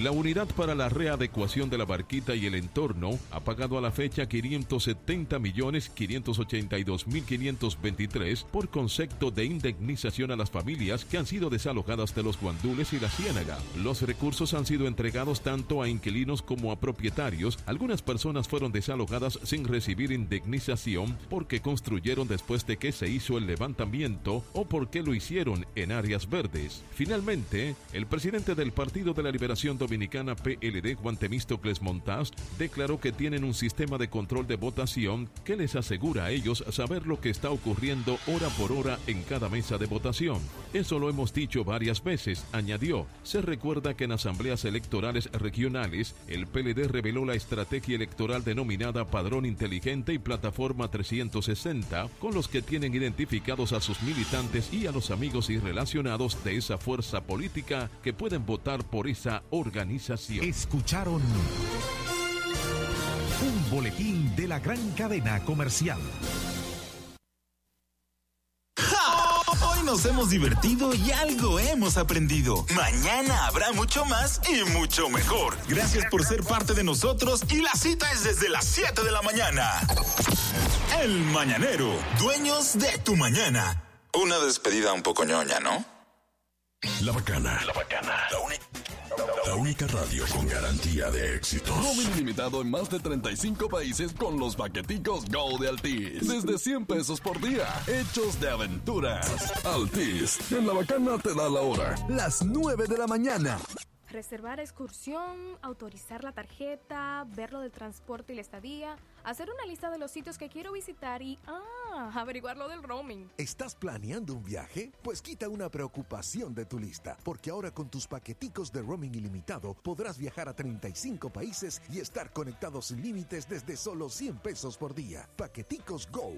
La Unidad para la Readecuación de la Barquita y el Entorno ha pagado a la fecha 570.582.523 por concepto de indemnización a las familias que han sido desalojadas de los guandules y la ciénaga. Los recursos han sido entregados tanto a inquilinos como a propietarios. Algunas personas fueron desalojadas sin recibir indemnización porque construyeron después de que se hizo el levantamiento o porque lo hicieron en áreas verdes. Finalmente, el presidente del Partido de la Liberación Dominicana PLD, Juan Temístocles Montaz, declaró que tienen un sistema de control de votación que les asegura a ellos saber lo que está ocurriendo hora por hora en cada mesa de votación. Eso lo hemos dicho varias veces, añadió. Se recuerda que en asambleas electorales regionales, el PLD reveló la estrategia electoral denominada Padrón Inteligente y Plataforma 360, con los que tienen identificados a sus militantes y a los amigos y relacionados de esa fuerza política que pueden votar por esa organización. Escucharon un boletín de la gran cadena comercial. ¡Ja! Hoy nos hemos divertido y algo hemos aprendido. Mañana habrá mucho más y mucho mejor. Gracias por ser parte de nosotros y la cita es desde las 7 de la mañana. El Mañanero, dueños de tu mañana. Una despedida un poco ñoña, ¿no? La Bacana. La Bacana. La, única radio con garantía de éxitos. Roaming ilimitado en más de 35 países con los paqueticos Go de Altis. Desde 100 pesos por día, hechos de aventuras. Altis, en la bacana te da la hora. Las 9 de la mañana. Reservar excursión, autorizar la tarjeta, ver lo del transporte y la estadía, hacer una lista de los sitios que quiero visitar y ah, averiguar lo del roaming. ¿Estás planeando un viaje? Pues quita una preocupación de tu lista, porque ahora con tus paqueticos de roaming ilimitado podrás viajar a 35 países y estar conectados sin límites desde solo 100 pesos por día. Paqueticos Go,